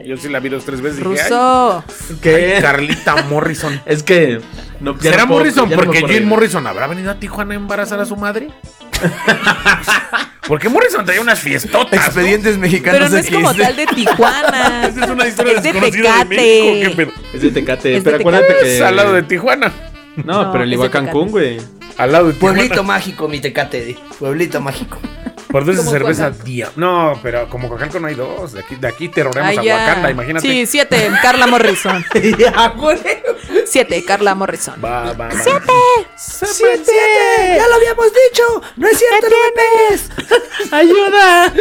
[SPEAKER 2] Yo sí la vi dos tres veces y dije, ay,
[SPEAKER 1] Russo.
[SPEAKER 5] ¿Qué?
[SPEAKER 2] Carlita Morrison.
[SPEAKER 5] Es que. No, ya
[SPEAKER 2] ¿Será
[SPEAKER 5] no puedo-
[SPEAKER 2] Morrison
[SPEAKER 5] ya no me
[SPEAKER 2] porque
[SPEAKER 5] acuerdo.
[SPEAKER 2] Jim Morrison habrá venido a Tijuana a embarazar a su madre? Porque Morrison traía unas fiestotas. ¿no?
[SPEAKER 4] Expedientes mexicanos
[SPEAKER 1] Pero no es
[SPEAKER 4] X.
[SPEAKER 1] como tal de Tijuana.
[SPEAKER 2] Esa es una historia
[SPEAKER 1] Es de
[SPEAKER 2] desconocida de
[SPEAKER 1] Tecate.
[SPEAKER 2] México. ¿Qué pedo?
[SPEAKER 3] Es de Tecate.
[SPEAKER 1] Es de
[SPEAKER 3] pero acuérdate
[SPEAKER 2] Es
[SPEAKER 3] que.
[SPEAKER 2] al lado de Tijuana.
[SPEAKER 3] No,
[SPEAKER 1] No,
[SPEAKER 3] pero
[SPEAKER 1] es
[SPEAKER 3] él
[SPEAKER 1] de
[SPEAKER 3] iba a
[SPEAKER 1] Tecate.
[SPEAKER 3] Cancún, güey.
[SPEAKER 2] Al lado de Tijuana.
[SPEAKER 4] Pueblito mágico, mi tecate, di. Pueblito mágico.
[SPEAKER 2] Por dos de
[SPEAKER 1] Como
[SPEAKER 2] cerveza día. No, pero como Coacalco no hay dos. De aquí, de aquí te robaremos
[SPEAKER 1] Ay,
[SPEAKER 2] a
[SPEAKER 1] Ah, ya.
[SPEAKER 2] Wakanda, imagínate.
[SPEAKER 1] Sí, siete, Carla Morrison.
[SPEAKER 4] Ya, güey.
[SPEAKER 1] Siete, Carla Morrison.
[SPEAKER 2] Va, va, va.
[SPEAKER 4] ¡Siete! ¡Ya lo habíamos dicho! ¡No es cierto, no me pegues!
[SPEAKER 1] ¡Ayuda!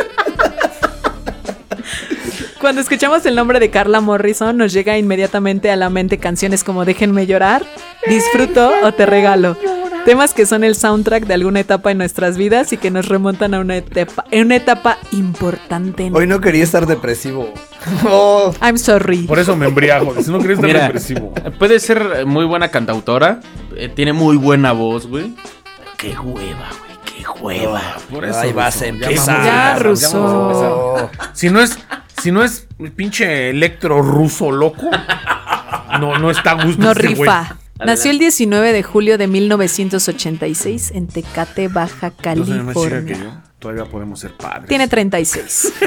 [SPEAKER 1] Cuando escuchamos el nombre de Carla Morrison, nos llega inmediatamente a la mente canciones como Déjenme llorar, Disfruto o Te regalo. Temas que son el soundtrack de alguna etapa en nuestras vidas y que nos remontan a una etapa, a una etapa importante. en-
[SPEAKER 4] Hoy no quería estar depresivo. Oh,
[SPEAKER 1] I'm sorry.
[SPEAKER 2] Por eso me embriago. Si no quieres estar
[SPEAKER 5] Mira.
[SPEAKER 2] depresivo.
[SPEAKER 5] Puede ser eh, muy buena cantautora. eh, tiene muy buena voz, güey. Ah, Qué hueva, güey. Qué hueva.
[SPEAKER 2] Por eso.
[SPEAKER 4] ahí vas
[SPEAKER 2] Ruso,
[SPEAKER 4] a
[SPEAKER 2] ya
[SPEAKER 4] empezar.
[SPEAKER 2] vamos.
[SPEAKER 1] Ya, Ruso.
[SPEAKER 4] Oh.
[SPEAKER 2] Si no es, si no es el pinche electro ruso loco, no, no está a gusto.
[SPEAKER 1] No
[SPEAKER 2] este güey.
[SPEAKER 1] rifa. Nació el 19 de julio de 1986 en Tecate, Baja
[SPEAKER 2] Dos años más chica que
[SPEAKER 1] California.
[SPEAKER 2] yo. Todavía podemos ser padres.
[SPEAKER 1] Tiene 36.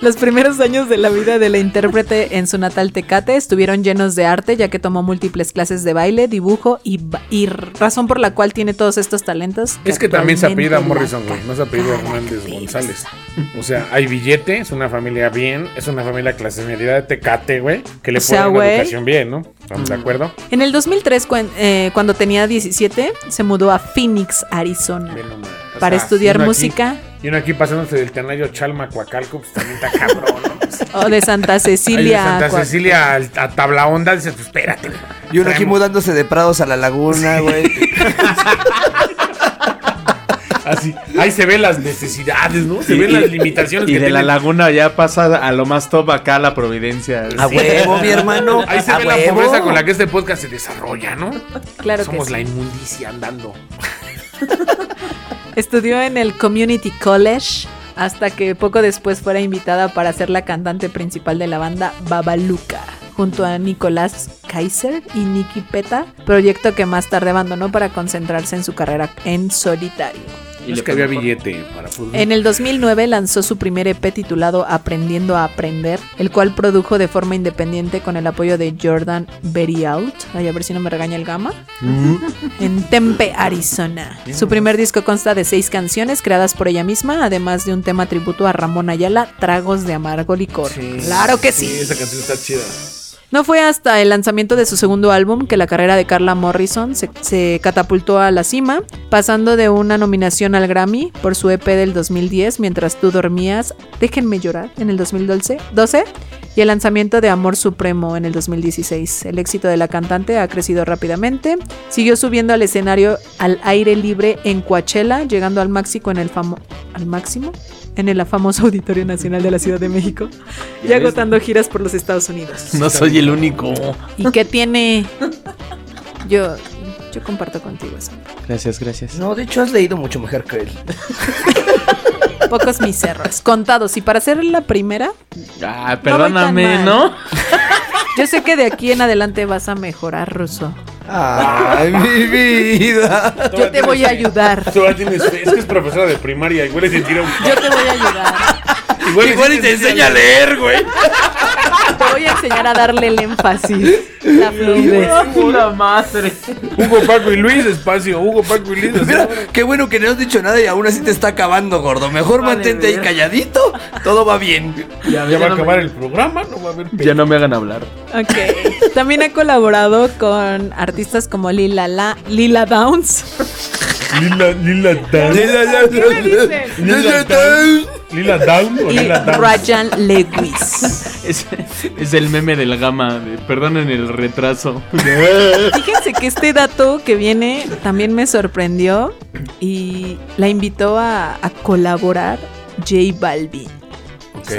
[SPEAKER 1] Los primeros años de la vida de la intérprete en su natal Tecate estuvieron llenos de arte, ya que tomó múltiples clases de baile, dibujo y, ba- y razón por la cual tiene todos estos talentos.
[SPEAKER 2] Es que también se apellida
[SPEAKER 1] actualmente Ah,
[SPEAKER 2] Morrison,
[SPEAKER 1] la
[SPEAKER 2] güey. No se apellida Hernández González. O sea, hay billete, es una familia bien, es una familia clase media de tecate, güey. Que le
[SPEAKER 1] O sea,
[SPEAKER 2] puede dar una
[SPEAKER 1] güey. Mm.
[SPEAKER 2] educación bien, ¿no? ¿Estamos de acuerdo?
[SPEAKER 1] En el 2003, cuen- eh, cuando tenía 17, se mudó a Phoenix, Arizona,
[SPEAKER 2] Bien, hombre. O
[SPEAKER 1] para
[SPEAKER 2] sea,
[SPEAKER 1] estudiar
[SPEAKER 2] uno aquí-
[SPEAKER 1] música
[SPEAKER 2] y uno aquí pasándose del Tanayo Chalma a Coacalco, pues también está cabrón, ¿no? Pues,
[SPEAKER 1] o de Santa
[SPEAKER 2] ahí de
[SPEAKER 1] Cecilia.
[SPEAKER 2] Santa
[SPEAKER 1] Coac-
[SPEAKER 2] Cecilia al- a, Tabla Onda, dice, pues espérate, güey.
[SPEAKER 4] Y uno aquí
[SPEAKER 2] Traemos-
[SPEAKER 4] mudándose de prados a la laguna, güey.
[SPEAKER 2] Así, ahí se ven las necesidades, ¿no? Se
[SPEAKER 5] Y-
[SPEAKER 2] ven
[SPEAKER 5] y-
[SPEAKER 2] las limitaciones
[SPEAKER 5] Y
[SPEAKER 2] que
[SPEAKER 5] de la
[SPEAKER 2] tienen.
[SPEAKER 5] laguna ya pasa a lo más top acá, a la Providencia. Ah,
[SPEAKER 4] A huevo, mi hermano.
[SPEAKER 2] Ahí se
[SPEAKER 4] a
[SPEAKER 2] ve la
[SPEAKER 4] huevo.
[SPEAKER 2] pobreza con la que este podcast se desarrolla, ¿no?
[SPEAKER 1] Claro que
[SPEAKER 2] Somos
[SPEAKER 1] sí.
[SPEAKER 2] la inmundicia andando.
[SPEAKER 1] Estudió en el Community College hasta que poco después fuera invitada para ser la cantante principal de la banda Babaluca, junto a Nicolás Kaiser y Nicky Peta, proyecto que más tarde abandonó para concentrarse en su carrera en solitario.
[SPEAKER 2] Y es que había billete para fútbol.
[SPEAKER 1] En el 2009 lanzó su primer EP titulado Aprendiendo a Aprender, el cual produjo de forma independiente con el apoyo de Jordan Very Out, ay, a ver si no me regaña el gama, en Tempe, Arizona. Su primer disco consta de seis canciones creadas por ella misma, además de un tema tributo a Ramón Ayala, Tragos de Amargo Licor. claro que sí.
[SPEAKER 7] Esa canción está chida.
[SPEAKER 1] No fue hasta el lanzamiento de su segundo álbum que la carrera de Carla Morrison se, se catapultó a la cima, pasando de una nominación al Grammy por su EP del 2010, Mientras tú dormías, Déjenme llorar, en el 2012, 12, y el lanzamiento de Amor Supremo en el 2016. El éxito de la cantante ha crecido rápidamente, siguió subiendo al escenario al aire libre en Coachella, llegando al máximo en el famo- al máximo en el famoso Auditorio Nacional de la Ciudad de México y agotando giras por los Estados Unidos.
[SPEAKER 5] No soy el único.
[SPEAKER 1] ¿Y qué tiene? Yo, yo comparto contigo eso.
[SPEAKER 5] Gracias, gracias.
[SPEAKER 4] No, de hecho has leído mucho mejor que él.
[SPEAKER 1] Pocos mis errores, contados. Y para ser la primera,
[SPEAKER 5] Ah, perdóname,
[SPEAKER 1] mal.
[SPEAKER 5] ¿no?
[SPEAKER 1] yo sé que de aquí en adelante vas a mejorar, Ruso.
[SPEAKER 5] Ah,
[SPEAKER 4] Ay, mi vida.
[SPEAKER 1] Yo te voy a ayudar.
[SPEAKER 2] Tú ya tienes fe. Es que es profesora de primaria. Igual y te tira un.
[SPEAKER 1] Yo te voy a ayudar.
[SPEAKER 2] Igual, sí
[SPEAKER 5] leer, güey.
[SPEAKER 1] Te voy a enseñar a darle el énfasis. La fluidez.
[SPEAKER 5] La madre.
[SPEAKER 2] Hugo, Paco y Luis, espacio. Hugo, Paco y Luis.
[SPEAKER 4] Mira, qué bueno que no has dicho nada y aún así te está acabando, gordo. Mejor mantente ahí calladito. Todo va bien.
[SPEAKER 2] ya va a acabar el programa. No va a haber.
[SPEAKER 5] Ya no me hagan hablar.
[SPEAKER 1] Ok. También ha colaborado con artistas como Lila, La- Lila Downs.
[SPEAKER 2] Lila, Lila Down.
[SPEAKER 1] ¿Qué dicen?
[SPEAKER 2] Lila Down. Lila Down o
[SPEAKER 1] Y
[SPEAKER 2] Lila Down.
[SPEAKER 1] Ryan Lewis.
[SPEAKER 5] Es, es el meme del gama. de, perdonen el retraso.
[SPEAKER 1] Fíjense que este dato que viene también me sorprendió y la invitó a, a colaborar J Balvin
[SPEAKER 2] Ok.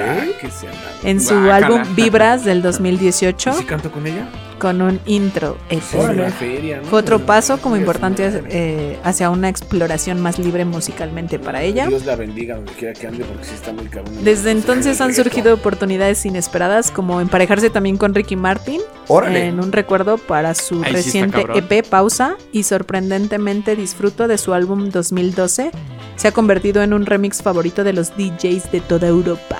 [SPEAKER 1] en su
[SPEAKER 5] Guácala.
[SPEAKER 1] álbum Vibras del 2018.
[SPEAKER 2] canto con ella?
[SPEAKER 1] con un intro. EP.
[SPEAKER 2] La feria, ¿no?
[SPEAKER 1] Fue otro paso como importante eh, hacia una exploración más libre musicalmente para ella.
[SPEAKER 7] Dios la bendiga donde quiera que ande porque sí está muy cabrón.
[SPEAKER 1] Desde entonces han surgido oportunidades inesperadas como emparejarse también con Ricky Martin
[SPEAKER 4] Órale.
[SPEAKER 1] en un recuerdo para su
[SPEAKER 5] Ahí sí está
[SPEAKER 1] reciente
[SPEAKER 5] cabrón.
[SPEAKER 1] EP Pausa y sorprendentemente disfruto de su álbum 2012. Se ha convertido en un remix favorito de los DJs de toda Europa,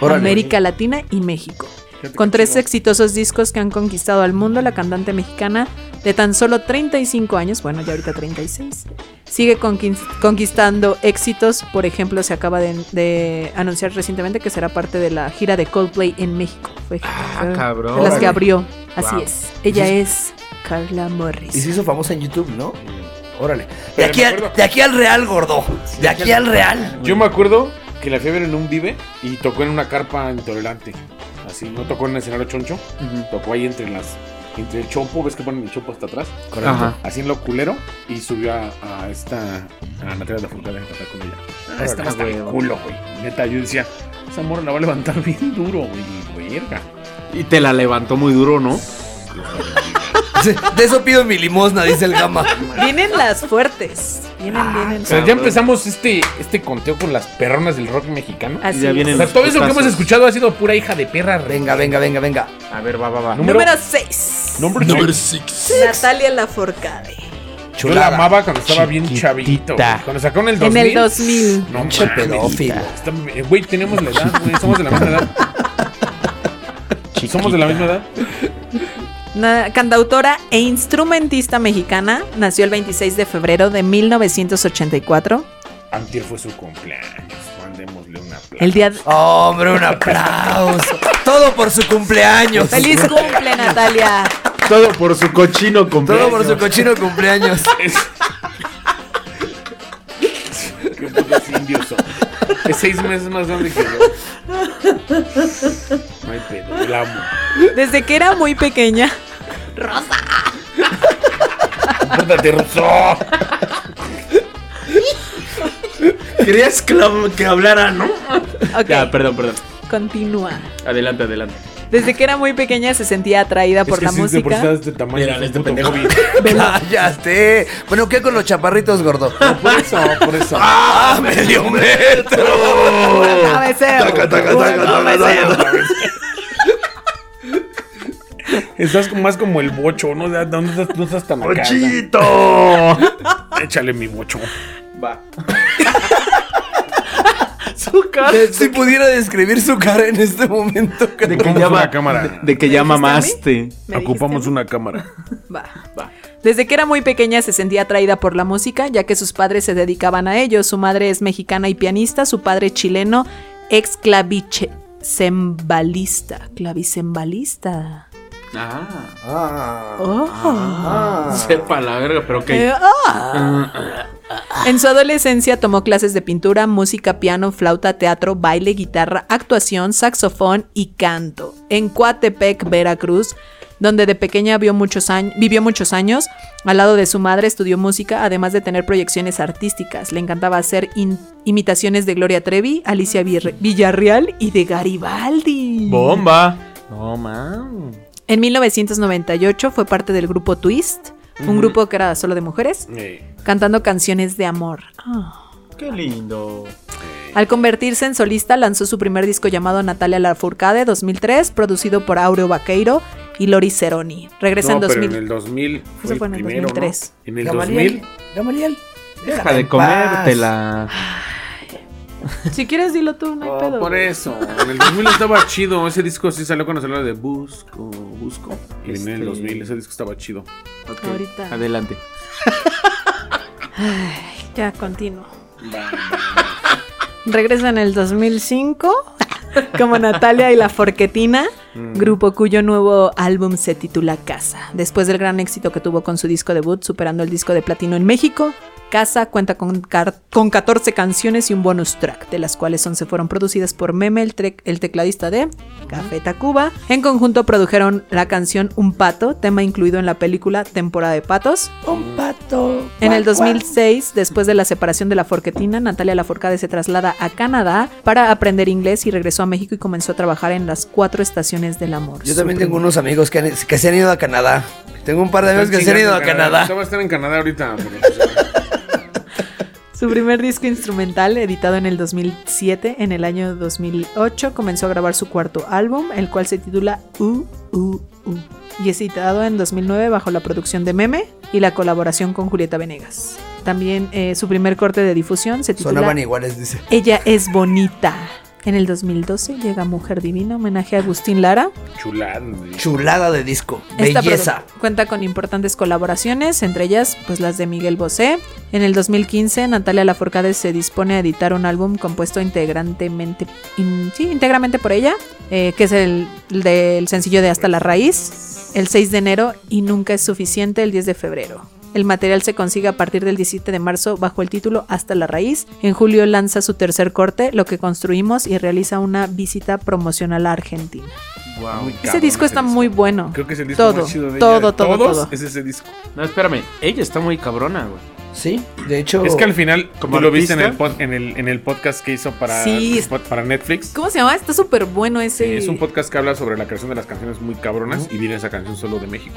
[SPEAKER 4] Órale.
[SPEAKER 1] América Latina y México. Con tres exitosos discos que han conquistado al mundo, la cantante mexicana de tan solo 35 años, bueno, ya ahorita 36, sigue conquis- conquistando éxitos. Por ejemplo, se acaba de, de anunciar recientemente que será parte de la gira de Coldplay en México. Fue, fue
[SPEAKER 3] cabrón.
[SPEAKER 1] de las que abrió. Así
[SPEAKER 3] Wow.
[SPEAKER 1] es. Ella es Carla
[SPEAKER 4] Y se
[SPEAKER 1] Morris.
[SPEAKER 4] hizo famosa en YouTube, ¿no? Órale. De
[SPEAKER 2] Pero
[SPEAKER 4] aquí,
[SPEAKER 2] me
[SPEAKER 4] al,
[SPEAKER 2] acuerdo-
[SPEAKER 4] de aquí al Real, gordo. De aquí al Real.
[SPEAKER 2] Yo me acuerdo que la fui a ver en un vive y tocó en una carpa intolerante. Así, no tocó en el escenario choncho, tocó ahí entre las. Entre el chopo, ves que ponen el chopo hasta atrás,
[SPEAKER 5] Ajá.
[SPEAKER 2] así en lo culero, y subió a, a esta. a Natalia de Furcada a cantar con ella. Ah, estaba hasta el culo, güey. Neta, yo decía, esa morra la va a levantar bien duro, güey. Verga.
[SPEAKER 3] Y te la levantó muy duro, ¿no?
[SPEAKER 4] De eso pido mi limosna, dice el gama.
[SPEAKER 1] Vienen las fuertes. Vienen, vienen.
[SPEAKER 2] O sea, ya empezamos este, este conteo con las perronas del rock mexicano.
[SPEAKER 1] Así
[SPEAKER 3] ya
[SPEAKER 1] es.
[SPEAKER 3] vienen
[SPEAKER 2] O sea,
[SPEAKER 3] los
[SPEAKER 2] todo eso que
[SPEAKER 3] putazos.
[SPEAKER 2] hemos escuchado ha sido pura hija de perra. re-
[SPEAKER 4] Venga, venga, venga, venga.
[SPEAKER 5] A ver, va, va, va.
[SPEAKER 2] Número-
[SPEAKER 1] Número 6.
[SPEAKER 2] Number six.
[SPEAKER 6] Number six.
[SPEAKER 1] Natalia Laforcade.
[SPEAKER 2] Yo
[SPEAKER 4] Chulada.
[SPEAKER 2] la amaba cuando estaba bien
[SPEAKER 5] Chiquitita.
[SPEAKER 2] chavito. güey. Cuando sacó en el 2000.
[SPEAKER 1] En el 2000.
[SPEAKER 2] No
[SPEAKER 4] Pinche
[SPEAKER 2] mames.
[SPEAKER 4] pedófilo.
[SPEAKER 2] Está- eh, Güey, tenemos la edad, güey. Somos de la misma edad. Somos de la misma edad.
[SPEAKER 1] Na- cantautora e instrumentista mexicana, nació el 26 de febrero de 1984.
[SPEAKER 2] Antier fue su cumpleaños. Mandémosle una placa.
[SPEAKER 1] El día de-
[SPEAKER 4] Hombre, un aplauso. Todo por su cumpleaños.
[SPEAKER 1] ¡Feliz cumple, Natalia!
[SPEAKER 3] Todo por su cochino completo.
[SPEAKER 4] Todo por su cochino cumpleaños.
[SPEAKER 2] Qué putos indios son. Es seis meses más grande que yo. No hay pedo. La amo.
[SPEAKER 1] Desde que era muy pequeña,
[SPEAKER 2] Pórtate, Ruso.
[SPEAKER 3] Querías que, lo- que hablara, ¿no?
[SPEAKER 1] Ok,
[SPEAKER 3] Ya, perdón, perdón.
[SPEAKER 1] continúa.
[SPEAKER 3] Adelante, adelante.
[SPEAKER 1] Desde que era muy pequeña se sentía atraída por la música.
[SPEAKER 2] de tamaño.
[SPEAKER 5] Mira,
[SPEAKER 2] es un
[SPEAKER 5] este
[SPEAKER 2] puto
[SPEAKER 5] pendejo.
[SPEAKER 2] hobby.
[SPEAKER 4] Cállate. Bueno, ¿qué con los chaparritos, gordo?
[SPEAKER 2] Por eso, por eso.
[SPEAKER 6] ¡Ah, medio metro!
[SPEAKER 1] Ah, beseo.
[SPEAKER 6] Taca, taca, taca, taca, taca, taca.
[SPEAKER 2] Estás como- más como el bocho, ¿no? No, no estás, no estás tan acá.
[SPEAKER 6] ¡Ochito!
[SPEAKER 2] Échale mi bocho.
[SPEAKER 3] Va.
[SPEAKER 4] Si pudiera describir su cara en este momento.
[SPEAKER 3] De
[SPEAKER 2] Ocupamos
[SPEAKER 3] que ya,
[SPEAKER 2] una
[SPEAKER 3] ma-
[SPEAKER 2] cámara.
[SPEAKER 3] de- de que ya
[SPEAKER 1] ¿Me dijiste a mí?
[SPEAKER 3] mamaste.
[SPEAKER 1] ¿Me dijiste?
[SPEAKER 2] una cámara.
[SPEAKER 1] Va. Desde que era muy pequeña se sentía atraída por la música, ya que sus padres se dedicaban a ello. Su madre es mexicana y pianista, su padre chileno, ex claviche. Cembalista, clavicembalista.
[SPEAKER 5] Ah,
[SPEAKER 1] Oh. Ah.
[SPEAKER 5] sepa la verga, pero ok.
[SPEAKER 1] Eh, ah. En su adolescencia tomó clases de pintura, música, piano, flauta, teatro, baile, guitarra, actuación, saxofón y canto. En Coatepec, Veracruz, donde de pequeña vio muchos añ- vivió muchos años, al lado de su madre estudió música, además de tener proyecciones artísticas. Le encantaba hacer in- imitaciones de Gloria Trevi, Alicia Vir- Villarreal y de Garibaldi.
[SPEAKER 3] Bomba.
[SPEAKER 5] No, man.
[SPEAKER 1] En 1998 fue parte del grupo Twist, un grupo que era solo de mujeres cantando canciones de amor.
[SPEAKER 3] Qué lindo.
[SPEAKER 1] Al convertirse en solista, lanzó su primer disco llamado Natalia Lafourcade 2003, producido por Aureo Vaqueiro y Lori Ceroni. Regresa en
[SPEAKER 2] no, pero en
[SPEAKER 1] 2000.
[SPEAKER 2] el 2000
[SPEAKER 1] Eso
[SPEAKER 2] fue,
[SPEAKER 1] fue en
[SPEAKER 2] el
[SPEAKER 1] el
[SPEAKER 2] primero,
[SPEAKER 1] 2003.
[SPEAKER 2] ¿no? En el 2000
[SPEAKER 4] Gamaliel.
[SPEAKER 3] Deja de
[SPEAKER 4] en paz.
[SPEAKER 3] comértela.
[SPEAKER 1] Si quieres, dilo tú, no hay
[SPEAKER 2] Oh,
[SPEAKER 1] pedo.
[SPEAKER 2] por eso, en el 2000 estaba chido. Ese disco sí salió cuando salió la de Busco, Busco. Y En
[SPEAKER 3] Este-
[SPEAKER 2] el 2000 ese disco estaba chido.
[SPEAKER 3] Ok,
[SPEAKER 1] Ahorita.
[SPEAKER 3] Adelante.
[SPEAKER 1] Ya, continúo. Regresa en el 2005 como Natalia y la Forquetina, grupo cuyo nuevo álbum se titula Casa. Después del gran éxito que tuvo con su disco debut, superando el disco de platino en México, Casa cuenta con, car- con 14 canciones y un bonus track, de las cuales 11 fueron producidas por Meme, el, tre- el tecladista de Café Tacuba. En conjunto produjeron la canción Un Pato, tema incluido en la película Temporada de Patos.
[SPEAKER 4] Un pato.
[SPEAKER 1] En el
[SPEAKER 4] Guau, guau.
[SPEAKER 1] 2006, después de la separación de la Forquetina, Natalia Laforcade se traslada a Canadá para aprender inglés y regresó a México y comenzó a trabajar en las cuatro estaciones del amor.
[SPEAKER 4] Yo también tengo unos amigos que, han- que se han ido a Canadá. Tengo un par de amigos que se han ido a Canadá.
[SPEAKER 2] Usted va a estar en Canadá ahorita. pero, pues,
[SPEAKER 1] Su primer disco instrumental, editado en el 2007, en el año 2008 comenzó a grabar su cuarto álbum, el cual se titula U U U y es editado en 2009 bajo la producción de Meme y la colaboración con Julieta Venegas. También eh, su primer corte de difusión se titula
[SPEAKER 4] Sonaban iguales, dice.
[SPEAKER 1] Ella es bonita. En el 2012 llega Mujer Divina, homenaje a Agustín Lara.
[SPEAKER 2] Chulán, güey.
[SPEAKER 4] Chulada de disco.
[SPEAKER 1] Esta
[SPEAKER 4] Belleza.
[SPEAKER 1] produ- cuenta con importantes colaboraciones, entre ellas pues las de Miguel Bosé. En el 2015, Natalia Lafourcade se dispone a editar un álbum compuesto integrantemente, in- sí, íntegramente por ella, eh, que es el el del sencillo de Hasta la Raíz, el 6 de enero y Nunca es suficiente el 10 de febrero. El material se consigue a partir del 17 de marzo bajo el título Hasta la Raíz. En julio lanza su tercer corte, Lo que construimos, y realiza una visita promocional a Argentina.
[SPEAKER 2] Ah, Muy
[SPEAKER 1] Ese
[SPEAKER 2] cabrón
[SPEAKER 1] disco está
[SPEAKER 2] disco.
[SPEAKER 1] muy bueno.
[SPEAKER 2] Creo que es el disco
[SPEAKER 1] Todo,
[SPEAKER 2] más chido de
[SPEAKER 1] todo,
[SPEAKER 2] ella de
[SPEAKER 1] todo,
[SPEAKER 2] todos,
[SPEAKER 1] todo.
[SPEAKER 2] Es ese disco.
[SPEAKER 5] No, espérame. Ella está muy cabrona, güey.
[SPEAKER 4] Sí, de hecho.
[SPEAKER 2] Es que al final,
[SPEAKER 5] Como
[SPEAKER 2] como lo viste en el,
[SPEAKER 5] artista.
[SPEAKER 2] pod- en, el, en el podcast que hizo para,
[SPEAKER 1] Sí, es-
[SPEAKER 2] para Netflix.
[SPEAKER 1] ¿Cómo se llama? Está súper bueno ese.
[SPEAKER 2] Es un podcast que habla sobre la creación de las canciones muy cabronas y viene esa canción solo de México.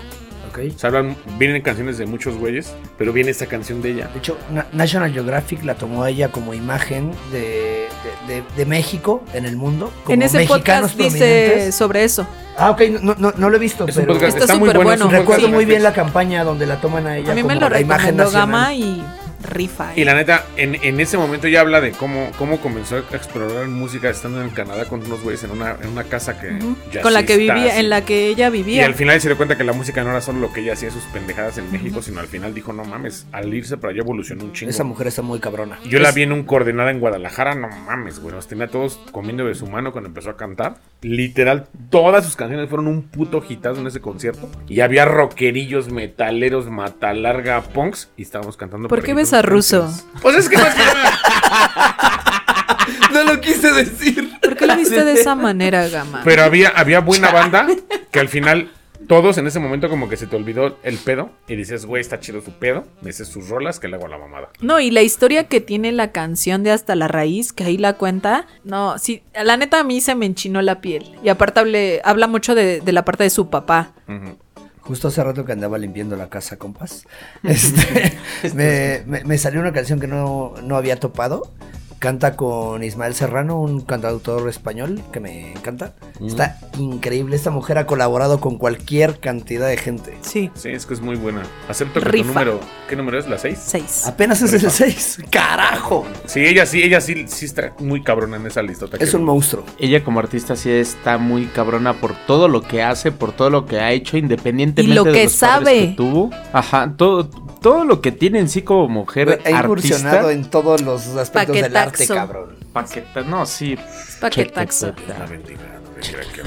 [SPEAKER 4] Ok.
[SPEAKER 2] O sea, hablan- vienen canciones de muchos güeyes, pero viene esa canción de ella.
[SPEAKER 4] De hecho, Na- National Geographic la tomó ella como imagen de, de, de- de México en el mundo. Como
[SPEAKER 1] en ese
[SPEAKER 4] mexicanos
[SPEAKER 1] podcast dice
[SPEAKER 4] prominentes.
[SPEAKER 1] sobre eso.
[SPEAKER 4] Ah, ok, no, no, no lo he visto,
[SPEAKER 2] Es un
[SPEAKER 4] pero
[SPEAKER 2] podcast,
[SPEAKER 1] Está
[SPEAKER 2] está muy
[SPEAKER 1] súper
[SPEAKER 2] bueno.
[SPEAKER 1] bueno,
[SPEAKER 2] es un
[SPEAKER 4] recuerdo
[SPEAKER 2] podcast
[SPEAKER 1] sí.
[SPEAKER 2] de
[SPEAKER 4] muy bien
[SPEAKER 2] Netflix.
[SPEAKER 4] la campaña donde la toman a ella
[SPEAKER 1] A mí
[SPEAKER 4] como
[SPEAKER 1] me lo
[SPEAKER 4] la imagen
[SPEAKER 1] recomendó
[SPEAKER 4] nacional.
[SPEAKER 1] Gama y rifa. eh.
[SPEAKER 2] Y la neta, en, en ese momento ya habla de cómo, cómo comenzó a explorar música estando en Canadá con unos güeyes en una, en una casa que
[SPEAKER 1] Ujú.
[SPEAKER 2] ya
[SPEAKER 1] Con la
[SPEAKER 2] sí
[SPEAKER 1] que
[SPEAKER 2] está
[SPEAKER 1] vivía,
[SPEAKER 2] así.
[SPEAKER 1] en la que ella
[SPEAKER 2] Y
[SPEAKER 1] vivía.
[SPEAKER 2] al final se dio cuenta que la música no era solo lo que ella hacía, sus pendejadas en México, sino al final dijo, no mames, al irse para allá evolucionó un chingo.
[SPEAKER 4] Esa mujer está muy cabrona.
[SPEAKER 2] Yo la vi en un coordenada en Guadalajara, no mames, güey. Nos tenía a todos comiendo de su mano cuando empezó a cantar. Literal, todas sus canciones fueron un puto hitazo en ese concierto. Y había rockerillos, metaleros, matalarga, punks. Y estábamos cantando.
[SPEAKER 1] ¿Por qué
[SPEAKER 2] parejitos
[SPEAKER 1] ves a Ruso?
[SPEAKER 2] canciones. Pues es que más que nada-
[SPEAKER 4] No lo quise decir.
[SPEAKER 1] ¿Por qué lo viste de esa manera, Gama?
[SPEAKER 2] Pero había, había buena banda que al final. Todos en ese momento como que se te olvidó el pedo y dices, güey, está chido tu pedo, me haces sus rolas que le hago a la mamada.
[SPEAKER 1] No, y la historia que tiene la canción de Hasta la Raíz, que ahí la cuenta, no, sí, la neta a mí se me enchinó la piel. Y aparte hable- habla mucho de, de la parte de su papá.
[SPEAKER 2] Ujú.
[SPEAKER 4] Justo hace rato que andaba limpiando la casa, compas. Este, me, me- me salió una canción que no, no había topado. Canta con Ismael Serrano, un cantautor español que me encanta.
[SPEAKER 2] Mm.
[SPEAKER 4] Está increíble. Esta mujer ha colaborado con cualquier cantidad de gente.
[SPEAKER 1] Sí.
[SPEAKER 2] Sí, es que es muy buena. Acepto que
[SPEAKER 1] Rifa.
[SPEAKER 2] tu número, ¿qué número es? ¿La 6?
[SPEAKER 1] Seis.
[SPEAKER 4] Apenas es el 6. ¡Carajo!
[SPEAKER 2] Sí, ella sí, ella sí, sí está muy cabrona en esa listota.
[SPEAKER 4] Es
[SPEAKER 2] que-
[SPEAKER 4] un monstruo.
[SPEAKER 5] Ella como artista sí está muy cabrona por todo lo que hace, por todo lo que ha hecho, independientemente
[SPEAKER 1] Y lo
[SPEAKER 5] de
[SPEAKER 1] que
[SPEAKER 5] los padres
[SPEAKER 1] sabe.
[SPEAKER 5] que tuvo. Ajá, todo, todo lo que tiene en sí como mujer
[SPEAKER 4] Ha incursionado
[SPEAKER 5] artista.
[SPEAKER 4] en todos los aspectos del arte,
[SPEAKER 1] Paquetaxo.
[SPEAKER 4] cabrón.
[SPEAKER 5] Paqueta, no, sí.
[SPEAKER 2] pues,
[SPEAKER 1] Es pa' que taxa.
[SPEAKER 2] La bendiga, no me crea que-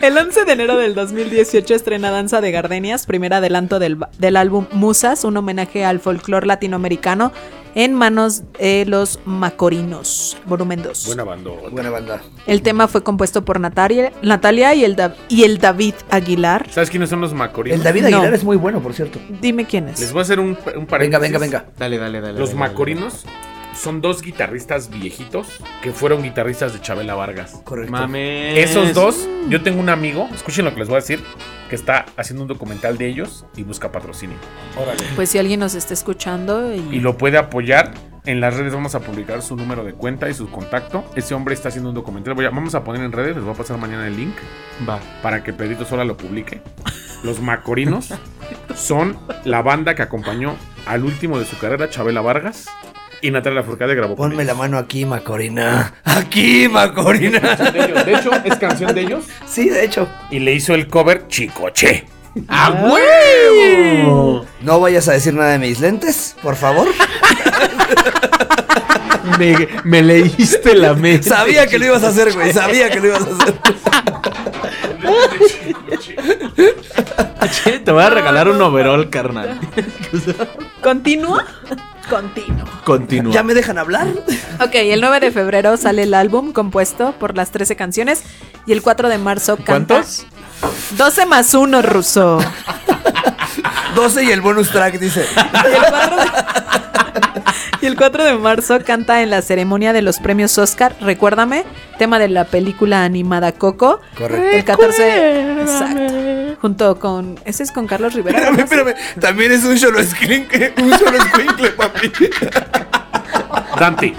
[SPEAKER 1] El 11 de enero del 2018 estrena Danza de Gardenias, primer adelanto del, ba- del álbum Musas, un homenaje al folclore latinoamericano en manos de los Macorinos, volumen 2.
[SPEAKER 2] Buena bandota.
[SPEAKER 4] Buena banda.
[SPEAKER 1] El tema fue compuesto por Natalia, Natalia y, el Da- y el David Aguilar.
[SPEAKER 2] ¿Sabes quiénes son los macorinos?
[SPEAKER 4] El David
[SPEAKER 1] No.
[SPEAKER 4] Aguilar es muy bueno, por cierto.
[SPEAKER 1] Dime quién
[SPEAKER 2] Les
[SPEAKER 1] es.
[SPEAKER 2] voy a hacer un, un paréntesis.
[SPEAKER 4] Venga, venga, venga.
[SPEAKER 5] Dale, dale, dale.
[SPEAKER 2] Los
[SPEAKER 5] dale,
[SPEAKER 2] macorinos son dos guitarristas viejitos que fueron guitarristas de Chabela Vargas.
[SPEAKER 5] dale.
[SPEAKER 4] Correcto.
[SPEAKER 5] Mames.
[SPEAKER 2] Esos dos, yo tengo un amigo, escuchen lo que les voy a decir, que está haciendo un documental de ellos y busca patrocinio.
[SPEAKER 1] Pues si alguien nos está escuchando y...
[SPEAKER 2] Y lo puede apoyar. En las redes vamos a publicar su número de cuenta y su contacto. Ese hombre está haciendo un documental. Voy a- vamos a poner en redes, les voy a pasar mañana el link.
[SPEAKER 5] Va.
[SPEAKER 2] para que Pedrito Sola lo publique. Los Macorinos son la banda que acompañó al último de su carrera, Chabela Vargas. Y Natalia Lafourcade grabó con
[SPEAKER 4] Ponme la
[SPEAKER 2] ellos.
[SPEAKER 4] mano aquí, Macorina. Aquí, Macorina.
[SPEAKER 2] De hecho, es canción de ellos.
[SPEAKER 4] Sí, de hecho.
[SPEAKER 2] Y le hizo el cover Chicoche.
[SPEAKER 5] ¡A
[SPEAKER 2] Ah,
[SPEAKER 5] huevo!
[SPEAKER 4] No vayas a decir nada de mis lentes, por favor.
[SPEAKER 5] Me, me leíste la mente.
[SPEAKER 4] Sabía que lo ibas a hacer, güey. Sabía que lo ibas a hacer.
[SPEAKER 5] Che, Te voy a regalar un overall, carnal.
[SPEAKER 1] ¿Continúa? Continúa.
[SPEAKER 5] Continúa.
[SPEAKER 4] ¿Ya me dejan hablar?
[SPEAKER 1] Ok, el 9 de febrero sale el álbum compuesto por las 13 canciones y el 4 de marzo canta
[SPEAKER 5] ¿Cuántos?
[SPEAKER 1] 12 más 1, Ruso.
[SPEAKER 4] 12 y el bonus track dice.
[SPEAKER 1] Y el, 4 de... y el 4 de marzo canta en la ceremonia de los premios Oscar, recuérdame, tema de la película animada Coco.
[SPEAKER 4] Correcto.
[SPEAKER 1] El 14, exacto. Junto con, ese es con Carlos Rivera. ¿no?
[SPEAKER 4] Espérame, espérame. También es un solo screen, un solo squinkle, papi.
[SPEAKER 2] Dante.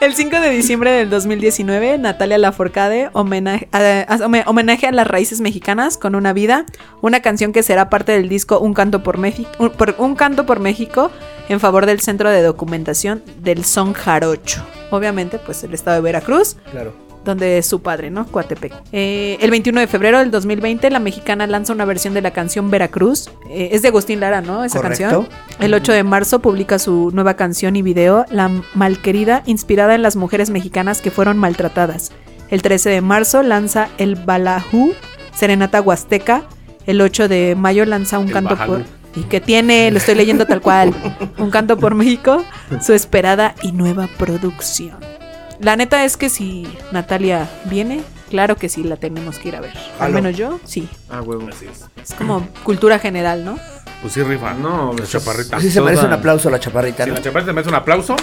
[SPEAKER 1] El 5 de diciembre del 2019, Natalia Laforcade homenaje, eh, hace home- homenaje a las raíces mexicanas con una vida, una canción que será parte del disco Un canto por México, un, por- Un canto por México en favor del Centro de Documentación del Son Jarocho. Obviamente, pues el estado de Veracruz,
[SPEAKER 4] Claro.
[SPEAKER 1] donde es su padre, ¿no? Coatepec. Eh, el 21 de febrero del 2020, la mexicana lanza una versión de la canción Veracruz. Eh, es de Agustín Lara, ¿no? Esa
[SPEAKER 4] Correcto.
[SPEAKER 1] canción. El 8 de marzo publica su nueva canción y video, La Malquerida, inspirada en las mujeres mexicanas que fueron maltratadas. El 13 de marzo lanza El Balajú, Serenata Huasteca. El 8 de mayo lanza Un
[SPEAKER 2] El
[SPEAKER 1] Canto
[SPEAKER 2] Bajalú.
[SPEAKER 1] por... Y que tiene, lo estoy leyendo tal cual, Un Canto por México, su esperada y nueva producción. La neta es que si Natalia viene, claro que sí la tenemos que ir a ver. Al
[SPEAKER 4] Jalo.
[SPEAKER 1] menos yo, sí.
[SPEAKER 5] A Ah, huevo.
[SPEAKER 1] Es como cultura general, ¿no?
[SPEAKER 2] Pues sí, rifa.
[SPEAKER 5] No,
[SPEAKER 2] la
[SPEAKER 5] pues
[SPEAKER 2] chaparrita.
[SPEAKER 4] Así
[SPEAKER 2] Si
[SPEAKER 4] se merece un
[SPEAKER 5] Toda-
[SPEAKER 4] aplauso a la chaparrita. ¿no?
[SPEAKER 2] la chaparrita me hace un aplauso.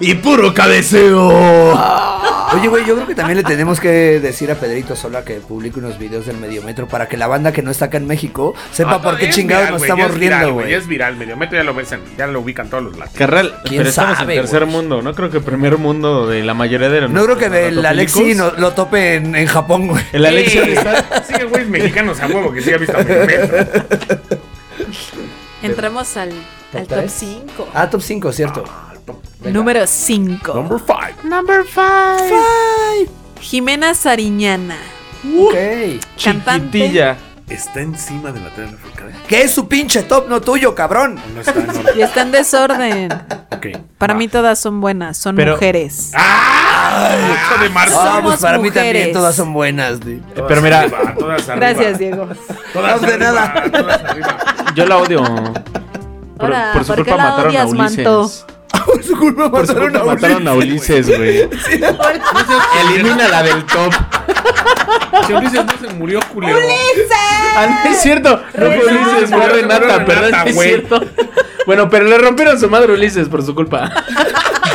[SPEAKER 6] Y puro cabeceo.
[SPEAKER 2] Ah.
[SPEAKER 4] Oye, güey, yo creo que también le tenemos que decir a Pedrito Sola que publique unos videos del Mediometro para que la banda que no está acá en México sepa
[SPEAKER 2] Ah,
[SPEAKER 4] por qué
[SPEAKER 2] es
[SPEAKER 4] chingados
[SPEAKER 2] viral,
[SPEAKER 4] nos
[SPEAKER 2] güey, ya
[SPEAKER 4] estamos
[SPEAKER 2] es viral,
[SPEAKER 4] riendo, güey.
[SPEAKER 2] Ya es viral, medio metro ya lo ves en- ya lo ubican todos los lados.
[SPEAKER 5] Carnal,
[SPEAKER 4] ¿Quién
[SPEAKER 5] pero estamos
[SPEAKER 4] sabe,
[SPEAKER 5] en tercer
[SPEAKER 4] güey?
[SPEAKER 5] mundo, no creo que primer mundo de la mayoría de los
[SPEAKER 4] No creo que el Alexi no- lo tope en, en Japón, güey.
[SPEAKER 5] El Alexi
[SPEAKER 2] Sí, sí, que güey, mexicanos a huevo que sí ha visto a medio metro.
[SPEAKER 1] Entramos al, al top
[SPEAKER 4] tres?
[SPEAKER 1] 5.
[SPEAKER 4] Ah, top 5, cierto. venga.
[SPEAKER 1] Número 5.
[SPEAKER 2] Number five.
[SPEAKER 1] Number 5. Jimena Sariñana.
[SPEAKER 4] Ok.
[SPEAKER 1] Cantante.
[SPEAKER 5] chiquitilla.
[SPEAKER 7] Está encima de la tela africana.
[SPEAKER 4] ¿Qué es su pinche top, no tuyo, cabrón?
[SPEAKER 2] No está en orden.
[SPEAKER 1] Y está en desorden.
[SPEAKER 2] Ok.
[SPEAKER 1] Para
[SPEAKER 2] va.
[SPEAKER 1] mí todas son buenas, son
[SPEAKER 5] Pero-
[SPEAKER 1] mujeres.
[SPEAKER 2] ¡Ah! Hijo de Marta.
[SPEAKER 4] Ah,
[SPEAKER 1] Somos
[SPEAKER 4] pues para mí
[SPEAKER 1] mujeres.
[SPEAKER 4] también todas son buenas, güey.
[SPEAKER 5] Eh, Pero mira,
[SPEAKER 2] arriba, todas arriba.
[SPEAKER 1] Gracias, Diego.
[SPEAKER 2] Todas
[SPEAKER 4] No sé
[SPEAKER 2] arriba,
[SPEAKER 4] nada.
[SPEAKER 2] todas arriba.
[SPEAKER 5] yo la odio. Por,
[SPEAKER 1] Ahora,
[SPEAKER 5] por su
[SPEAKER 1] ¿por qué
[SPEAKER 5] culpa
[SPEAKER 1] la
[SPEAKER 5] mataron a
[SPEAKER 1] odias, Manto?
[SPEAKER 5] Ulises.
[SPEAKER 4] Por su culpa
[SPEAKER 5] Por su
[SPEAKER 4] mataron
[SPEAKER 5] culpa
[SPEAKER 4] a Ulises.
[SPEAKER 5] Pues mataron a Ulises, güey. Elimina la del top.
[SPEAKER 2] Si Ulises no se murió, culero.
[SPEAKER 5] Ah, no es cierto. No fue
[SPEAKER 2] Renata.
[SPEAKER 5] Ulises, fue Renata,
[SPEAKER 2] Renata,
[SPEAKER 5] perdón, no es
[SPEAKER 2] güey.
[SPEAKER 5] cierto. Bueno, pero le rompieron su madre a Ulises por su culpa.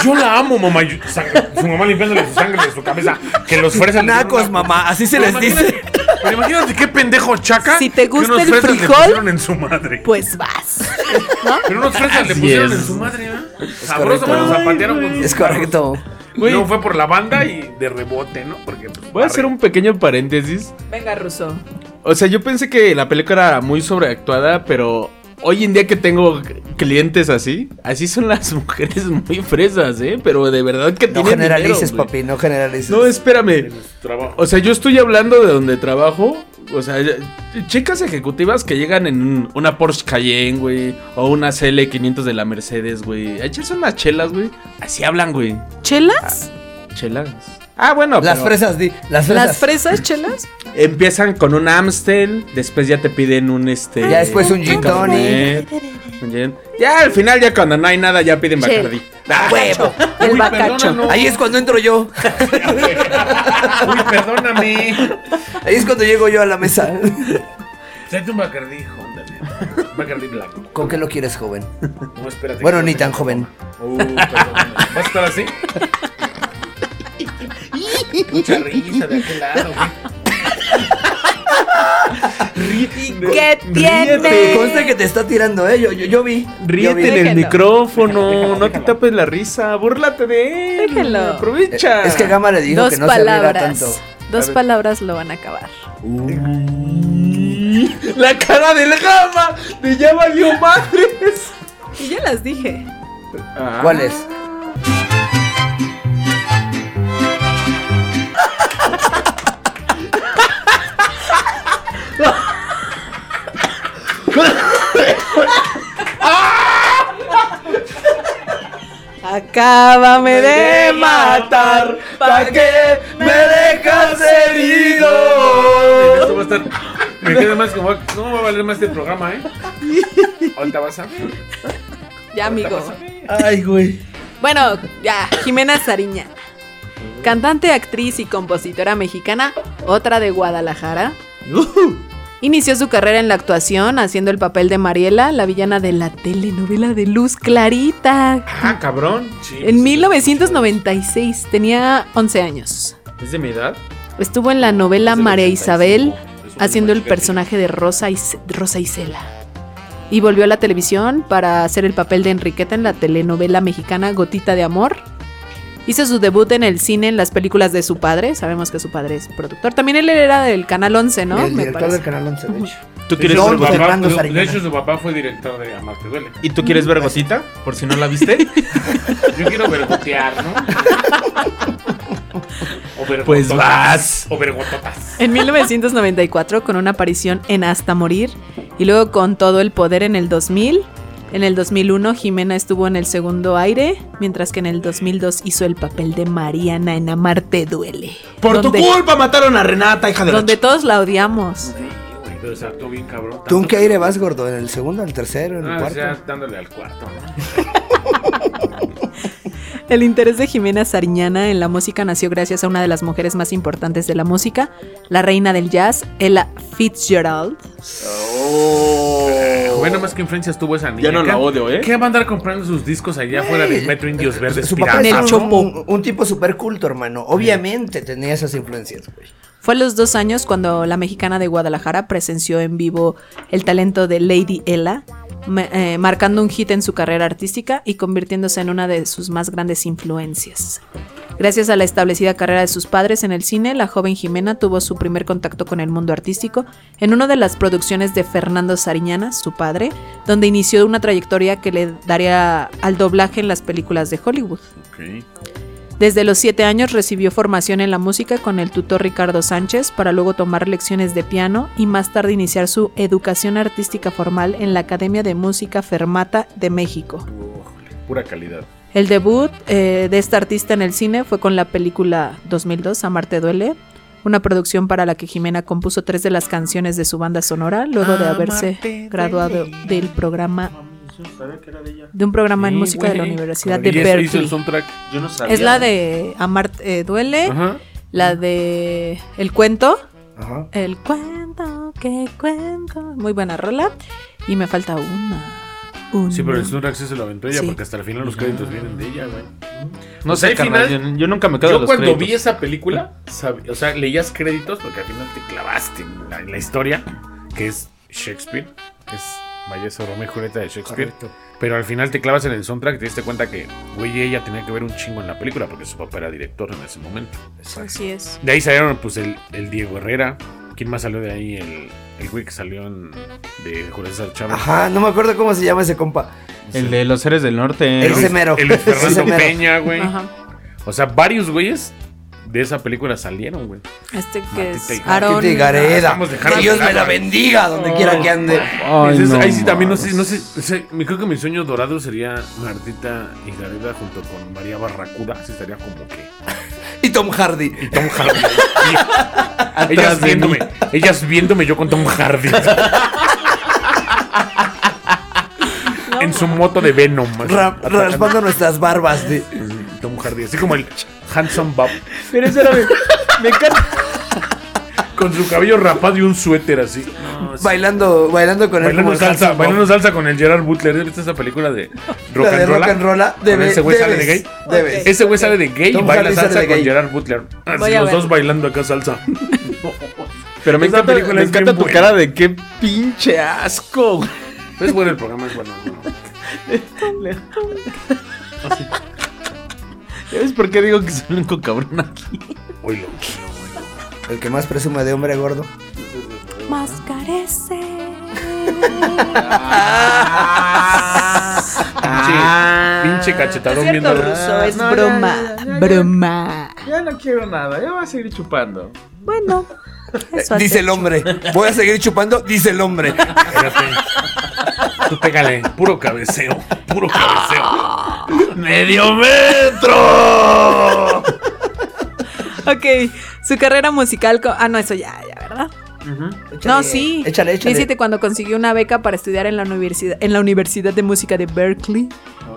[SPEAKER 2] Yo la amo, mamá. Yo- sangre- su mamá limpiándole su sangre de su cabeza. Que los fresas. le dieron
[SPEAKER 4] Nacos,
[SPEAKER 2] una-
[SPEAKER 4] mamá, así se
[SPEAKER 2] Pero
[SPEAKER 4] les dice.
[SPEAKER 2] imagínate- Pero imagínate qué pendejo chaca.
[SPEAKER 1] Si te
[SPEAKER 2] que
[SPEAKER 1] gusta
[SPEAKER 2] unos
[SPEAKER 1] el
[SPEAKER 2] fresas le
[SPEAKER 1] frijol.
[SPEAKER 2] pusieron en su madre.
[SPEAKER 1] Pues vas.
[SPEAKER 2] Pero unos fresas le
[SPEAKER 5] Así
[SPEAKER 2] pusieron
[SPEAKER 5] es.
[SPEAKER 2] en su madre, ¿eh? Sabroso,
[SPEAKER 4] correcto.
[SPEAKER 2] me lo zapatearon con sus
[SPEAKER 4] Es correcto.
[SPEAKER 2] manos.
[SPEAKER 5] Güey.
[SPEAKER 2] Luego fue por la banda y de rebote, ¿no? Porque. pues,
[SPEAKER 5] Voy a hacer un pequeño paréntesis.
[SPEAKER 1] Venga, Ruso.
[SPEAKER 5] O sea, yo pensé que la película era muy sobreactuada, pero hoy en día que tengo clientes así, así son las mujeres muy fresas, ¿eh? Pero de verdad que
[SPEAKER 4] No
[SPEAKER 5] tienen
[SPEAKER 4] generalices,
[SPEAKER 5] dinero, güey.
[SPEAKER 4] papi, no generalices.
[SPEAKER 5] No, espérame.
[SPEAKER 2] Trabajo.
[SPEAKER 5] O sea, yo estoy hablando de donde trabajo. O sea, ya- chicas ejecutivas que llegan en un- una Porsche Cayenne, güey. O una CL500 de la Mercedes, güey. A echarse unas chelas, güey. Así hablan, güey.
[SPEAKER 1] ¿Chelas?
[SPEAKER 5] Chelas. Ah, bueno.
[SPEAKER 4] Las
[SPEAKER 5] pero
[SPEAKER 4] fresas, di. Las fresas.
[SPEAKER 1] ¿Las fresas, chelas?
[SPEAKER 5] Empiezan con un Amstel. Después ya te piden un este.
[SPEAKER 4] Ya después un gin
[SPEAKER 5] Cabernet, un gin. Ya al final, ya cuando no hay nada, ya piden
[SPEAKER 1] Chela.
[SPEAKER 5] Bacardi.
[SPEAKER 4] Ah, Huevo.
[SPEAKER 1] El bacacho.
[SPEAKER 4] Ahí es cuando entro yo.
[SPEAKER 2] Uy, perdóname.
[SPEAKER 4] Ahí es cuando llego yo a la mesa.
[SPEAKER 2] Tráete un Bacardí, ándale. Bacardí blanco.
[SPEAKER 4] ¿Con qué lo quieres, joven?
[SPEAKER 2] No, espérate.
[SPEAKER 4] Bueno, ni tan joven.
[SPEAKER 2] Uh, perdóname. ¿Vas a estar así? Mucha risa de aquel lado, güey.
[SPEAKER 1] ¿Qué
[SPEAKER 4] Me
[SPEAKER 1] tiene?
[SPEAKER 4] Consta que te está tirando, ¿eh? Yo, yo, yo vi. Eh, Yo vi.
[SPEAKER 5] Ríete en el
[SPEAKER 1] Déjenlo.
[SPEAKER 5] micrófono, no te tapes la risa, búrlate de él.
[SPEAKER 1] Déjenlo.
[SPEAKER 5] Aprovecha.
[SPEAKER 4] Es que Gama le dijo
[SPEAKER 1] Dos
[SPEAKER 4] que no se abriera
[SPEAKER 1] palabras.
[SPEAKER 4] tanto.
[SPEAKER 1] Dos palabras lo van a acabar.
[SPEAKER 5] La cara del gama de ya valió madres.
[SPEAKER 1] Y ya las dije.
[SPEAKER 2] Ah.
[SPEAKER 4] ¿Cuál es?
[SPEAKER 1] Acábame de matar.
[SPEAKER 5] ¿Para qué me dejas herido?
[SPEAKER 2] Esto va a estar. Me queda más como. No va a valer más este programa, ¿eh? Ahorita vas a.
[SPEAKER 1] Ya, amigo.
[SPEAKER 4] Ay, güey.
[SPEAKER 1] Bueno, ya, Jimena Sariña. Cantante, actriz y compositora mexicana, otra de Guadalajara. Uh-huh. Inició su carrera en la actuación haciendo el papel de Mariela, la villana de la telenovela de Luz Clarita.
[SPEAKER 2] Ah, cabrón.
[SPEAKER 1] En 1996 tenía 11 años.
[SPEAKER 5] ¿Es de mi edad?
[SPEAKER 1] Estuvo en la novela María Isabel haciendo el personaje de Rosa, Is- Rosa Isela. Y volvió a la televisión para hacer el papel de Enriqueta en la telenovela mexicana Gotita de Amor. Hizo su debut en el cine en las películas de su padre. Sabemos que su padre es productor. También él era del Canal 11, ¿no?
[SPEAKER 4] el
[SPEAKER 1] Me
[SPEAKER 4] director
[SPEAKER 1] parece.
[SPEAKER 4] del canal 11, de hecho.
[SPEAKER 5] ¿Tú
[SPEAKER 2] De
[SPEAKER 5] quieres
[SPEAKER 2] hecho,
[SPEAKER 4] No,
[SPEAKER 5] ver
[SPEAKER 2] su papá-
[SPEAKER 5] Gotita?
[SPEAKER 4] no. Fernando
[SPEAKER 2] de-
[SPEAKER 4] Sariñana.
[SPEAKER 2] de hecho, su papá fue director de Amar Te Duele.
[SPEAKER 5] ¿Y tú quieres ver Gotita? Por si no la viste.
[SPEAKER 2] Yo quiero vergotear, ¿no? O vergototas.
[SPEAKER 5] Pues vas.
[SPEAKER 2] O vergototas.
[SPEAKER 1] En 1994 con una aparición en Hasta Morir y luego con Todo el Poder en el 2000. En el 2001 Jimena estuvo en el segundo aire, mientras que en el 2002 hizo el papel de Mariana en Amarte Duele.
[SPEAKER 5] Por tu
[SPEAKER 1] donde-
[SPEAKER 5] culpa mataron a Renata, hija de la
[SPEAKER 1] Donde
[SPEAKER 5] ch-
[SPEAKER 1] todos la odiamos.
[SPEAKER 2] Sí, güey, pero se actuó bien cabrón.
[SPEAKER 4] ¿Tú en qué aire vas, gordo? ¿En el segundo, en el tercero, en el
[SPEAKER 2] Ah, o
[SPEAKER 4] cuarto?
[SPEAKER 2] sea, dándole al cuarto, ¿no?
[SPEAKER 1] El interés de Jimena Sariñana en la música nació gracias a una de las mujeres más importantes de la música, la reina del jazz, Ella Fitzgerald.
[SPEAKER 2] Bueno, más que influencias tuvo esa niña.
[SPEAKER 5] Oh. Ya no la
[SPEAKER 2] ¿Qué-
[SPEAKER 5] odio, ¿eh?
[SPEAKER 2] ¿Qué va a andar comprando sus discos allá afuera del Metro Indios Verdes
[SPEAKER 4] Eh, Su papá
[SPEAKER 1] En
[SPEAKER 4] era
[SPEAKER 1] el
[SPEAKER 2] piratas, no?
[SPEAKER 4] un,
[SPEAKER 1] Chopo.
[SPEAKER 4] un- un tipo súper culto, hermano. Obviamente tenía esas influencias, güey.
[SPEAKER 1] Fue a los dos años cuando la mexicana de Guadalajara presenció en vivo el talento de Lady Ella, ma- eh, marcando un hit en su carrera artística y convirtiéndose en una de sus más grandes influencias. Gracias a la establecida carrera de sus padres en el cine, la joven Jimena tuvo su primer contacto con el mundo artístico en una de las producciones de Fernando Sariñana, su padre, donde inició una trayectoria que le daría al doblaje en las películas de Hollywood. Desde los 7 años recibió formación en la música con el tutor Ricardo Sánchez para luego tomar lecciones de piano y más tarde iniciar su educación artística formal en la Academia de Música Fermata de México.
[SPEAKER 2] Pura calidad.
[SPEAKER 1] El debut eh, de esta artista en el cine fue con la película 2002, Amarte Duele, una producción para la que Jimena compuso tres de las canciones de su banda sonora luego de haberse graduado del programa de un programa en
[SPEAKER 2] Sí,
[SPEAKER 1] música de la
[SPEAKER 2] güey.
[SPEAKER 1] Universidad de
[SPEAKER 2] Y eso hizo el
[SPEAKER 1] Berkeley.
[SPEAKER 2] soundtrack.
[SPEAKER 5] Yo no sabía.
[SPEAKER 1] Es la de Amarte Duele.
[SPEAKER 2] Ajá.
[SPEAKER 1] La de El Cuento.
[SPEAKER 4] Ajá.
[SPEAKER 1] El cuento que cuento. Muy buena rola. Y me falta una. una.
[SPEAKER 2] Sí, pero el soundtrack sí se lo aventó ella
[SPEAKER 1] Sí.
[SPEAKER 2] porque hasta el final los créditos vienen de ella, güey.
[SPEAKER 5] No sé,
[SPEAKER 2] Al
[SPEAKER 5] carnal,
[SPEAKER 2] final-
[SPEAKER 5] yo, yo nunca me quedo de
[SPEAKER 2] Yo
[SPEAKER 5] los
[SPEAKER 2] cuando vi
[SPEAKER 5] créditos.
[SPEAKER 2] esa película, sab- o sea, leías créditos porque al final te clavaste en la, en la historia, que es Shakespeare, es Valles Romeo y Julieta de Shakespeare.
[SPEAKER 4] Correcto.
[SPEAKER 2] Pero al final te clavas en el soundtrack y te diste cuenta que, güey, ella tenía que ver un chingo en la película porque su papá era director en ese momento.
[SPEAKER 1] Así es.
[SPEAKER 2] De ahí salieron, pues, el, el Diego Herrera. ¿Quién más salió de ahí? El, el güey que salió en, de Jurassic Charles.
[SPEAKER 4] Ajá, no me acuerdo cómo se llama ese compa.
[SPEAKER 5] El de los seres del norte.
[SPEAKER 4] Ese
[SPEAKER 5] ¿no?
[SPEAKER 4] mero.
[SPEAKER 2] El Luis
[SPEAKER 4] Ese
[SPEAKER 2] Fernando
[SPEAKER 4] mero.
[SPEAKER 2] Peña, güey.
[SPEAKER 1] Ajá.
[SPEAKER 2] O sea, varios güeyes de esa película salieron, güey.
[SPEAKER 1] Este que
[SPEAKER 2] Matita y-
[SPEAKER 1] es Aarón.
[SPEAKER 4] Titi Gareda.
[SPEAKER 2] Estamos dejando
[SPEAKER 4] Que Dios
[SPEAKER 2] de- Oh,
[SPEAKER 4] me la bendiga donde quiera que ande.
[SPEAKER 5] Ay,
[SPEAKER 2] Entonces,
[SPEAKER 5] no
[SPEAKER 2] ahí sí también no sé,
[SPEAKER 5] mames.
[SPEAKER 2] no sé, o sea, me creo que mi sueño dorado sería Martita y Gareda junto con María Barracuda, así estaría como que
[SPEAKER 4] Y Tom Hardy.
[SPEAKER 2] y Tom Hardy. Y- ellas
[SPEAKER 5] Atrás de mí.
[SPEAKER 2] viéndome, ellas viéndome yo con Tom Hardy. en su moto de Venom. así,
[SPEAKER 4] Ra-
[SPEAKER 2] atacando.
[SPEAKER 4] raspando nuestras barbas. De...
[SPEAKER 2] Tom Hardy, así como el Handsome Bob
[SPEAKER 5] Pero ese era mi- Me encanta.
[SPEAKER 2] con su cabello rapado y un suéter así. No, sí.
[SPEAKER 4] Bailando, bailando con él. como
[SPEAKER 2] Bailando
[SPEAKER 4] el
[SPEAKER 2] salsa,
[SPEAKER 4] Hanson
[SPEAKER 2] bailando
[SPEAKER 4] Bob.
[SPEAKER 2] salsa con el Gerard Butler. ¿Has visto esa película de Rock
[SPEAKER 4] La de
[SPEAKER 2] and
[SPEAKER 4] rock and
[SPEAKER 2] Roll?
[SPEAKER 4] rolla. Debe,
[SPEAKER 2] ese güey sale de
[SPEAKER 4] debes,
[SPEAKER 2] gay.
[SPEAKER 4] debes.
[SPEAKER 1] Ok.
[SPEAKER 2] Ese güey sale de gay
[SPEAKER 4] Tom
[SPEAKER 2] y baila
[SPEAKER 4] Hardy sale
[SPEAKER 2] salsa
[SPEAKER 4] de
[SPEAKER 2] con
[SPEAKER 4] gay.
[SPEAKER 2] Gerard Butler. Así
[SPEAKER 1] Voy a
[SPEAKER 2] los
[SPEAKER 1] ver.
[SPEAKER 2] dos bailando acá salsa.
[SPEAKER 5] Pero me
[SPEAKER 2] Esta
[SPEAKER 5] encanta,
[SPEAKER 2] película
[SPEAKER 5] me
[SPEAKER 2] es bien
[SPEAKER 5] encanta tu
[SPEAKER 2] buena.
[SPEAKER 5] cara de qué pinche asco. güey.
[SPEAKER 2] Es bueno el programa, es bueno. es bueno.
[SPEAKER 5] ¿Ya ves por qué digo que soy el único cabrón aquí?
[SPEAKER 2] Hoy lo-
[SPEAKER 4] El que más presume de hombre gordo.
[SPEAKER 1] Más carece.
[SPEAKER 5] Ah.
[SPEAKER 2] Pinche, pinche
[SPEAKER 1] Es
[SPEAKER 2] cachetadón
[SPEAKER 1] cierto,
[SPEAKER 2] viendo.
[SPEAKER 1] Ruso, es
[SPEAKER 5] No, ya,
[SPEAKER 1] broma.
[SPEAKER 5] ya, ya, ya.
[SPEAKER 1] Broma.
[SPEAKER 5] Ya no quiero nada, ya voy a seguir chupando.
[SPEAKER 1] Bueno, Eso
[SPEAKER 8] dice
[SPEAKER 1] hace
[SPEAKER 8] el hombre. Voy a seguir chupando, dice el hombre.
[SPEAKER 2] Espérate. Tú pégale, puro cabeceo, puro cabeceo.
[SPEAKER 5] ¡Medio metro!
[SPEAKER 1] Ok, su carrera musical. co- Ah, no, eso ya, ya, ¿verdad? no, sí.
[SPEAKER 4] Échale, échale.
[SPEAKER 1] Diecisiete, cuando consiguió una beca para estudiar en la universidad, en la Universidad de Música de Berkeley.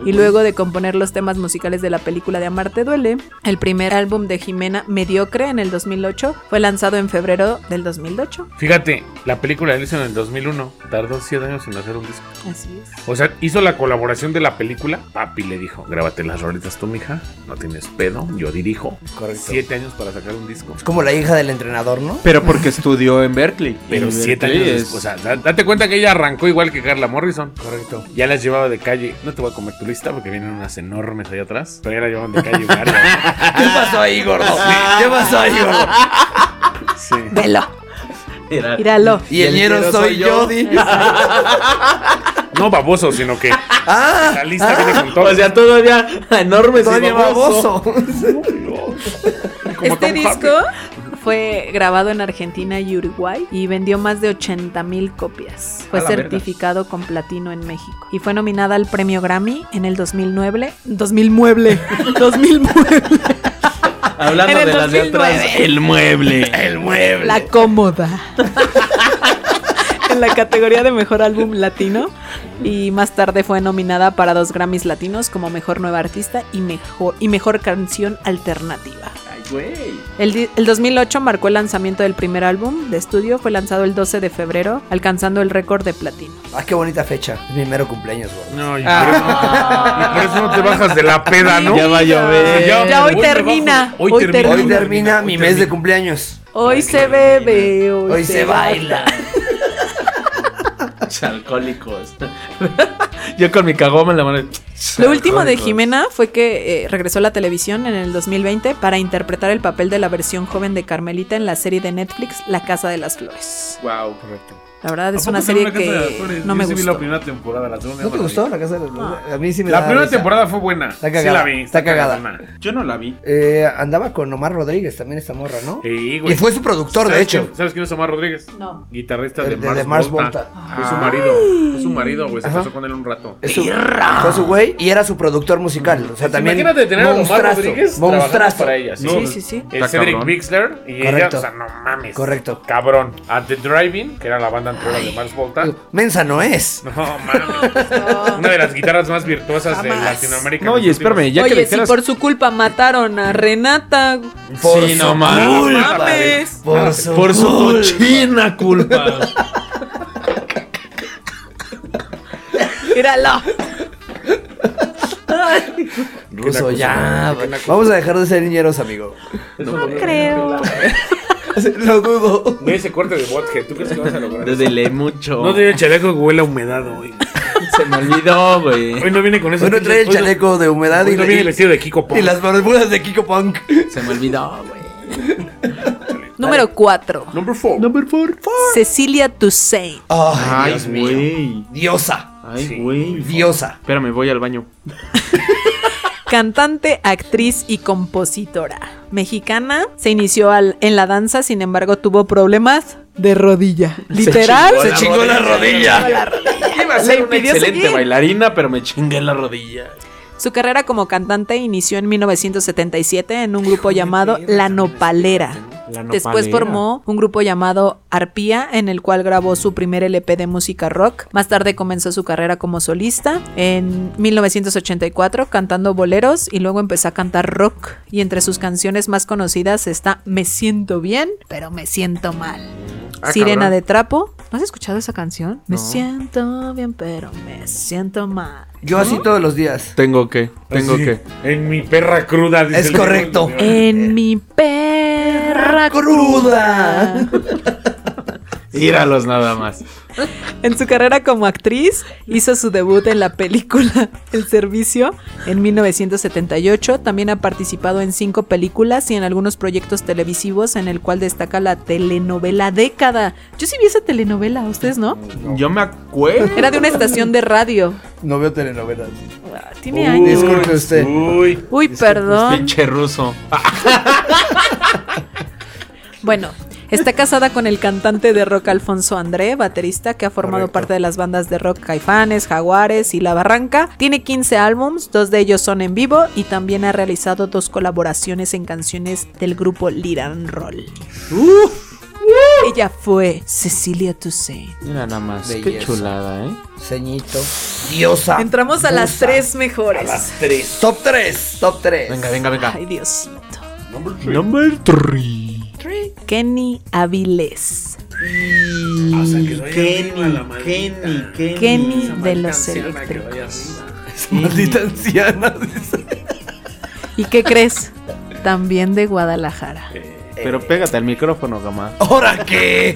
[SPEAKER 1] Y luego de componer los temas musicales de la película de Amarte Duele, el primer álbum de Jimena, Mediocre, en el 2008, fue lanzado en febrero del 2008.
[SPEAKER 2] Fíjate, la película la hizo en el 2001, tardó 7 años en hacer un disco.
[SPEAKER 1] Así es.
[SPEAKER 2] O sea, hizo la colaboración de la película. Papi le dijo, grábate las rolitas tú, mija. No tienes pedo, yo dirijo.
[SPEAKER 4] Correcto.
[SPEAKER 2] Siete años para sacar un disco.
[SPEAKER 4] Es como la hija del entrenador, ¿no?
[SPEAKER 3] Pero porque estudió en Berkeley.
[SPEAKER 2] Pero
[SPEAKER 3] En
[SPEAKER 2] siete
[SPEAKER 3] Berkeley
[SPEAKER 2] años
[SPEAKER 3] es-
[SPEAKER 2] después, O sea, da- date cuenta que ella arrancó igual que Carla Morrison. Correcto. Ya las llevaba de calle. No te voy a comer tu lista porque vienen unas enormes allá atrás. Pero ya la llevan de calle varias.
[SPEAKER 4] ¿Qué pasó ahí, gordo? ¿Qué pasó ahí, gordo?
[SPEAKER 2] Sí.
[SPEAKER 1] Velo. Míralo.
[SPEAKER 8] Y el ñero soy yo. di.
[SPEAKER 2] No baboso, sino que la lista viene con todo.
[SPEAKER 5] O sea, todavía enorme.
[SPEAKER 4] Ah, Todavía baboso.
[SPEAKER 2] como
[SPEAKER 1] Este
[SPEAKER 2] Tom
[SPEAKER 1] disco fue grabado en Argentina y Uruguay y vendió más de 80 mil copias. Fue
[SPEAKER 5] A la verga.
[SPEAKER 1] certificado con platino en México y fue nominada al premio Grammy en el 2009. 2000 mueble. 2000 mueble.
[SPEAKER 5] Hablando
[SPEAKER 1] En el
[SPEAKER 5] de las de
[SPEAKER 1] 2009.
[SPEAKER 5] atrás. El mueble. El mueble.
[SPEAKER 1] La cómoda. en la categoría de mejor álbum latino. Y más tarde fue nominada para dos Grammys latinos como mejor nueva artista y mejor, y mejor canción alternativa.
[SPEAKER 5] Ay, güey.
[SPEAKER 1] El, di- el 2008 marcó el lanzamiento del primer álbum de estudio, fue lanzado el 12 de febrero, alcanzando el récord de platino.
[SPEAKER 4] Ah, qué bonita fecha. Es mi mero cumpleaños, gordo.
[SPEAKER 2] No, y
[SPEAKER 1] Ah.
[SPEAKER 2] por, eso, y por eso no te bajas de la peda, ¿no?
[SPEAKER 5] Ya va a llover.
[SPEAKER 1] Ya hoy
[SPEAKER 2] me
[SPEAKER 1] termina,
[SPEAKER 2] bajo. Hoy,
[SPEAKER 1] hoy
[SPEAKER 2] termina.
[SPEAKER 4] Hoy termina mi mes de cumpleaños.
[SPEAKER 1] Hoy se bebe, hoy,
[SPEAKER 4] Hoy se baila.
[SPEAKER 5] Los alcohólicos. Yo con mi cagoma en la mano.
[SPEAKER 1] Lo último de Jimena fue que eh, regresó a la televisión en el 2020 para interpretar el papel de la versión joven de Carmelita en la serie de Netflix La Casa de las Flores.
[SPEAKER 5] Wow.
[SPEAKER 1] La verdad es
[SPEAKER 7] ¿A
[SPEAKER 1] una
[SPEAKER 7] poco
[SPEAKER 1] serie
[SPEAKER 7] salió La Casa de las
[SPEAKER 1] que
[SPEAKER 7] Flores?
[SPEAKER 1] no
[SPEAKER 7] Yo
[SPEAKER 1] me
[SPEAKER 7] sí vi la
[SPEAKER 1] gustó.
[SPEAKER 7] primera temporada, la segunda
[SPEAKER 4] ¿No te
[SPEAKER 7] la
[SPEAKER 4] gustó
[SPEAKER 7] vi.
[SPEAKER 4] la casa de los... A mí sí me
[SPEAKER 2] La
[SPEAKER 4] daba
[SPEAKER 2] primera
[SPEAKER 4] risa.
[SPEAKER 2] temporada fue buena.
[SPEAKER 4] Está
[SPEAKER 2] sí la
[SPEAKER 4] cagada,
[SPEAKER 2] vi.
[SPEAKER 4] está cagada.
[SPEAKER 2] cagadona.
[SPEAKER 5] Yo no la vi.
[SPEAKER 4] Eh, andaba con Omar Rodríguez también esta morra, ¿no?
[SPEAKER 2] Sí, güey.
[SPEAKER 4] Y fue su productor, de
[SPEAKER 2] ¿Sabes
[SPEAKER 4] hecho.
[SPEAKER 2] quién- ¿Sabes quién es Omar Rodríguez?
[SPEAKER 1] No.
[SPEAKER 2] Guitarrista
[SPEAKER 4] El
[SPEAKER 2] de,
[SPEAKER 4] de-
[SPEAKER 2] Mars,
[SPEAKER 4] de Mars
[SPEAKER 2] Volta.
[SPEAKER 4] Volta.
[SPEAKER 2] Fue su marido. Fue su marido, güey. Se
[SPEAKER 4] Ajá.
[SPEAKER 2] casó con él un rato.
[SPEAKER 4] Es su- fue su güey y era su productor musical. O sea, también.
[SPEAKER 2] Imagínate tener a Omar
[SPEAKER 4] monstruazo,
[SPEAKER 2] Rodríguez trabajando
[SPEAKER 4] monstruazo.
[SPEAKER 2] para ella.
[SPEAKER 1] Sí, sí, sí.
[SPEAKER 2] El
[SPEAKER 5] Está
[SPEAKER 2] Cedric
[SPEAKER 5] cabrón.
[SPEAKER 2] Bixler y
[SPEAKER 4] Correcto.
[SPEAKER 2] ella, o sea, no mames.
[SPEAKER 4] Correcto.
[SPEAKER 2] Cabrón. At The Driving, que era la banda anterior de Mars Volta.
[SPEAKER 4] Mensa no es.
[SPEAKER 2] No mames. Una de las guitarras más virtuosas de
[SPEAKER 1] Jamás.
[SPEAKER 2] Latinoamérica.
[SPEAKER 5] No,
[SPEAKER 2] en
[SPEAKER 5] oye,
[SPEAKER 2] los últimos-
[SPEAKER 5] espérame. Ya que
[SPEAKER 1] Oye, si
[SPEAKER 5] dijeras.
[SPEAKER 1] por su culpa mataron a Renata.
[SPEAKER 5] Sí, no mames.
[SPEAKER 1] mames.
[SPEAKER 2] Ah,
[SPEAKER 4] Por su.
[SPEAKER 5] Por su cochina culpa.
[SPEAKER 1] Míralo.
[SPEAKER 4] Ruso, ya. Vamos a dejar de ser niñeros, amigo.
[SPEAKER 1] No creo.
[SPEAKER 4] Lo dudo.
[SPEAKER 2] Ve ese corte de vodka. ¿Tú crees que vas a lograr?
[SPEAKER 5] Te duele mucho.
[SPEAKER 2] No tiene chaleco que huele a humedad hoy.
[SPEAKER 5] Se me olvidó, güey.
[SPEAKER 2] Hoy no viene con eso.
[SPEAKER 4] Bueno, trae el chaleco de humedad
[SPEAKER 2] Hoy
[SPEAKER 4] y,
[SPEAKER 2] no viene el
[SPEAKER 4] y,
[SPEAKER 2] vestido de Kiko Pong.
[SPEAKER 4] y las bermudas de Kiko Punk.
[SPEAKER 5] Se me olvidó, güey.
[SPEAKER 1] Número 4.
[SPEAKER 2] Number four.
[SPEAKER 1] Cecilia Toussaint.
[SPEAKER 4] Ay,
[SPEAKER 5] Ay,
[SPEAKER 4] Dios mío.
[SPEAKER 5] güey.
[SPEAKER 4] Diosa.
[SPEAKER 5] Ay, güey.
[SPEAKER 4] Diosa.
[SPEAKER 5] Espérame, voy al baño.
[SPEAKER 1] Cantante, actriz y compositora. Mexicana, se inició al- en la danza, sin embargo tuvo problemas de rodilla. Literal.
[SPEAKER 4] Se chingó la rodilla.
[SPEAKER 5] Iba a ser
[SPEAKER 1] Le
[SPEAKER 5] una
[SPEAKER 1] impidió
[SPEAKER 5] excelente
[SPEAKER 1] seguir.
[SPEAKER 5] bailarina, pero me chingué la rodilla.
[SPEAKER 1] Su carrera como cantante inició en 1977 en un grupo llamado La Nopalera. Después formó un grupo llamado Arpía, en el cual grabó su primer LP de música rock. Más tarde comenzó su carrera como solista en 1984 cantando boleros y luego empezó a cantar rock. Y entre sus canciones más conocidas está Me siento bien, pero me siento mal. Sirena de Trapo. ¿No has escuchado esa canción? Me siento bien, pero me siento mal.
[SPEAKER 4] Yo así todos los días.
[SPEAKER 3] Tengo que, tengo
[SPEAKER 2] Así,
[SPEAKER 3] que.
[SPEAKER 2] En mi perra cruda. dice
[SPEAKER 4] Es
[SPEAKER 2] el-
[SPEAKER 4] correcto.
[SPEAKER 1] En mi Eh, perra
[SPEAKER 4] cruda.
[SPEAKER 1] cruda.
[SPEAKER 5] Íralos nada más.
[SPEAKER 1] En su carrera como actriz, hizo su debut en la película El Servicio en 1978. También ha participado en cinco películas y en algunos proyectos televisivos, en el cual destaca la telenovela Década. Yo sí vi esa telenovela, ¿ustedes no?
[SPEAKER 5] Yo me acuerdo.
[SPEAKER 1] Era de una estación de radio.
[SPEAKER 4] No veo telenovelas.
[SPEAKER 1] Ah, Tiene años.
[SPEAKER 4] Disculpe usted.
[SPEAKER 2] Uy.
[SPEAKER 1] Uy, perdón.
[SPEAKER 5] Pinche ruso.
[SPEAKER 1] Bueno, Está casada con el cantante de rock Alfonso André, baterista que ha formado
[SPEAKER 4] Correcto.
[SPEAKER 1] parte de las bandas de rock Caifanes, Jaguares y La Barranca. Tiene 15 álbums, dos de ellos son en vivo y también ha realizado dos colaboraciones en canciones del grupo Liran Roll.
[SPEAKER 7] Uh.
[SPEAKER 1] Ella fue Cecilia Toussaint.
[SPEAKER 5] Mira nada más, qué
[SPEAKER 4] Belleza.
[SPEAKER 5] chulada, ¿eh?
[SPEAKER 4] Ceñito.
[SPEAKER 7] Ah,
[SPEAKER 4] Diosa.
[SPEAKER 1] Entramos a las
[SPEAKER 4] Musa.
[SPEAKER 1] tres mejores.
[SPEAKER 4] Top 3. Top 3.
[SPEAKER 5] Venga, venga, venga.
[SPEAKER 1] Ay, Diosito.
[SPEAKER 5] Number 3.
[SPEAKER 1] Kenny Avilés.
[SPEAKER 7] O sea, que vaya arriba la
[SPEAKER 9] Kenny, Kenny,
[SPEAKER 7] maldita.
[SPEAKER 9] Kenny.
[SPEAKER 1] Kenny de
[SPEAKER 7] Maldita
[SPEAKER 1] los
[SPEAKER 7] anciana que vaya
[SPEAKER 1] eléctricos.
[SPEAKER 7] arriba.
[SPEAKER 4] Maldita anciana.
[SPEAKER 1] ¿Y qué crees? También de Guadalajara.
[SPEAKER 5] Eh. Pero pégate al micrófono, Gama.
[SPEAKER 4] ¿Ahora qué?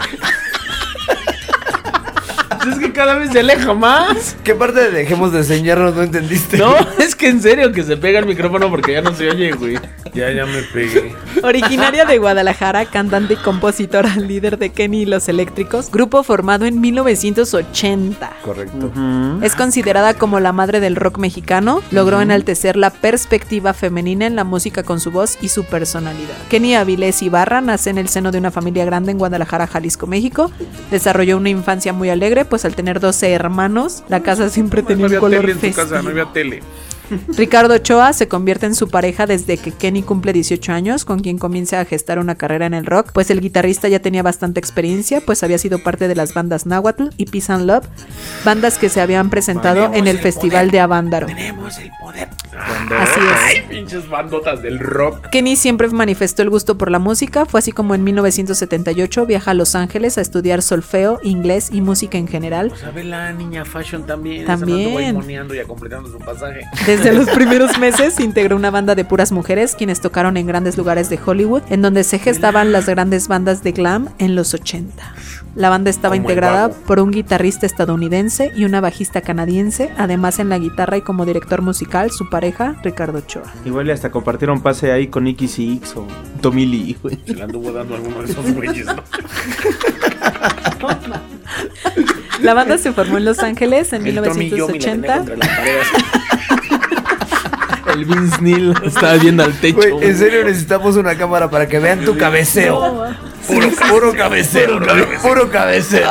[SPEAKER 5] Es que cada vez se aleja más.
[SPEAKER 4] ¿Qué parte de dejemos de enseñarnos no entendiste?
[SPEAKER 5] No, es que en serio que se pega el micrófono porque ya no se oye, güey.
[SPEAKER 2] Ya, ya me pegué.
[SPEAKER 1] Originaria de Guadalajara, cantante y compositora, líder de Kenny y los Eléctricos, grupo formado en 1980.
[SPEAKER 4] Correcto.
[SPEAKER 5] Mm.
[SPEAKER 1] Es considerada como la madre del rock mexicano, logró enaltecer la perspectiva femenina en la música con su voz y su personalidad. Kenny Avilés Ibarra nace en el seno de una familia grande en Guadalajara, Jalisco, México. Desarrolló una infancia muy alegre, pues al tener 12 hermanos, la casa siempre tenía un color
[SPEAKER 2] en tu casa, no
[SPEAKER 1] festivo.
[SPEAKER 2] había tele.
[SPEAKER 1] Ricardo Ochoa se convierte en su pareja desde que Kenny cumple 18 años, con quien comienza a gestar una carrera en el rock, pues el guitarrista ya tenía bastante experiencia, pues había sido parte de las bandas Nahuatl y Peace and Love, bandas que se habían presentado en el Festival de Avándaro.
[SPEAKER 2] Tenemos el poder.
[SPEAKER 1] Así es.
[SPEAKER 2] Ay, pinches bandotas del rock.
[SPEAKER 1] Kenny siempre manifestó el gusto por la música, fue así como en 1978 viaja a Los Ángeles a estudiar solfeo, inglés y música en general.
[SPEAKER 7] O sea, ve la niña fashion también.
[SPEAKER 1] También.
[SPEAKER 7] Esa mandó moneando y a completando su pasaje.
[SPEAKER 1] Desde los primeros meses integró una banda de puras mujeres quienes tocaron en grandes lugares de Hollywood, en donde se gestaban las grandes bandas de glam en los 80. La banda estaba
[SPEAKER 2] Como el
[SPEAKER 1] integrada
[SPEAKER 2] vago.
[SPEAKER 1] por un guitarrista estadounidense y una bajista canadiense, además en la guitarra y como director musical su pareja Ricardo Ochoa.
[SPEAKER 3] Igual y hasta compartieron pase ahí con Nicky Six o Tommy Lee, güey.
[SPEAKER 2] Se la anduvo dando a alguno de esos güeyes, ¿no?
[SPEAKER 1] La banda se formó en Los Ángeles en
[SPEAKER 2] El Tommy Yomi la
[SPEAKER 1] 1980.
[SPEAKER 2] tenía contra la pared así.
[SPEAKER 5] El Vince Neil estaba viendo al techo.
[SPEAKER 4] Güey, en serio necesitamos una cámara para que vean tu cabeceo. Puro, puro cabeceo, cabe- puro cabeceo.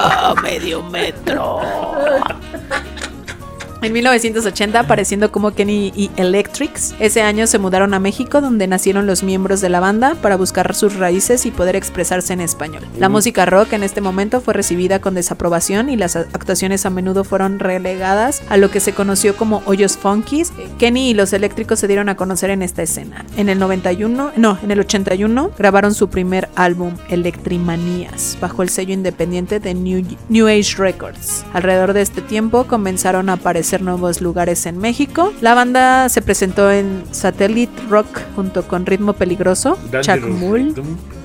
[SPEAKER 1] En 1980, apareciendo como Kenny y Electrics, ese año se mudaron a México, donde nacieron los miembros de la banda para buscar sus raíces y poder expresarse en español. La música rock en este momento fue recibida con desaprobación y las a- actuaciones a menudo fueron relegadas a lo que se conoció como hoyos funkies. Kenny y los Eléctricos se dieron a conocer en esta escena. En el 91, no, en el 81 grabaron su primer álbum, Electrimanías, bajo el sello independiente de New, New Age Records. Alrededor de este tiempo comenzaron a aparecer nuevos lugares en México. La banda se presentó en Satellite Rock junto con Ritmo Peligroso, Chacmul,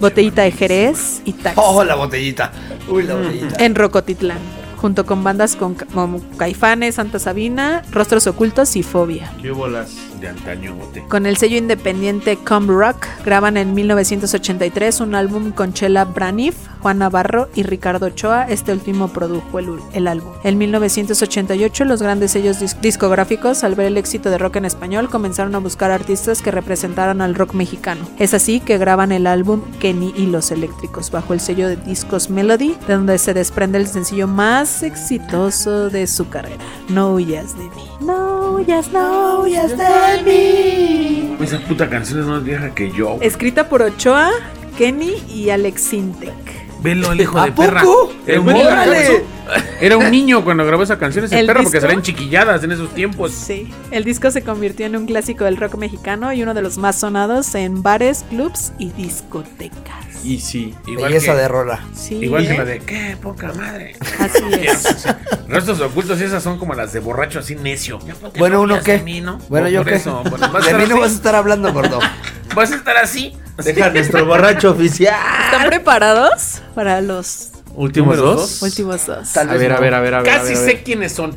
[SPEAKER 1] Botellita de Jerez y Tax
[SPEAKER 4] Oh, la botellita. Uy, la
[SPEAKER 2] Mm.
[SPEAKER 4] botellita.
[SPEAKER 1] en Rocotitlán, junto con bandas con- como Caifanes, Santa Sabina, Rostros Ocultos y Fobia.
[SPEAKER 5] ¿Qué bolas?
[SPEAKER 2] De antañote.
[SPEAKER 1] Con el sello independiente Com Rock graban en 1983 un álbum con Chela Braniff, Juan Navarro y Ricardo Ochoa. Este último produjo el, ul- el álbum. En 1988 los grandes sellos dis- discográficos, al ver el éxito de rock en español, comenzaron a buscar artistas que representaran al rock mexicano. Es así que graban el álbum Kenny y los Eléctricos bajo el sello de discos Melody, de donde se desprende el sencillo más exitoso de su carrera, No huyas de mí. No huyas, no huyas de mí.
[SPEAKER 7] Pues Esa puta canción es más vieja que yo.
[SPEAKER 1] Escrita por Ochoa, Kenny y Alex Sintek.
[SPEAKER 7] Velo, el hijo
[SPEAKER 4] ¿A
[SPEAKER 7] de perra.
[SPEAKER 4] poco?
[SPEAKER 2] Era un, niño,
[SPEAKER 4] ¡Órale!
[SPEAKER 2] era un niño cuando grabó esa canción ese
[SPEAKER 1] ¿El
[SPEAKER 2] perro porque
[SPEAKER 1] disco?
[SPEAKER 2] salían chiquilladas en esos tiempos.
[SPEAKER 1] Sí. El disco se convirtió en un clásico del rock mexicano y uno de los más sonados en bares, clubs y discotecas.
[SPEAKER 5] Y sí.
[SPEAKER 2] Igual, que,
[SPEAKER 4] Belleza de rola.
[SPEAKER 1] Sí,
[SPEAKER 2] igual que
[SPEAKER 1] ¿eh?
[SPEAKER 2] la de qué poca madre.
[SPEAKER 1] Así es.
[SPEAKER 2] Restos ocultos y esas son como las de borracho así necio.
[SPEAKER 4] Bueno, ¿uno qué?
[SPEAKER 7] De mí, ¿no?
[SPEAKER 4] Bueno,
[SPEAKER 2] Por-
[SPEAKER 4] yo
[SPEAKER 2] por
[SPEAKER 4] qué.
[SPEAKER 2] eso, bueno, vas a
[SPEAKER 4] De
[SPEAKER 2] estar
[SPEAKER 4] mí no
[SPEAKER 2] así.
[SPEAKER 4] vas a estar hablando, gordo.
[SPEAKER 2] Vas a estar así.
[SPEAKER 9] Deja a nuestro borracho oficial.
[SPEAKER 1] ¿Están preparados para los
[SPEAKER 5] ¿Últimos
[SPEAKER 2] Número
[SPEAKER 5] dos?
[SPEAKER 1] últimos dos?
[SPEAKER 4] Tal
[SPEAKER 5] A
[SPEAKER 4] vez
[SPEAKER 5] ver,
[SPEAKER 4] no.
[SPEAKER 5] a ver, a ver, a ver.
[SPEAKER 2] Casi
[SPEAKER 5] a ver, a
[SPEAKER 2] sé quiénes son. Al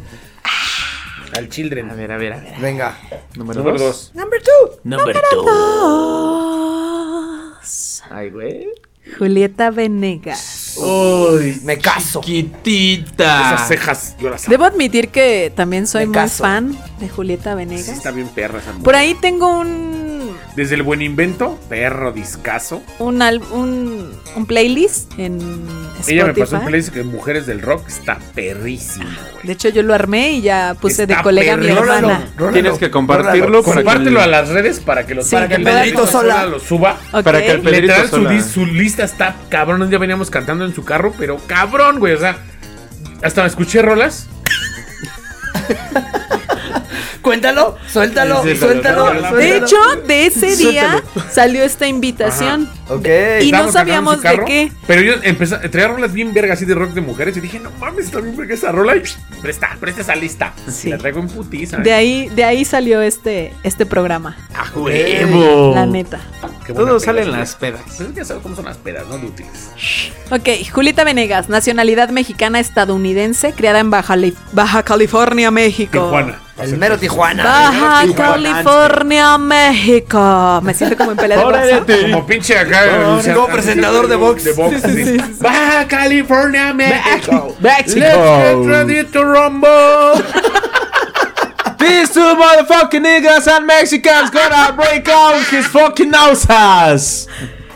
[SPEAKER 5] ver. A
[SPEAKER 2] Children.
[SPEAKER 5] ver, a ver, a ver.
[SPEAKER 4] Venga.
[SPEAKER 5] Número,
[SPEAKER 2] Número
[SPEAKER 5] dos.
[SPEAKER 2] dos.
[SPEAKER 5] Número dos.
[SPEAKER 1] Dos.
[SPEAKER 5] Ay, güey.
[SPEAKER 1] Julieta Venegas.
[SPEAKER 5] Uy,
[SPEAKER 4] Me caso. Ah.
[SPEAKER 5] quitita.
[SPEAKER 2] Esas cejas, yo las amo.
[SPEAKER 1] Debo admitir que también soy
[SPEAKER 4] Me
[SPEAKER 1] muy
[SPEAKER 4] caso.
[SPEAKER 1] fan de Julieta
[SPEAKER 2] Sí,
[SPEAKER 1] Venegas.
[SPEAKER 2] está bien perra esa mujer.
[SPEAKER 1] Por ahí tengo un
[SPEAKER 2] Desde el buen invento, perro discazo.
[SPEAKER 1] Un, al- un, un playlist en Spotify.
[SPEAKER 2] Ella me pasó un playlist que Mujeres del Rock está perrísimo, güey.
[SPEAKER 1] De hecho, yo lo armé y ya puse de
[SPEAKER 2] Está
[SPEAKER 1] colega a mi
[SPEAKER 2] perrón.
[SPEAKER 1] hermana.
[SPEAKER 5] Tienes que compartirlo para que, el-
[SPEAKER 2] Compártelo a las redes para que los
[SPEAKER 1] Sí, que pueda-
[SPEAKER 2] Pedrito
[SPEAKER 4] Sola.
[SPEAKER 2] Sola lo suba.
[SPEAKER 1] Ok.
[SPEAKER 5] para que el Pedrito
[SPEAKER 2] Literal, su,
[SPEAKER 5] Sola.
[SPEAKER 2] dis- su lista está cabrón. Un día veníamos cantando en su carro, pero cabrón, güey. O sea, hasta escuché rolas.
[SPEAKER 4] Cuéntalo, suéltalo,
[SPEAKER 5] Sí, sí,
[SPEAKER 4] suéltalo.
[SPEAKER 5] suéltalo.
[SPEAKER 4] suéltalo.
[SPEAKER 1] De hecho, de ese día salió esta invitación.
[SPEAKER 4] Ok.
[SPEAKER 1] Y no
[SPEAKER 2] Estábamos cantando en
[SPEAKER 1] sabíamos
[SPEAKER 2] su
[SPEAKER 1] de
[SPEAKER 2] carro,
[SPEAKER 1] qué.
[SPEAKER 2] Pero yo empecé, traía rolas bien vergas así de rock de mujeres. Y dije, no mames, está bien verga esa rola. Y psh, presta, presta esa lista.
[SPEAKER 1] Sí.
[SPEAKER 2] La traigo en putiza.
[SPEAKER 1] De ahí, de ahí salió este, este programa,
[SPEAKER 2] ¡A huevo!
[SPEAKER 5] Evo.
[SPEAKER 1] la neta.
[SPEAKER 2] Qué buena
[SPEAKER 5] Todo
[SPEAKER 2] peda,
[SPEAKER 5] sale en
[SPEAKER 2] sí.
[SPEAKER 5] las pedas.
[SPEAKER 2] Pues ya sabes cómo son las pedas, ¿no? De útiles.
[SPEAKER 1] Ok, Julita Venegas, nacionalidad mexicana estadounidense, criada en Baja, Li- Baja California, México.
[SPEAKER 2] Tijuana.
[SPEAKER 4] El mero Tijuana.
[SPEAKER 1] Baja California, México. Me siento como en pelea de boxeo.
[SPEAKER 2] Como pinche acá. o sea,
[SPEAKER 8] Como presentador de box.
[SPEAKER 2] De box. sí. Baja California, México.
[SPEAKER 5] México.
[SPEAKER 2] Let's get ready to rumble.
[SPEAKER 5] These two motherfucking niggas and Mexicans gonna break out his fucking noses.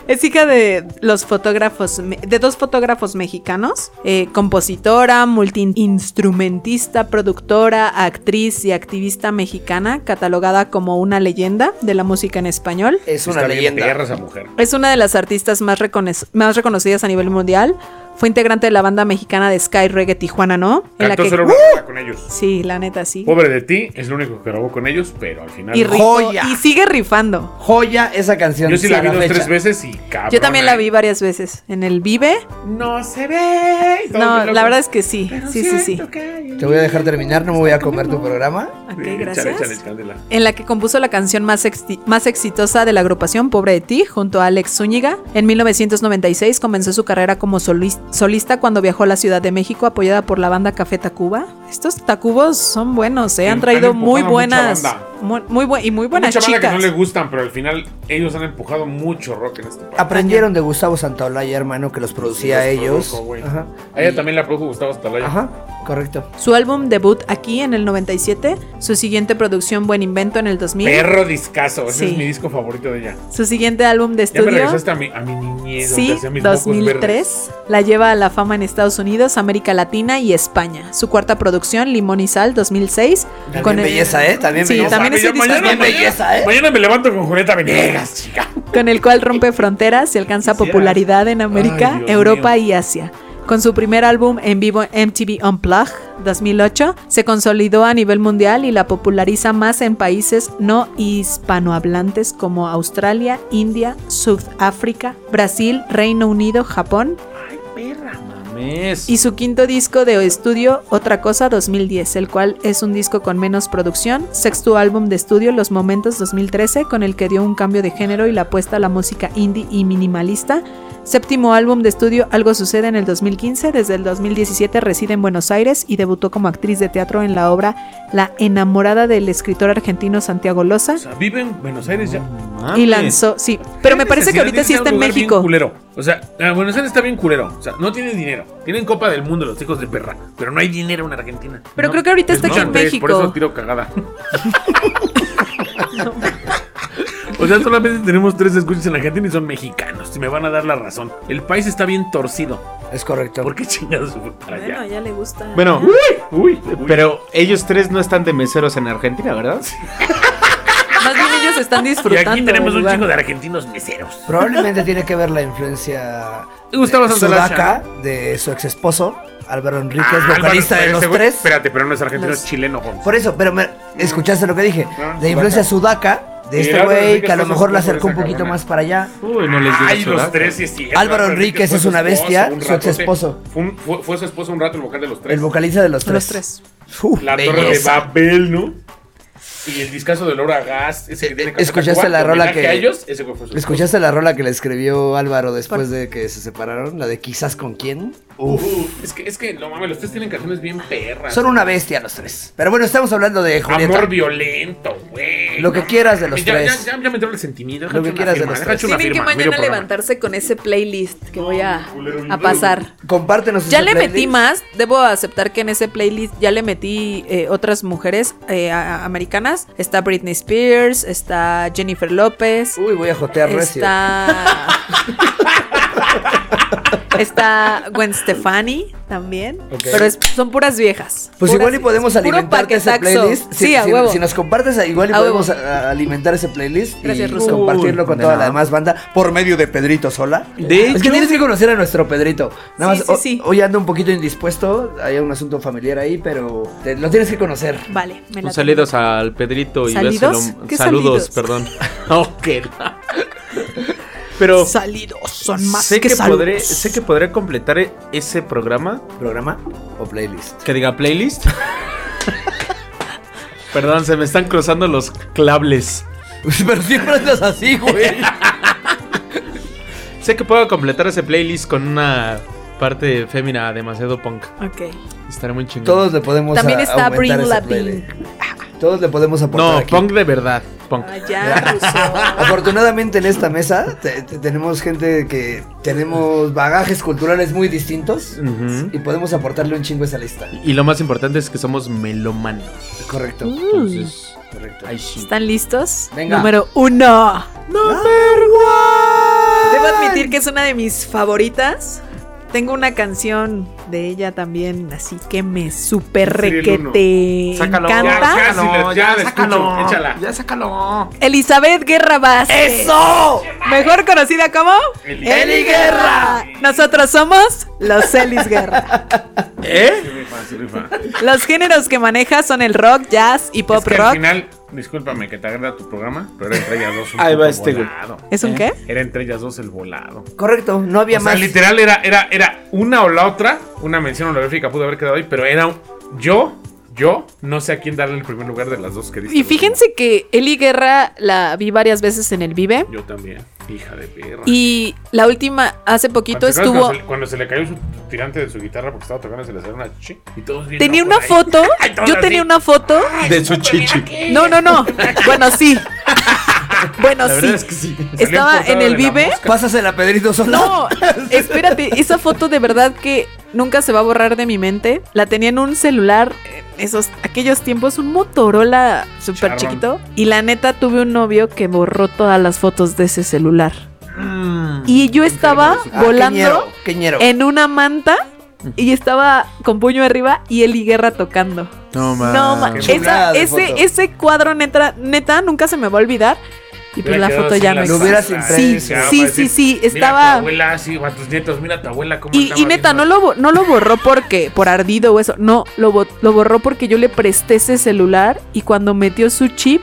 [SPEAKER 1] Es hija de los fotógrafos, me- de dos fotógrafos mexicanos, eh, compositora, multiinstrumentista, productora, actriz y activista mexicana, catalogada como una leyenda de la música en español.
[SPEAKER 4] Es una
[SPEAKER 2] Está bien perra
[SPEAKER 4] leyenda.
[SPEAKER 2] esa mujer.
[SPEAKER 1] Es una de las artistas más, reconoc- más reconocidas a nivel mundial. Fue integrante de la banda mexicana de Sky Reggae Tijuana, ¿no? En la
[SPEAKER 2] Cantó
[SPEAKER 1] que-
[SPEAKER 2] solo una rola con ellos.
[SPEAKER 1] Sí, la neta, sí.
[SPEAKER 2] Pobre de ti, es lo único que grabó con ellos, pero al final.
[SPEAKER 1] Y,
[SPEAKER 2] no.
[SPEAKER 1] rifó-
[SPEAKER 4] Joya.
[SPEAKER 1] y sigue rifando.
[SPEAKER 4] Joya esa canción.
[SPEAKER 2] Yo sí la
[SPEAKER 4] a
[SPEAKER 2] vi dos,
[SPEAKER 4] fecha.
[SPEAKER 2] tres veces y cabrón.
[SPEAKER 1] Yo también la vi
[SPEAKER 2] eh.
[SPEAKER 1] varias veces. En el Vive.
[SPEAKER 2] No se ve. y todo
[SPEAKER 1] No,
[SPEAKER 2] bien
[SPEAKER 1] la
[SPEAKER 2] loco.
[SPEAKER 1] verdad es que sí.
[SPEAKER 2] Pero
[SPEAKER 1] Sí, sí, sí.
[SPEAKER 2] siento que hay-
[SPEAKER 4] Te voy a dejar terminar, no me voy a comer tu programa.
[SPEAKER 1] Ok,
[SPEAKER 2] Eh,
[SPEAKER 1] gracias.
[SPEAKER 2] échale, échale, candela.
[SPEAKER 1] en la que compuso la canción más, exti- más exitosa de la agrupación Pobre de ti, junto a Alex Zúñiga. En 1996 comenzó su carrera como solis- solista cuando viajó a la Ciudad de México apoyada por la banda Café Tacuba. Estos Tacubos son buenos, ¿eh?
[SPEAKER 2] Sí,
[SPEAKER 1] han
[SPEAKER 2] han
[SPEAKER 1] traído
[SPEAKER 2] empujado
[SPEAKER 1] muy
[SPEAKER 2] mucha
[SPEAKER 1] buenas
[SPEAKER 2] banda.
[SPEAKER 1] muy, muy buen- y muy buenas
[SPEAKER 2] Mucha banda
[SPEAKER 1] chicas.
[SPEAKER 2] que no le gustan, pero al final ellos han empujado mucho rock en este país.
[SPEAKER 4] Aprendieron de Gustavo Santaolalla, hermano, que los producía a
[SPEAKER 2] Sí, los
[SPEAKER 4] ellos.
[SPEAKER 2] produjo, güey.
[SPEAKER 4] Ajá.
[SPEAKER 2] A ella
[SPEAKER 4] Y-
[SPEAKER 2] también la produjo Gustavo Stalaya.
[SPEAKER 4] Ajá, correcto.
[SPEAKER 1] Su álbum debut aquí en el 97, su siguiente producción Buen Invento en el 2000,
[SPEAKER 2] Perro discazo, ese
[SPEAKER 1] Sí.
[SPEAKER 2] es mi disco favorito de ella.
[SPEAKER 1] su siguiente álbum de
[SPEAKER 2] Ya me
[SPEAKER 1] estudio
[SPEAKER 2] regresaste a mi, a mi niñez. donde
[SPEAKER 1] Sí,
[SPEAKER 2] hacía mis mocos verdes.
[SPEAKER 1] 2003. La lleva a la fama en Estados Unidos, América Latina y España. Su cuarta producción, Limón y Sal, 2006.
[SPEAKER 4] También
[SPEAKER 1] el-
[SPEAKER 4] belleza, ¿eh? También
[SPEAKER 1] Sí,
[SPEAKER 4] belleza.
[SPEAKER 1] también
[SPEAKER 2] Sabe,
[SPEAKER 1] ese
[SPEAKER 2] yo
[SPEAKER 1] disco es
[SPEAKER 2] Ah, mañana,
[SPEAKER 1] bien
[SPEAKER 2] mañana-
[SPEAKER 4] belleza, ¿eh?
[SPEAKER 2] mañana me levanto con Julieta Venegas, chica.
[SPEAKER 1] con el cual rompe fronteras y alcanza popularidad en América,
[SPEAKER 2] Ay, Dios
[SPEAKER 1] Europa y Asia. Con su primer álbum en vivo MTV Unplugged 2008, se consolidó a nivel mundial y la populariza más en países no hispanohablantes como Australia, India, Sudáfrica, Brasil, Reino Unido, Japón. Y su quinto disco de estudio, Otra Cosa 2010, el cual es un disco con menos producción, sexto álbum de estudio Los Momentos 2013, con el que dio un cambio de género y la apuesta a la música indie y minimalista, séptimo álbum de estudio Algo Sucede en el 2015, desde el 2017 reside en Buenos Aires y debutó como actriz de teatro en la obra La enamorada del escritor argentino Santiago Loza.
[SPEAKER 2] O sea, vive en Buenos Aires ya.
[SPEAKER 5] Ah,
[SPEAKER 1] Y lanzó, sí, pero me parece que ahorita sí está en
[SPEAKER 2] Bien
[SPEAKER 1] México.
[SPEAKER 2] culero. O sea, eh, Buenos Aires está bien culero. O sea, no tienen dinero. Tienen Copa del Mundo los hijos de perra. Pero no hay dinero en Argentina.
[SPEAKER 1] Pero
[SPEAKER 2] No.
[SPEAKER 1] creo que ahorita
[SPEAKER 2] Es
[SPEAKER 1] está aquí en
[SPEAKER 2] Monterrey, Por eso
[SPEAKER 1] México.
[SPEAKER 2] tiro cagada. O sea, solamente tenemos tres escuchas en Argentina y son mexicanos. Si me van a dar la razón. El país está bien torcido.
[SPEAKER 4] Es correcto.
[SPEAKER 2] ¿Por qué chingados se fue para allá?
[SPEAKER 1] ya le gusta.
[SPEAKER 5] Bueno,
[SPEAKER 2] Uy, pero
[SPEAKER 5] pero ellos tres no están de meseros en Argentina, ¿verdad?
[SPEAKER 1] Más bien ellos están
[SPEAKER 2] y
[SPEAKER 1] disfrutando.
[SPEAKER 2] aquí tenemos
[SPEAKER 1] del
[SPEAKER 2] un
[SPEAKER 1] lugar.
[SPEAKER 2] chingo de argentinos meseros.
[SPEAKER 4] Probablemente tiene que ver la influencia
[SPEAKER 2] Gustavo Santaolalla.
[SPEAKER 4] sudaca de su ex esposo, Álvaro Enríquez,
[SPEAKER 2] Ah, Álvaro,
[SPEAKER 4] vocalista de
[SPEAKER 2] ese
[SPEAKER 4] los
[SPEAKER 2] güey-
[SPEAKER 4] tres.
[SPEAKER 2] Espérate, pero no es argentino,
[SPEAKER 1] Los-
[SPEAKER 2] es chileno, Gonz.
[SPEAKER 4] Por eso, pero me- escuchaste lo que dije.
[SPEAKER 2] Ah,
[SPEAKER 4] La influencia sudaca de
[SPEAKER 2] Y
[SPEAKER 4] este
[SPEAKER 2] Álvaro
[SPEAKER 4] güey
[SPEAKER 2] Enríquez
[SPEAKER 4] que a lo
[SPEAKER 2] fue su
[SPEAKER 4] mejor la
[SPEAKER 2] esposo de
[SPEAKER 4] acercó un
[SPEAKER 2] esa
[SPEAKER 4] poquito
[SPEAKER 2] cabrona.
[SPEAKER 4] más para allá.
[SPEAKER 5] Uy, no les digo
[SPEAKER 2] Ay, los
[SPEAKER 1] Pues
[SPEAKER 2] tres, sí, es cierto.
[SPEAKER 4] Álvaro Enríquez
[SPEAKER 2] fue
[SPEAKER 4] es
[SPEAKER 2] su
[SPEAKER 4] una
[SPEAKER 2] esposo
[SPEAKER 4] bestia,
[SPEAKER 2] un
[SPEAKER 4] su
[SPEAKER 2] ratote.
[SPEAKER 4] exesposo.
[SPEAKER 2] Fue, un- fue- fue su esposo un rato el vocal de los tres.
[SPEAKER 4] El vocalista de los tres.
[SPEAKER 1] Los tres.
[SPEAKER 4] Uf,
[SPEAKER 2] la torre de
[SPEAKER 4] belleza.
[SPEAKER 2] Babel, ¿no? Y el discazo de Laura Gas. Ese que tiene Café
[SPEAKER 4] ¿Escuchaste
[SPEAKER 2] Tacuba,
[SPEAKER 4] la
[SPEAKER 2] en
[SPEAKER 4] rola
[SPEAKER 2] homenaje
[SPEAKER 4] que-
[SPEAKER 2] a ellos, ese güey fue su esposo.
[SPEAKER 4] ¿Escuchaste la rola que le escribió Álvaro después de que se separaron? La de Quizás con quién.
[SPEAKER 2] Uf, es que, es que, no mames, los tres tienen canciones bien perras.
[SPEAKER 4] Son una bestia los tres. Pero bueno, estamos hablando de Julieta.
[SPEAKER 2] Amor violento, güey.
[SPEAKER 4] Lo que quieras de los
[SPEAKER 2] ya,
[SPEAKER 4] tres.
[SPEAKER 2] Ya, ya, ya me entró el sentimiento.
[SPEAKER 4] Lo que quieras de los tres.
[SPEAKER 1] Sí, ven que mañana levantarse con ese playlist que voy a, a pasar.
[SPEAKER 4] Compártenos.
[SPEAKER 1] Ya
[SPEAKER 4] ese
[SPEAKER 1] le metí
[SPEAKER 4] playlist.
[SPEAKER 1] más, debo aceptar que en ese playlist ya le metí eh, otras mujeres eh, a- a- americanas más. Está Britney Spears, está Jennifer López,
[SPEAKER 4] Uy, voy a jotear Uh, recio.
[SPEAKER 1] está... Está Gwen Stefani también, pero es- son puras viejas.
[SPEAKER 4] Pues
[SPEAKER 1] puras
[SPEAKER 4] igual y
[SPEAKER 1] viejas.
[SPEAKER 4] podemos
[SPEAKER 1] Puro
[SPEAKER 4] alimentarte ese
[SPEAKER 1] paquetaxo.
[SPEAKER 4] playlist. Si,
[SPEAKER 1] Sí, a
[SPEAKER 4] si-
[SPEAKER 1] huevo.
[SPEAKER 4] si nos compartes, ah, igual y
[SPEAKER 1] A
[SPEAKER 4] podemos
[SPEAKER 1] huevo.
[SPEAKER 4] a- a- alimentar ese playlist
[SPEAKER 1] Gracias,
[SPEAKER 4] y
[SPEAKER 1] Ruso.
[SPEAKER 4] compartirlo con
[SPEAKER 9] de
[SPEAKER 4] toda la
[SPEAKER 9] nada.
[SPEAKER 4] demás banda por medio de Pedrito Sola.
[SPEAKER 5] De
[SPEAKER 4] es que
[SPEAKER 5] hecho-
[SPEAKER 4] tienes que conocer a nuestro Pedrito. Nada
[SPEAKER 1] Sí,
[SPEAKER 4] más,
[SPEAKER 1] sí,
[SPEAKER 4] ho-
[SPEAKER 1] sí.
[SPEAKER 4] hoy anda un poquito indispuesto, hay un asunto familiar ahí, pero te- lo tienes que conocer.
[SPEAKER 1] Vale, me la
[SPEAKER 5] Un Pues saludos al Pedrito y
[SPEAKER 1] ¿Salidos?
[SPEAKER 5] beso-
[SPEAKER 1] ¿Qué
[SPEAKER 5] saludos,
[SPEAKER 1] salidos?
[SPEAKER 5] perdón. Ah, ok. Pero
[SPEAKER 1] Salidos son más
[SPEAKER 5] sé
[SPEAKER 1] que,
[SPEAKER 5] que,
[SPEAKER 1] saludos.
[SPEAKER 5] podré, sé que podré completar e- ese programa
[SPEAKER 4] ¿Programa o playlist?
[SPEAKER 5] que diga playlist. perdón, se me están cruzando los clables.
[SPEAKER 4] pero siempre andas así, güey.
[SPEAKER 5] Sé que puedo completar ese playlist con una parte fémina demasiado punk.
[SPEAKER 1] Ok.
[SPEAKER 5] Estaré muy chingón.
[SPEAKER 4] Todos le podemos
[SPEAKER 1] También
[SPEAKER 4] a-
[SPEAKER 1] está
[SPEAKER 4] aumentar
[SPEAKER 1] Bring
[SPEAKER 4] ese
[SPEAKER 1] Lapin.
[SPEAKER 4] playlist. Todos le podemos aportar
[SPEAKER 5] no,
[SPEAKER 4] aquí.
[SPEAKER 5] punk de verdad, punk.
[SPEAKER 1] Ah, Allá, Ruso.
[SPEAKER 4] Afortunadamente en esta mesa te- te- tenemos gente que tenemos bagajes culturales muy distintos
[SPEAKER 5] Ujú.
[SPEAKER 4] y podemos aportarle un chingo a esa lista.
[SPEAKER 5] Y lo más importante es que somos melomanos.
[SPEAKER 4] Correcto.
[SPEAKER 5] Entonces,
[SPEAKER 4] Correcto.
[SPEAKER 5] ay, sí.
[SPEAKER 1] Mm. ¿Están listos?
[SPEAKER 4] Venga.
[SPEAKER 1] Número uno. Debo admitir que es una de mis favoritas. Tengo una canción de ella también, así que me super
[SPEAKER 2] Sí, el uno.
[SPEAKER 1] requete.
[SPEAKER 5] Sácalo.
[SPEAKER 2] Ya,
[SPEAKER 1] encanta.
[SPEAKER 2] casi, la- ya, la escucho.
[SPEAKER 5] sácalo.
[SPEAKER 2] Échala.
[SPEAKER 5] Ya sácalo.
[SPEAKER 1] Elizabeth Guerra Vázquez. ¡Eso! Mejor conocida como Eli, Guerra. Nosotros somos los Elis Guerra.
[SPEAKER 5] ¿Eh?
[SPEAKER 2] Sí, rifa, sí, rifa.
[SPEAKER 1] Los géneros que maneja son el rock, jazz y pop
[SPEAKER 2] Es que
[SPEAKER 1] rock.
[SPEAKER 2] al final, discúlpame que te agrada tu programa, pero era entre ellas dos un
[SPEAKER 5] Ahí va
[SPEAKER 2] puto
[SPEAKER 5] este güey.
[SPEAKER 2] volado.
[SPEAKER 1] ¿Es un qué?
[SPEAKER 2] Era entre ellas dos el volado.
[SPEAKER 4] Correcto, no había
[SPEAKER 2] O sea,
[SPEAKER 4] más.
[SPEAKER 2] literal era, era, era una o la otra. Una mención honorífica pudo haber quedado ahí, pero era un- yo, yo, no sé a quién darle el primer lugar de las dos que diste.
[SPEAKER 1] Y fíjense que Eli Guerra la vi varias veces en el Vive.
[SPEAKER 2] Yo también, hija de perra.
[SPEAKER 1] Y la última, hace poquito
[SPEAKER 2] ¿Te acuerdas
[SPEAKER 1] estuvo.
[SPEAKER 2] Cuando se, le- cuando se le cayó su tirante de su guitarra porque estaba tocando, se le salió una chi. Y todos bien
[SPEAKER 1] Tenía
[SPEAKER 2] locos
[SPEAKER 1] una
[SPEAKER 2] ahí.
[SPEAKER 1] foto.
[SPEAKER 2] Ay, todos
[SPEAKER 1] Yo
[SPEAKER 2] así.
[SPEAKER 1] tenía una foto.
[SPEAKER 5] De su chichi.
[SPEAKER 1] No, no, no. Bueno, sí. Bueno,
[SPEAKER 5] La
[SPEAKER 1] sí.
[SPEAKER 5] verdad es que sí.
[SPEAKER 2] Salió
[SPEAKER 1] Estaba
[SPEAKER 2] portada
[SPEAKER 1] en
[SPEAKER 2] de
[SPEAKER 1] el
[SPEAKER 2] la
[SPEAKER 1] Vive.
[SPEAKER 2] mosca.
[SPEAKER 4] Pásasela a Pedrito solo.
[SPEAKER 1] No, espérate, esa foto de verdad que nunca se va a borrar de mi mente. La tenía en un celular, en esos, aquellos tiempos, un Motorola súper
[SPEAKER 2] Charrón.
[SPEAKER 1] chiquito. Y la neta tuve un novio que borró todas las fotos de ese celular. Y yo estaba
[SPEAKER 4] Ah,
[SPEAKER 1] volando Eh.
[SPEAKER 4] Qué ñero, qué ñero.
[SPEAKER 1] en una manta y estaba con puño arriba y Eli Guerra tocando.
[SPEAKER 5] No
[SPEAKER 1] No, ma-
[SPEAKER 2] Qué
[SPEAKER 1] esa-
[SPEAKER 4] chulada de
[SPEAKER 1] ese,
[SPEAKER 4] foto.
[SPEAKER 1] ese cuadro neta, neta nunca se me va a olvidar. Y pues
[SPEAKER 2] Hubiera
[SPEAKER 1] la
[SPEAKER 2] quedado
[SPEAKER 1] foto
[SPEAKER 2] así
[SPEAKER 1] ya no
[SPEAKER 2] la
[SPEAKER 4] Lo
[SPEAKER 1] existe.
[SPEAKER 4] hubieras
[SPEAKER 2] salsa,
[SPEAKER 1] Sí,
[SPEAKER 4] impreso.
[SPEAKER 2] ya, va a
[SPEAKER 1] sí,
[SPEAKER 2] decir,
[SPEAKER 1] sí, sí,
[SPEAKER 2] pues, Mira a tu
[SPEAKER 1] estaba...
[SPEAKER 2] abuela, sí, o a tus nietos, mira a tu abuela cómo
[SPEAKER 1] Y,
[SPEAKER 2] estaba
[SPEAKER 1] y neta, no
[SPEAKER 2] viendo.
[SPEAKER 1] lo, bo- no lo borró porque, por ardido o eso, no, lo, bo- lo borró porque yo le presté ese celular y cuando metió su chip,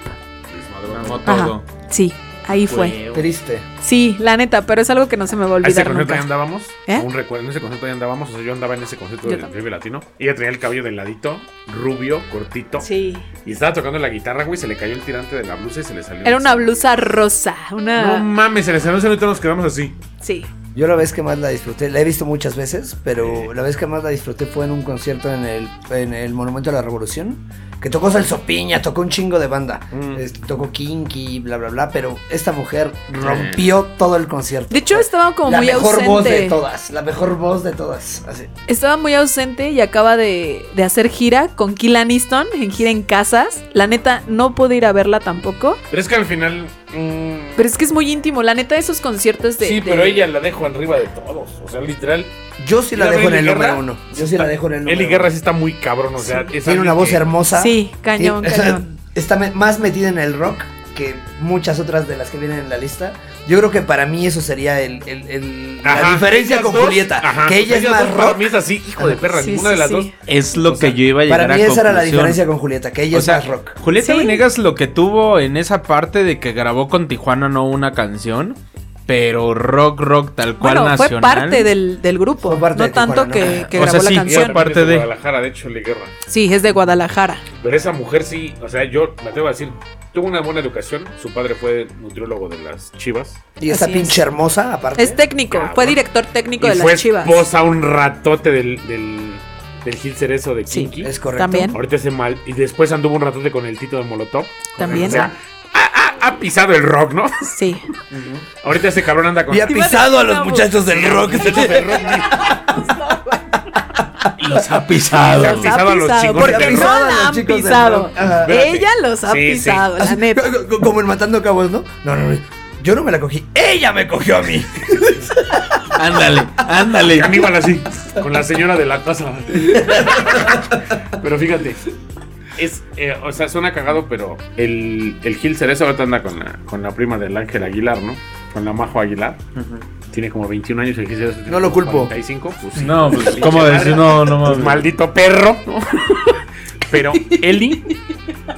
[SPEAKER 5] todo.
[SPEAKER 1] sí, ahí fue.
[SPEAKER 4] Triste. Sí.
[SPEAKER 1] Sí, la neta, pero es algo que no se me va a
[SPEAKER 2] A ese
[SPEAKER 1] olvidar
[SPEAKER 2] concierto ya
[SPEAKER 1] nunca.
[SPEAKER 2] andábamos.
[SPEAKER 1] ¿Eh?
[SPEAKER 2] Aún recuerdo, en ese concierto ya andábamos. O sea, yo andaba en ese concierto
[SPEAKER 1] Yo
[SPEAKER 2] del
[SPEAKER 1] también.
[SPEAKER 2] Vive Latino. Ella tenía el cabello de ladito, rubio, cortito.
[SPEAKER 1] Sí,
[SPEAKER 2] Y estaba tocando la guitarra, güey. Se le cayó el tirante de la blusa y se le salió.
[SPEAKER 1] era
[SPEAKER 2] el-
[SPEAKER 1] una blusa rosa,
[SPEAKER 2] No
[SPEAKER 1] una...
[SPEAKER 2] mames, se le salió. Ahorita nos quedamos así.
[SPEAKER 1] Sí,
[SPEAKER 4] Yo la vez que más la disfruté, la he visto muchas veces, pero la vez que más la disfruté fue en un concierto en el, en el Monumento a la Revolución, que tocó Salsopiña, tocó un chingo de banda,
[SPEAKER 2] Mm.
[SPEAKER 4] Es- tocó Kinky, bla, bla, bla, pero esta mujer rompió todo el concierto.
[SPEAKER 1] de hecho estaba como
[SPEAKER 4] la
[SPEAKER 1] muy
[SPEAKER 4] mejor
[SPEAKER 1] ausente.
[SPEAKER 4] voz de todas, la mejor voz de todas. Así.
[SPEAKER 1] Estaba muy ausente y acaba de, de hacer gira con Kill Aniston en gira en casas. La neta, no pude ir a verla tampoco.
[SPEAKER 2] Pero es que al final. mm,
[SPEAKER 1] Pero es que es muy íntimo. La neta, esos conciertos de.
[SPEAKER 2] sí,
[SPEAKER 1] de-
[SPEAKER 2] pero ella la dejo arriba de todos. O sea, literal.
[SPEAKER 4] Yo sí la
[SPEAKER 2] Mira,
[SPEAKER 4] dejo en
[SPEAKER 2] Eli
[SPEAKER 4] el
[SPEAKER 2] Guerra,
[SPEAKER 4] número uno. Yo sí la dejo en el número
[SPEAKER 2] Eli Guerra sí está muy cabrón. O sea,
[SPEAKER 4] uno.
[SPEAKER 2] es
[SPEAKER 4] Tiene
[SPEAKER 2] alguien
[SPEAKER 4] una voz
[SPEAKER 2] que-
[SPEAKER 4] hermosa.
[SPEAKER 1] Sí, cañón,
[SPEAKER 4] Tiene-
[SPEAKER 1] cañón.
[SPEAKER 4] Está me- más metida en el rock que muchas otras de las que vienen en la lista. Yo creo que para mí eso sería el, el- el-
[SPEAKER 2] Ajá.
[SPEAKER 4] la diferencia
[SPEAKER 2] Ellas
[SPEAKER 4] con
[SPEAKER 2] dos,
[SPEAKER 4] Julieta.
[SPEAKER 2] ajá.
[SPEAKER 4] Que ella es
[SPEAKER 2] Ellas
[SPEAKER 4] más
[SPEAKER 2] dos Para
[SPEAKER 4] rock.
[SPEAKER 2] mí es así, hijo de perra.
[SPEAKER 1] Sí,
[SPEAKER 2] ninguna
[SPEAKER 1] sí,
[SPEAKER 2] de las
[SPEAKER 1] sí.
[SPEAKER 2] dos.
[SPEAKER 5] Es lo
[SPEAKER 2] O sea,
[SPEAKER 5] que yo iba a llegar
[SPEAKER 4] Para
[SPEAKER 5] a
[SPEAKER 4] mí esa era la
[SPEAKER 5] conclusión.
[SPEAKER 4] diferencia con Julieta, que ella
[SPEAKER 5] O sea,
[SPEAKER 4] es más rock.
[SPEAKER 5] Julieta
[SPEAKER 1] Sí.
[SPEAKER 5] Venegas lo que tuvo en esa parte de que grabó con Tijuana no una canción, pero rock rock tal cual
[SPEAKER 1] Bueno, fue
[SPEAKER 5] nacional.
[SPEAKER 1] parte del, del grupo.
[SPEAKER 4] Fue parte
[SPEAKER 1] no
[SPEAKER 4] de
[SPEAKER 1] tanto
[SPEAKER 4] Tijuana,
[SPEAKER 1] que,
[SPEAKER 4] ¿no?
[SPEAKER 1] que
[SPEAKER 5] O sea,
[SPEAKER 1] grabó
[SPEAKER 5] sí,
[SPEAKER 1] la
[SPEAKER 2] Ella
[SPEAKER 1] canción.
[SPEAKER 5] fue- parte
[SPEAKER 2] también es
[SPEAKER 5] de-
[SPEAKER 2] Guadalajara, de hecho, Eli Guerra.
[SPEAKER 1] Sí, es de Guadalajara.
[SPEAKER 2] Pero esa mujer sí, o sea, yo me atrevo a decir, tuvo una buena educación. Su padre fue nutriólogo de las chivas.
[SPEAKER 4] Y esa
[SPEAKER 1] Así es.
[SPEAKER 4] pinche hermosa, aparte.
[SPEAKER 1] Es técnico.
[SPEAKER 2] Cabrón.
[SPEAKER 1] Fue director técnico
[SPEAKER 2] y
[SPEAKER 1] de
[SPEAKER 2] fue
[SPEAKER 1] las Chivas.
[SPEAKER 2] esposa un ratote del, del, del Gil Cerezo de
[SPEAKER 1] Sí,
[SPEAKER 2] Kinky.
[SPEAKER 4] Es correcto.
[SPEAKER 1] También,
[SPEAKER 2] Ahorita se mal. Y después anduvo un ratote con el Tito de Molotov.
[SPEAKER 1] también.
[SPEAKER 2] O sea, ha, ha- ha pisado el rock, ¿no?
[SPEAKER 1] Sí.
[SPEAKER 2] Ahorita ese cabrón anda con.
[SPEAKER 8] Y ha pisado a los muchachos del rock.
[SPEAKER 2] muchachos del rock.
[SPEAKER 6] Los ha pisado.
[SPEAKER 2] Los ha pisado a los chicos de
[SPEAKER 1] porque no
[SPEAKER 2] Tecno.
[SPEAKER 1] la han
[SPEAKER 4] Los chicos de
[SPEAKER 1] pisado.
[SPEAKER 4] Tecno. Ajá.
[SPEAKER 1] Ella los ha
[SPEAKER 2] Sí, sí.
[SPEAKER 1] pisado, la neta.
[SPEAKER 4] Co- co- Como en Matando Cabos, ¿no? No, no, no. Yo no me la cogí. Ella me cogió a mí.
[SPEAKER 5] Ándale, ándale.
[SPEAKER 2] Y a mí igual así, con la señora de la casa. pero fíjate, es, eh, o sea, suena cagado, pero el, el Gil Cerezo ahorita anda con la, con la prima del Ángel Aguilar, ¿no? Con la Majo Aguilar. Tiene como 21 años el Gil Cerezo. tiene
[SPEAKER 4] No lo
[SPEAKER 2] como
[SPEAKER 4] culpo.
[SPEAKER 2] 45, pues sí.
[SPEAKER 5] No, pues,
[SPEAKER 2] Pinche
[SPEAKER 5] ¿cómo
[SPEAKER 2] madre.
[SPEAKER 5] decir? No, no
[SPEAKER 2] Pues,
[SPEAKER 5] mames.
[SPEAKER 2] maldito perro. ¿no? Pero Eli,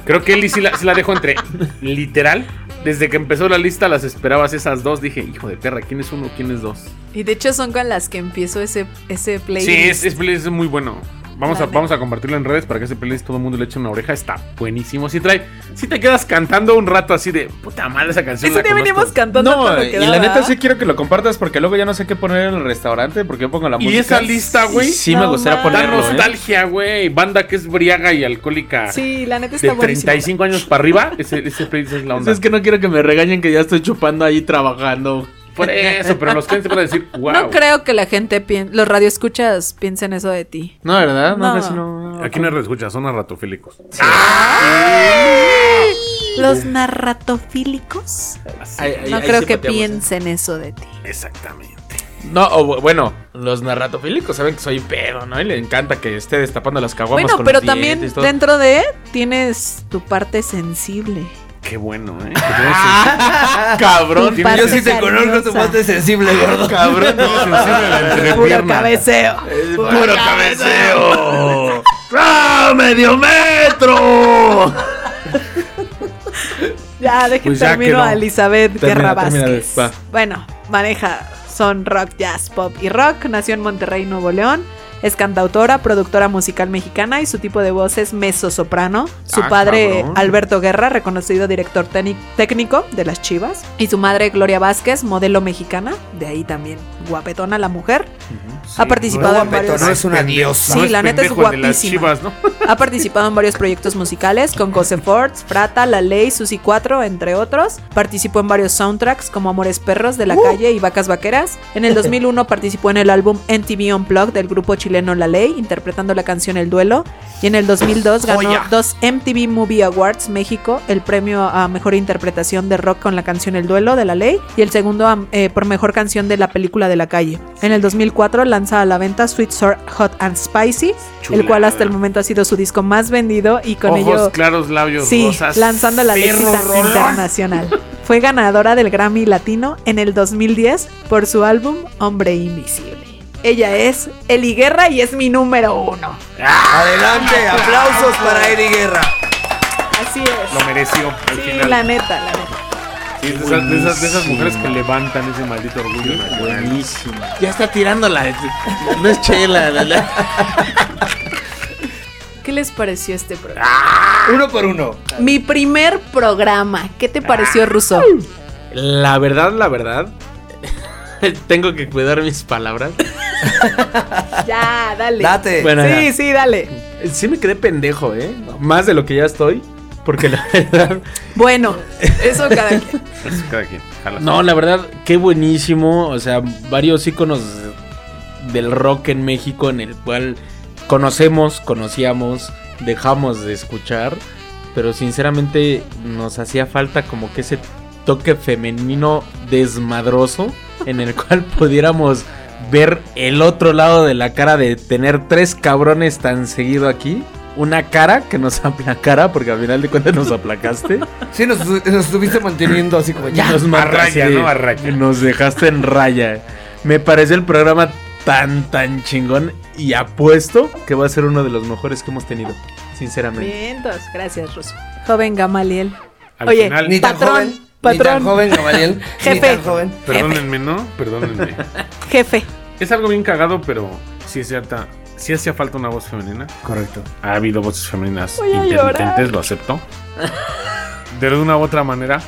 [SPEAKER 2] creo que Eli sí la, sí la dejó entre literal. Desde que empezó la lista las esperabas esas dos. Dije, hijo de perra, ¿quién es uno? ¿Quién es dos?
[SPEAKER 1] Y de hecho son con las que empiezo ese, ese playlist.
[SPEAKER 2] Sí, es, es, playlist muy bueno. Vamos a,
[SPEAKER 1] Vale.
[SPEAKER 2] vamos a compartirlo en redes para que ese playlist todo el mundo le eche una oreja. Está buenísimo. Si trae, si te quedas cantando un rato así de puta madre esa canción.
[SPEAKER 1] Ese
[SPEAKER 2] la
[SPEAKER 1] día
[SPEAKER 2] conozco".
[SPEAKER 1] venimos cantando.
[SPEAKER 5] No,
[SPEAKER 1] cuando
[SPEAKER 5] y
[SPEAKER 1] quedaba.
[SPEAKER 5] la neta sí quiero que lo compartas porque luego ya no sé qué poner en el restaurante porque yo pongo la
[SPEAKER 2] Y
[SPEAKER 5] música.
[SPEAKER 2] esa lista, güey.
[SPEAKER 5] Sí, me
[SPEAKER 1] No
[SPEAKER 5] gustaría ¿eh?
[SPEAKER 1] mames.
[SPEAKER 2] Da
[SPEAKER 1] ponerlo,
[SPEAKER 5] ponerla.
[SPEAKER 2] nostalgia, güey. Banda que es briaga y alcohólica.
[SPEAKER 1] Sí, la neta
[SPEAKER 2] de
[SPEAKER 1] está buenísima.
[SPEAKER 2] 35 años para arriba. Ese, ese playlist es la onda.
[SPEAKER 5] Es que no quiero que me regañen que ya estoy chupando ahí trabajando.
[SPEAKER 2] Por eso, pero los clientes van a decir, wow.
[SPEAKER 1] No creo que la gente piense, los radioescuchas piensen eso de ti.
[SPEAKER 5] No, ¿verdad? No,
[SPEAKER 1] No.
[SPEAKER 5] casi no.
[SPEAKER 2] Aquí no escucha, son ratofílicos.
[SPEAKER 1] Los narratofílicos
[SPEAKER 5] Ahí- ahí-
[SPEAKER 1] no
[SPEAKER 5] ahí
[SPEAKER 1] creo
[SPEAKER 5] sí
[SPEAKER 1] que
[SPEAKER 5] pateamos, ¿eh?
[SPEAKER 1] piensen eso de ti.
[SPEAKER 2] Exactamente.
[SPEAKER 5] No, o bu- bueno, los narratofílicos saben que soy pedo, ¿no? Y le encanta que esté destapando las caguamas
[SPEAKER 1] Bueno,
[SPEAKER 5] con
[SPEAKER 1] pero
[SPEAKER 5] los dientes
[SPEAKER 1] también
[SPEAKER 5] y todo.
[SPEAKER 1] dentro de tienes tu parte sensible.
[SPEAKER 2] Qué bueno, ¿eh?
[SPEAKER 5] Cabrón,
[SPEAKER 1] Tu
[SPEAKER 5] tiene-
[SPEAKER 1] parte
[SPEAKER 4] Yo sí te conozco, tu
[SPEAKER 1] cariñosa.
[SPEAKER 4] parte sensible, gordo.
[SPEAKER 5] cabrón. no, no,
[SPEAKER 1] Puro cabeceo.
[SPEAKER 6] Eh, ¡Puro cabeceo! ¡Ah, medio metro!
[SPEAKER 1] Ya, dejen
[SPEAKER 2] Pues ya
[SPEAKER 1] termino
[SPEAKER 2] quedó.
[SPEAKER 1] a Elizabeth Guerra
[SPEAKER 5] Termina, termina,
[SPEAKER 1] Vázquez.
[SPEAKER 5] va.
[SPEAKER 1] Bueno, maneja son rock, jazz, pop y rock. Nació en Monterrey, Nuevo León. Es cantautora, productora musical mexicana y su tipo de voz es mezzosoprano. Su
[SPEAKER 5] Ah,
[SPEAKER 1] padre,
[SPEAKER 5] cabrón.
[SPEAKER 1] Alberto Guerra, reconocido director teni- técnico de las Chivas. Y su madre, Gloria Vázquez, modelo mexicana. De ahí también, guapetona la mujer. ha participado en
[SPEAKER 4] Guapetona,
[SPEAKER 1] varios...
[SPEAKER 4] no es una diosa.
[SPEAKER 1] Sí, la neta es
[SPEAKER 2] pendejo el de las
[SPEAKER 1] guapísima.
[SPEAKER 2] chivas, ¿no?
[SPEAKER 1] Ha participado en varios proyectos musicales con José Ford, Frata, La Ley, Susi 4, entre otros. Participó en varios soundtracks como Amores Perros de la Calle y Vacas Vaqueras. En el 2001 participó en el álbum MTV Unplugged del grupo chileno La Ley, interpretando la canción El Duelo. Y en el 2002 ganó dos MTV Movie Awards México, el premio a mejor interpretación de rock con la canción El Duelo de La Ley y el segundo a, eh, por mejor canción de la película de la calle. En el 2004 lanza a la venta Sweet Sour Hot and Spicy, el cual hasta el momento ha sido su disco más vendido y con
[SPEAKER 2] Ojos
[SPEAKER 1] ello
[SPEAKER 2] claros, labios
[SPEAKER 1] sí,
[SPEAKER 2] rosas.
[SPEAKER 1] lanzando la
[SPEAKER 2] perro
[SPEAKER 1] lista
[SPEAKER 2] rolón.
[SPEAKER 1] internacional. Fue ganadora del Grammy Latino en el 2010 por su álbum Hombre Invisible. Ella es Eli Guerra y es mi número uno.
[SPEAKER 8] Adelante,
[SPEAKER 1] Ah.
[SPEAKER 8] aplausos para Eri Guerra.
[SPEAKER 1] Así es.
[SPEAKER 2] Lo mereció al
[SPEAKER 1] Sí,
[SPEAKER 2] final.
[SPEAKER 1] la neta, la neta.
[SPEAKER 2] Sí, es de, esas, de esas- de esas mujeres que levantan ese maldito orgullo. nacional.
[SPEAKER 5] Ya está tirándola. No es chela. la- la-
[SPEAKER 1] ¿Qué les pareció este programa?
[SPEAKER 4] Uno por uno.
[SPEAKER 2] Ah.
[SPEAKER 1] Mi primer programa. ¿Qué te pareció, Ruso?
[SPEAKER 5] La verdad, la verdad. Tengo que cuidar mis palabras.
[SPEAKER 1] Ya, dale.
[SPEAKER 4] Date.
[SPEAKER 5] Bueno,
[SPEAKER 1] Sí, sí, dale.
[SPEAKER 5] sí me quedé pendejo, ¿eh? Más de lo que ya estoy. Porque la verdad.
[SPEAKER 1] Bueno, eso cada quien.
[SPEAKER 2] Eso cada quien, jala.
[SPEAKER 5] No, la verdad, qué buenísimo. O sea, varios íconos del rock en México en el cual conocemos, conocíamos, dejamos de escuchar. Pero sinceramente nos hacía falta como que ese toque femenino desmadroso en el cual pudiéramos ver el otro lado de la cara de tener tres cabrones tan seguido aquí. Una cara que nos aplacara, porque al final de cuentas nos aplacaste.
[SPEAKER 4] Sí, nos, nos estuviste manteniendo así como ya.
[SPEAKER 5] Pues Nos mataste.
[SPEAKER 2] raya, ¿no? A raya.
[SPEAKER 5] Nos dejaste en raya. Me parece el programa tan, tan chingón y apuesto que va a ser uno de los mejores que hemos tenido, sinceramente.
[SPEAKER 1] Bien, entonces, gracias, Ruso. Joven Gamaliel.
[SPEAKER 2] Al
[SPEAKER 1] Oye,
[SPEAKER 2] final,
[SPEAKER 4] Ni tan
[SPEAKER 1] Patrón,
[SPEAKER 4] joven. Ni
[SPEAKER 1] patrón.
[SPEAKER 4] tan joven, Gamaliel.
[SPEAKER 1] Jefe.
[SPEAKER 4] Ni tan joven.
[SPEAKER 2] perdónenme, ¿no? Perdónenme.
[SPEAKER 1] Jefe.
[SPEAKER 2] es algo bien cagado, pero sí es cierta. Sí hacía falta una voz femenina.
[SPEAKER 4] Correcto.
[SPEAKER 2] Ha habido voces femeninas
[SPEAKER 1] Voy a
[SPEAKER 2] intermitentes,
[SPEAKER 1] llorar.
[SPEAKER 2] lo acepto. De una u otra manera,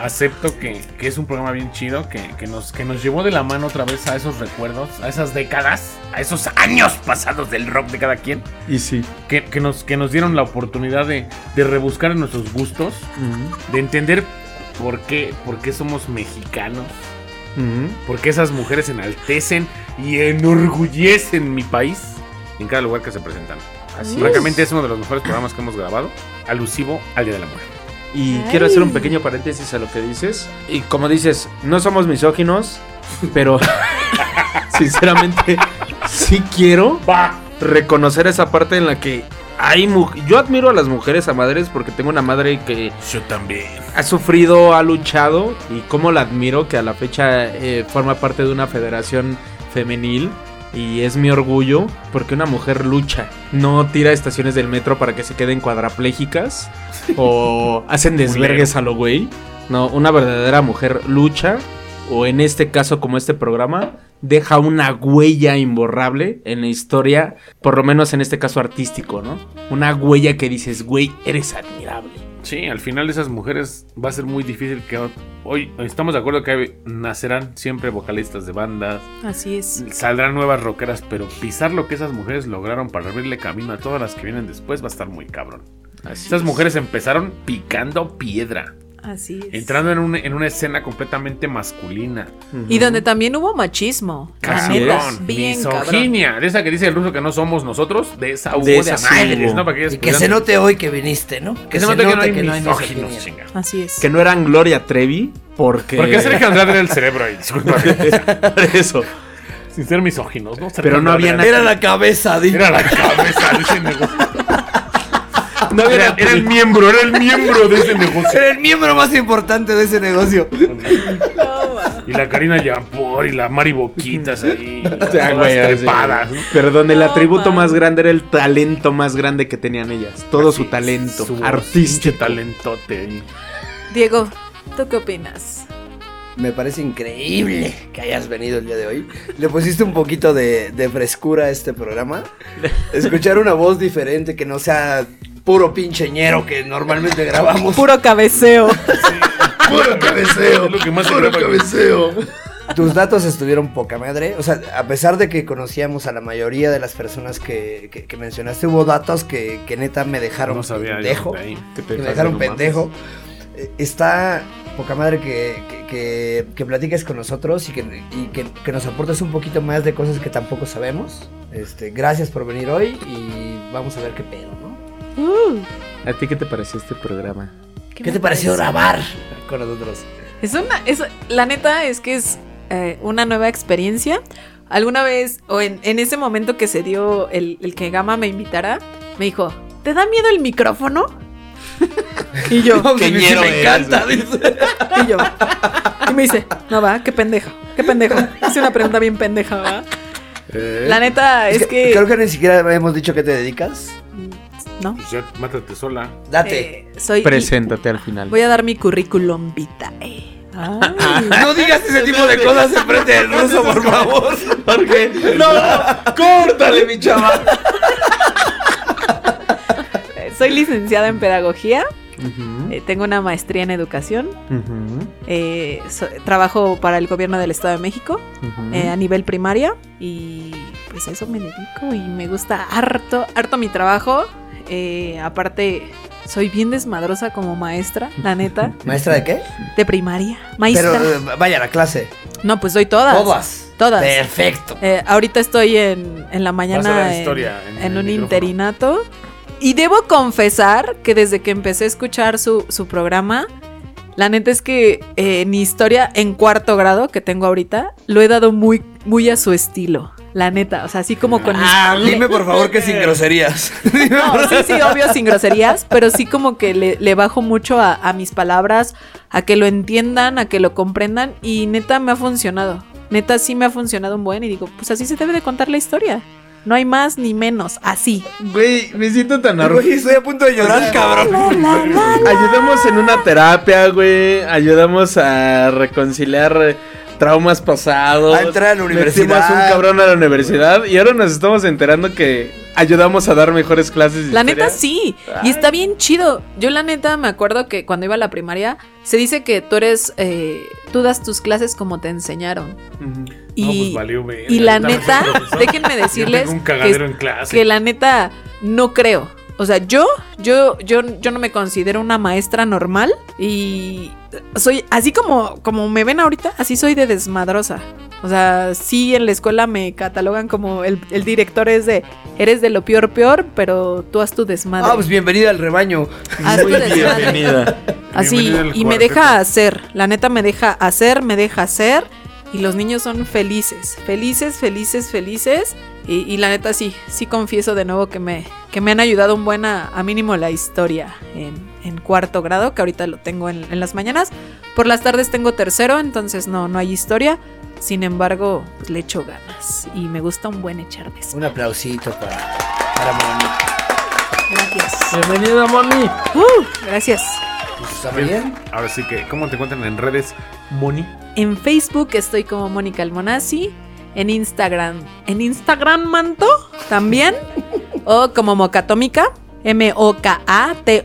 [SPEAKER 2] acepto que, que es un programa bien chido, que, que nos, que nos llevó de la mano otra vez a esos recuerdos, a esas décadas, a esos años pasados del rock de cada quien,
[SPEAKER 5] Y sí.
[SPEAKER 2] que, que nos, que nos dieron la oportunidad de, de rebuscar en nuestros gustos, de entender por qué, por qué somos mexicanos, por qué esas mujeres enaltecen y enorgullecen mi país. en cada lugar que se presentan. Francamente es uno de los mejores programas que hemos grabado, alusivo al Día de la Mujer.
[SPEAKER 5] Y
[SPEAKER 1] Ay.
[SPEAKER 5] quiero hacer un pequeño paréntesis a lo que dices. Y como dices, no somos misóginos, pero sinceramente sí quiero reconocer esa parte en la que hay mu- yo admiro a las mujeres a madres porque tengo una madre que
[SPEAKER 7] Yo también.
[SPEAKER 5] ha sufrido, ha luchado y cómo la admiro que a la fecha eh, forma parte de una federación femenil y es mi orgullo porque una mujer lucha, no tira estaciones del metro para que se queden cuadraplégicas o hacen desvergues a lo güey. No, una verdadera mujer lucha o en este caso como este programa deja una huella imborrable en la historia, por lo menos en este caso artístico, ¿no? Una huella que dices, güey, eres admirable.
[SPEAKER 2] Sí, al final de esas mujeres va a ser muy difícil que hoy estamos de acuerdo que hay- nacerán siempre vocalistas de bandas,
[SPEAKER 1] Así es.
[SPEAKER 2] saldrán nuevas rockeras, pero pisar lo que esas mujeres lograron para abrirle camino a todas las que vienen después va a estar muy cabrón. Esas mujeres empezaron picando piedra,
[SPEAKER 1] Así es.
[SPEAKER 2] entrando en, un- en una escena completamente masculina.
[SPEAKER 1] Y donde también hubo machismo. la neta,
[SPEAKER 2] Cabrón,
[SPEAKER 1] Bien cabrón.
[SPEAKER 2] misoginia, de esa que dice el ruso que no somos nosotros, de esa hubo de,
[SPEAKER 5] esa
[SPEAKER 2] a
[SPEAKER 5] sí
[SPEAKER 2] madres,
[SPEAKER 5] hubo.
[SPEAKER 2] ¿no? Para que ellas
[SPEAKER 4] Y que se
[SPEAKER 2] pudieran-
[SPEAKER 4] note hoy que viniste, ¿no?
[SPEAKER 2] que se note que no hay
[SPEAKER 4] misoginia.
[SPEAKER 2] misóginos, chinga.
[SPEAKER 1] Así es.
[SPEAKER 5] que no eran Gloria Trevi porque
[SPEAKER 2] ¿Por qué Sergio Andrade era el cerebro ahí? Discúlpame.
[SPEAKER 5] Por eso
[SPEAKER 2] Sin ser misóginos, ¿no?
[SPEAKER 5] Pero no había
[SPEAKER 2] Era,
[SPEAKER 5] nada-
[SPEAKER 8] Era la cabeza, di.
[SPEAKER 2] era la cabeza de ese negocio.
[SPEAKER 5] no había
[SPEAKER 2] Era, era el miembro, era el miembro de ese negocio.
[SPEAKER 8] Era el miembro más importante de ese negocio.
[SPEAKER 2] Y la Karina Yampor y la Mari Boquitas ahí.
[SPEAKER 5] Ah,
[SPEAKER 2] todas
[SPEAKER 5] güey,
[SPEAKER 2] trepadas,
[SPEAKER 5] sí.
[SPEAKER 2] ¿no?
[SPEAKER 5] Pero donde el
[SPEAKER 1] No,
[SPEAKER 5] atributo
[SPEAKER 1] man.
[SPEAKER 5] más grande era el talento más grande que tenían ellas. Todo su
[SPEAKER 2] Así,
[SPEAKER 5] talento
[SPEAKER 2] su
[SPEAKER 5] artístico.
[SPEAKER 2] pinche talentote. ahí.
[SPEAKER 1] Diego, ¿tú qué opinas?
[SPEAKER 4] Me parece increíble que hayas venido el día de hoy. Le pusiste un poquito de, de frescura a este programa. Escuchar una voz diferente que no sea puro pincheñero que normalmente grabamos.
[SPEAKER 1] Puro cabeceo.
[SPEAKER 6] Puro cabeceo.
[SPEAKER 2] Es lo que más se
[SPEAKER 6] Puro
[SPEAKER 2] graba.
[SPEAKER 6] cabeceo.
[SPEAKER 4] Tus datos estuvieron poca madre. O sea, a pesar de que conocíamos a la mayoría de las personas que, que- que mencionaste, hubo datos que, que neta me dejaron
[SPEAKER 2] No sabía yo
[SPEAKER 4] pendejo.
[SPEAKER 2] de ahí.
[SPEAKER 4] Que me dejaron pendejo. Eh, Está poca madre que, que, que- que platiques con nosotros y, que, y que, que nos aportes un poquito más de cosas que tampoco sabemos. Este, gracias por venir hoy y vamos a ver qué pedo, ¿no?
[SPEAKER 5] ¿A ti qué te pareció este programa?
[SPEAKER 4] ¿Qué,
[SPEAKER 1] Uh, me
[SPEAKER 4] te pareció grabar con nosotros?
[SPEAKER 1] Es una, es, la neta es que es eh, una nueva experiencia. Alguna vez, o en, en ese momento que se dio el, el que Gama me invitara, me dijo, ¿te da miedo el micrófono? y yo,
[SPEAKER 8] Queñero me encanta, dice.
[SPEAKER 1] y yo. Y me dice, no va, qué pendejo, qué pendejo. Hice una pregunta bien pendeja, ¿va? La neta es, que... mm,
[SPEAKER 4] Creo que ni siquiera hemos dicho que te dedicas.
[SPEAKER 1] ¿No?
[SPEAKER 2] Pues ya, mátate sola.
[SPEAKER 4] Date.
[SPEAKER 1] Eh, soy...
[SPEAKER 5] Preséntate al final.
[SPEAKER 1] Voy a dar mi currículum vitae. Ay.
[SPEAKER 8] No digas ese tipo de cosas enfrente del ruso, por favor. Porque no, córtale, mi chaval.
[SPEAKER 1] Eh, Soy licenciada en pedagogía,
[SPEAKER 5] Ujú,
[SPEAKER 1] eh, tengo una maestría en educación,
[SPEAKER 5] ujú,
[SPEAKER 1] eh, so- trabajo para el gobierno del Estado de México
[SPEAKER 5] ujú.
[SPEAKER 1] eh, a nivel primaria y pues a eso me dedico y me gusta harto, harto mi trabajo. Eh, aparte, soy bien desmadrosa como maestra, la neta,
[SPEAKER 4] ¿Maestra de qué?
[SPEAKER 1] de primaria. Maestra.
[SPEAKER 4] Pero eh, vaya, la clase.
[SPEAKER 1] no, pues doy todas.
[SPEAKER 4] Todas.
[SPEAKER 1] Todas.
[SPEAKER 4] Perfecto.
[SPEAKER 1] Eh, ahorita estoy en, en la
[SPEAKER 2] Vas a
[SPEAKER 1] mañana
[SPEAKER 2] dar
[SPEAKER 1] en-
[SPEAKER 2] historia.
[SPEAKER 1] en
[SPEAKER 2] el
[SPEAKER 1] un
[SPEAKER 2] micrófono.
[SPEAKER 1] interinato. Y debo confesar que desde que empecé a escuchar su, su programa, la neta es que eh, mi historia en cuarto grado que tengo ahorita, lo he dado muy, muy a su estilo. La neta, o sea, así como con mis-
[SPEAKER 2] Ah,
[SPEAKER 8] Dime por favor que sin groserías.
[SPEAKER 1] No, sí, sí, obvio, sin groserías, pero sí como que le, le bajo mucho a, a mis palabras, a que lo entiendan, a que lo comprendan, y neta me ha funcionado. Neta sí me ha funcionado un buen, y digo, pues así se debe de contar la historia. No hay más ni menos, así.
[SPEAKER 5] Güey, me siento tan orgulloso.
[SPEAKER 8] estoy a punto de llorar, cabrón.
[SPEAKER 5] Ayudamos en una terapia, güey. Ayudamos a reconciliar eh, traumas pasados.
[SPEAKER 8] A entrar a la
[SPEAKER 5] Metimos un
[SPEAKER 8] universidad.
[SPEAKER 5] cabrón a la universidad y ahora nos estamos enterando que ayudamos a dar mejores clases. de
[SPEAKER 1] La
[SPEAKER 5] historia.
[SPEAKER 1] neta sí.
[SPEAKER 5] Ay.
[SPEAKER 2] Ah.
[SPEAKER 1] Y está bien chido. Yo la neta me acuerdo que cuando iba a la primaria se dice que tú eres, eh, tú das tus clases como te enseñaron.
[SPEAKER 5] Ujú.
[SPEAKER 1] Y,
[SPEAKER 2] No, pues valió verga.
[SPEAKER 1] y la
[SPEAKER 2] Ahorita me
[SPEAKER 1] neta,
[SPEAKER 2] siento profesor.
[SPEAKER 1] déjenme
[SPEAKER 2] Yo
[SPEAKER 1] decirles
[SPEAKER 2] tengo un cagadero
[SPEAKER 1] que,
[SPEAKER 2] en clase.
[SPEAKER 1] que la neta no creo. O sea, yo, yo, yo, yo no me considero una maestra normal y soy así como, como me ven ahorita, así soy de desmadrosa. O sea, sí en la escuela me catalogan como el, el director es de, eres de lo peor peor, pero tú haz tu desmadre.
[SPEAKER 4] Ah, pues bienvenida al rebaño.
[SPEAKER 1] Haz tu desmadre.
[SPEAKER 8] Bienvenida.
[SPEAKER 1] Así,
[SPEAKER 2] Bienvenido al
[SPEAKER 1] y me
[SPEAKER 2] cuarteto.
[SPEAKER 1] deja hacer, la neta me deja hacer, me deja hacer, y los niños son felices, felices, felices, felices, y, y la neta sí, sí confieso de nuevo que me, que me han ayudado un buen a, a mínimo la historia en, en cuarto grado, que ahorita lo tengo en, en las mañanas, por las tardes tengo tercero, entonces no, no hay historia, sin embargo, pues, le echo ganas, y me gusta un buen echar de
[SPEAKER 4] Un aplausito para, para Moni.
[SPEAKER 1] Gracias.
[SPEAKER 5] Bienvenida, mami.
[SPEAKER 1] Uh, gracias.
[SPEAKER 4] Pues, Gabriel,
[SPEAKER 2] Ahora sí que, ¿cómo te encuentran en redes, Moni?
[SPEAKER 1] En Facebook estoy como Mónica Almonazzi. En Instagram. En Instagram Manto también. o como Mocatómica.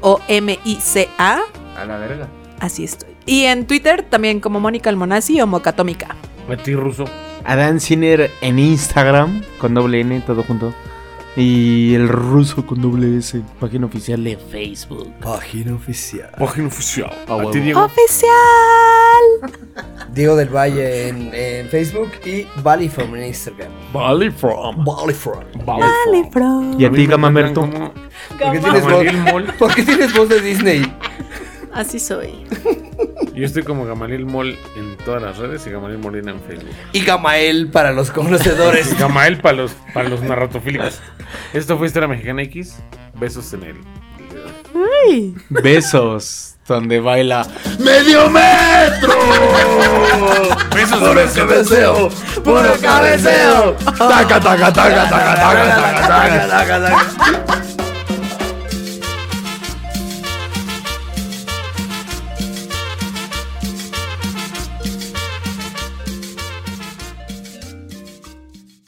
[SPEAKER 1] M-O-K-A-T-O-M-I-C-A.
[SPEAKER 5] A la verga.
[SPEAKER 1] Así estoy. Y en Twitter también como Mónica Almonazzi o Mocatómica.
[SPEAKER 2] A ti, ruso.
[SPEAKER 8] Adán Ciner en Instagram con doble N, todo junto. Y el ruso con doble S, página oficial de Facebook.
[SPEAKER 4] Página oficial.
[SPEAKER 2] Página oficial.
[SPEAKER 8] Ah,
[SPEAKER 2] a
[SPEAKER 8] huevo.
[SPEAKER 2] ti, Diego.
[SPEAKER 1] Oficial.
[SPEAKER 4] Diego del Valle en, en Facebook y Valley from en Instagram.
[SPEAKER 1] Oh.
[SPEAKER 5] Valley from.
[SPEAKER 4] Valley from.
[SPEAKER 1] Dale, bro.
[SPEAKER 8] Y a
[SPEAKER 2] mí
[SPEAKER 8] ti,
[SPEAKER 2] me
[SPEAKER 8] Gamamerto.
[SPEAKER 2] encuentran como
[SPEAKER 1] Gamá.
[SPEAKER 4] Porque tienes, voz,
[SPEAKER 2] Gamaliel Mol.
[SPEAKER 4] porque tienes voz de Disney.
[SPEAKER 1] Así soy.
[SPEAKER 2] Yo estoy como Gamaliel Mol en todas las redes y Gamaliel Molina en Facebook.
[SPEAKER 4] Y Gamael para los conocedores.
[SPEAKER 2] Y Gamael para los, para los narratofílicos. Esto fue Historia Mexicana X. Besos en el.
[SPEAKER 8] Besos, donde baila.
[SPEAKER 6] ¡Medio metro!
[SPEAKER 2] Besos en
[SPEAKER 6] ¡Puro cabeceo! ¡Puro cabeceo! ¡Taca, taca, taca, taca, taca, taca, taca, taca!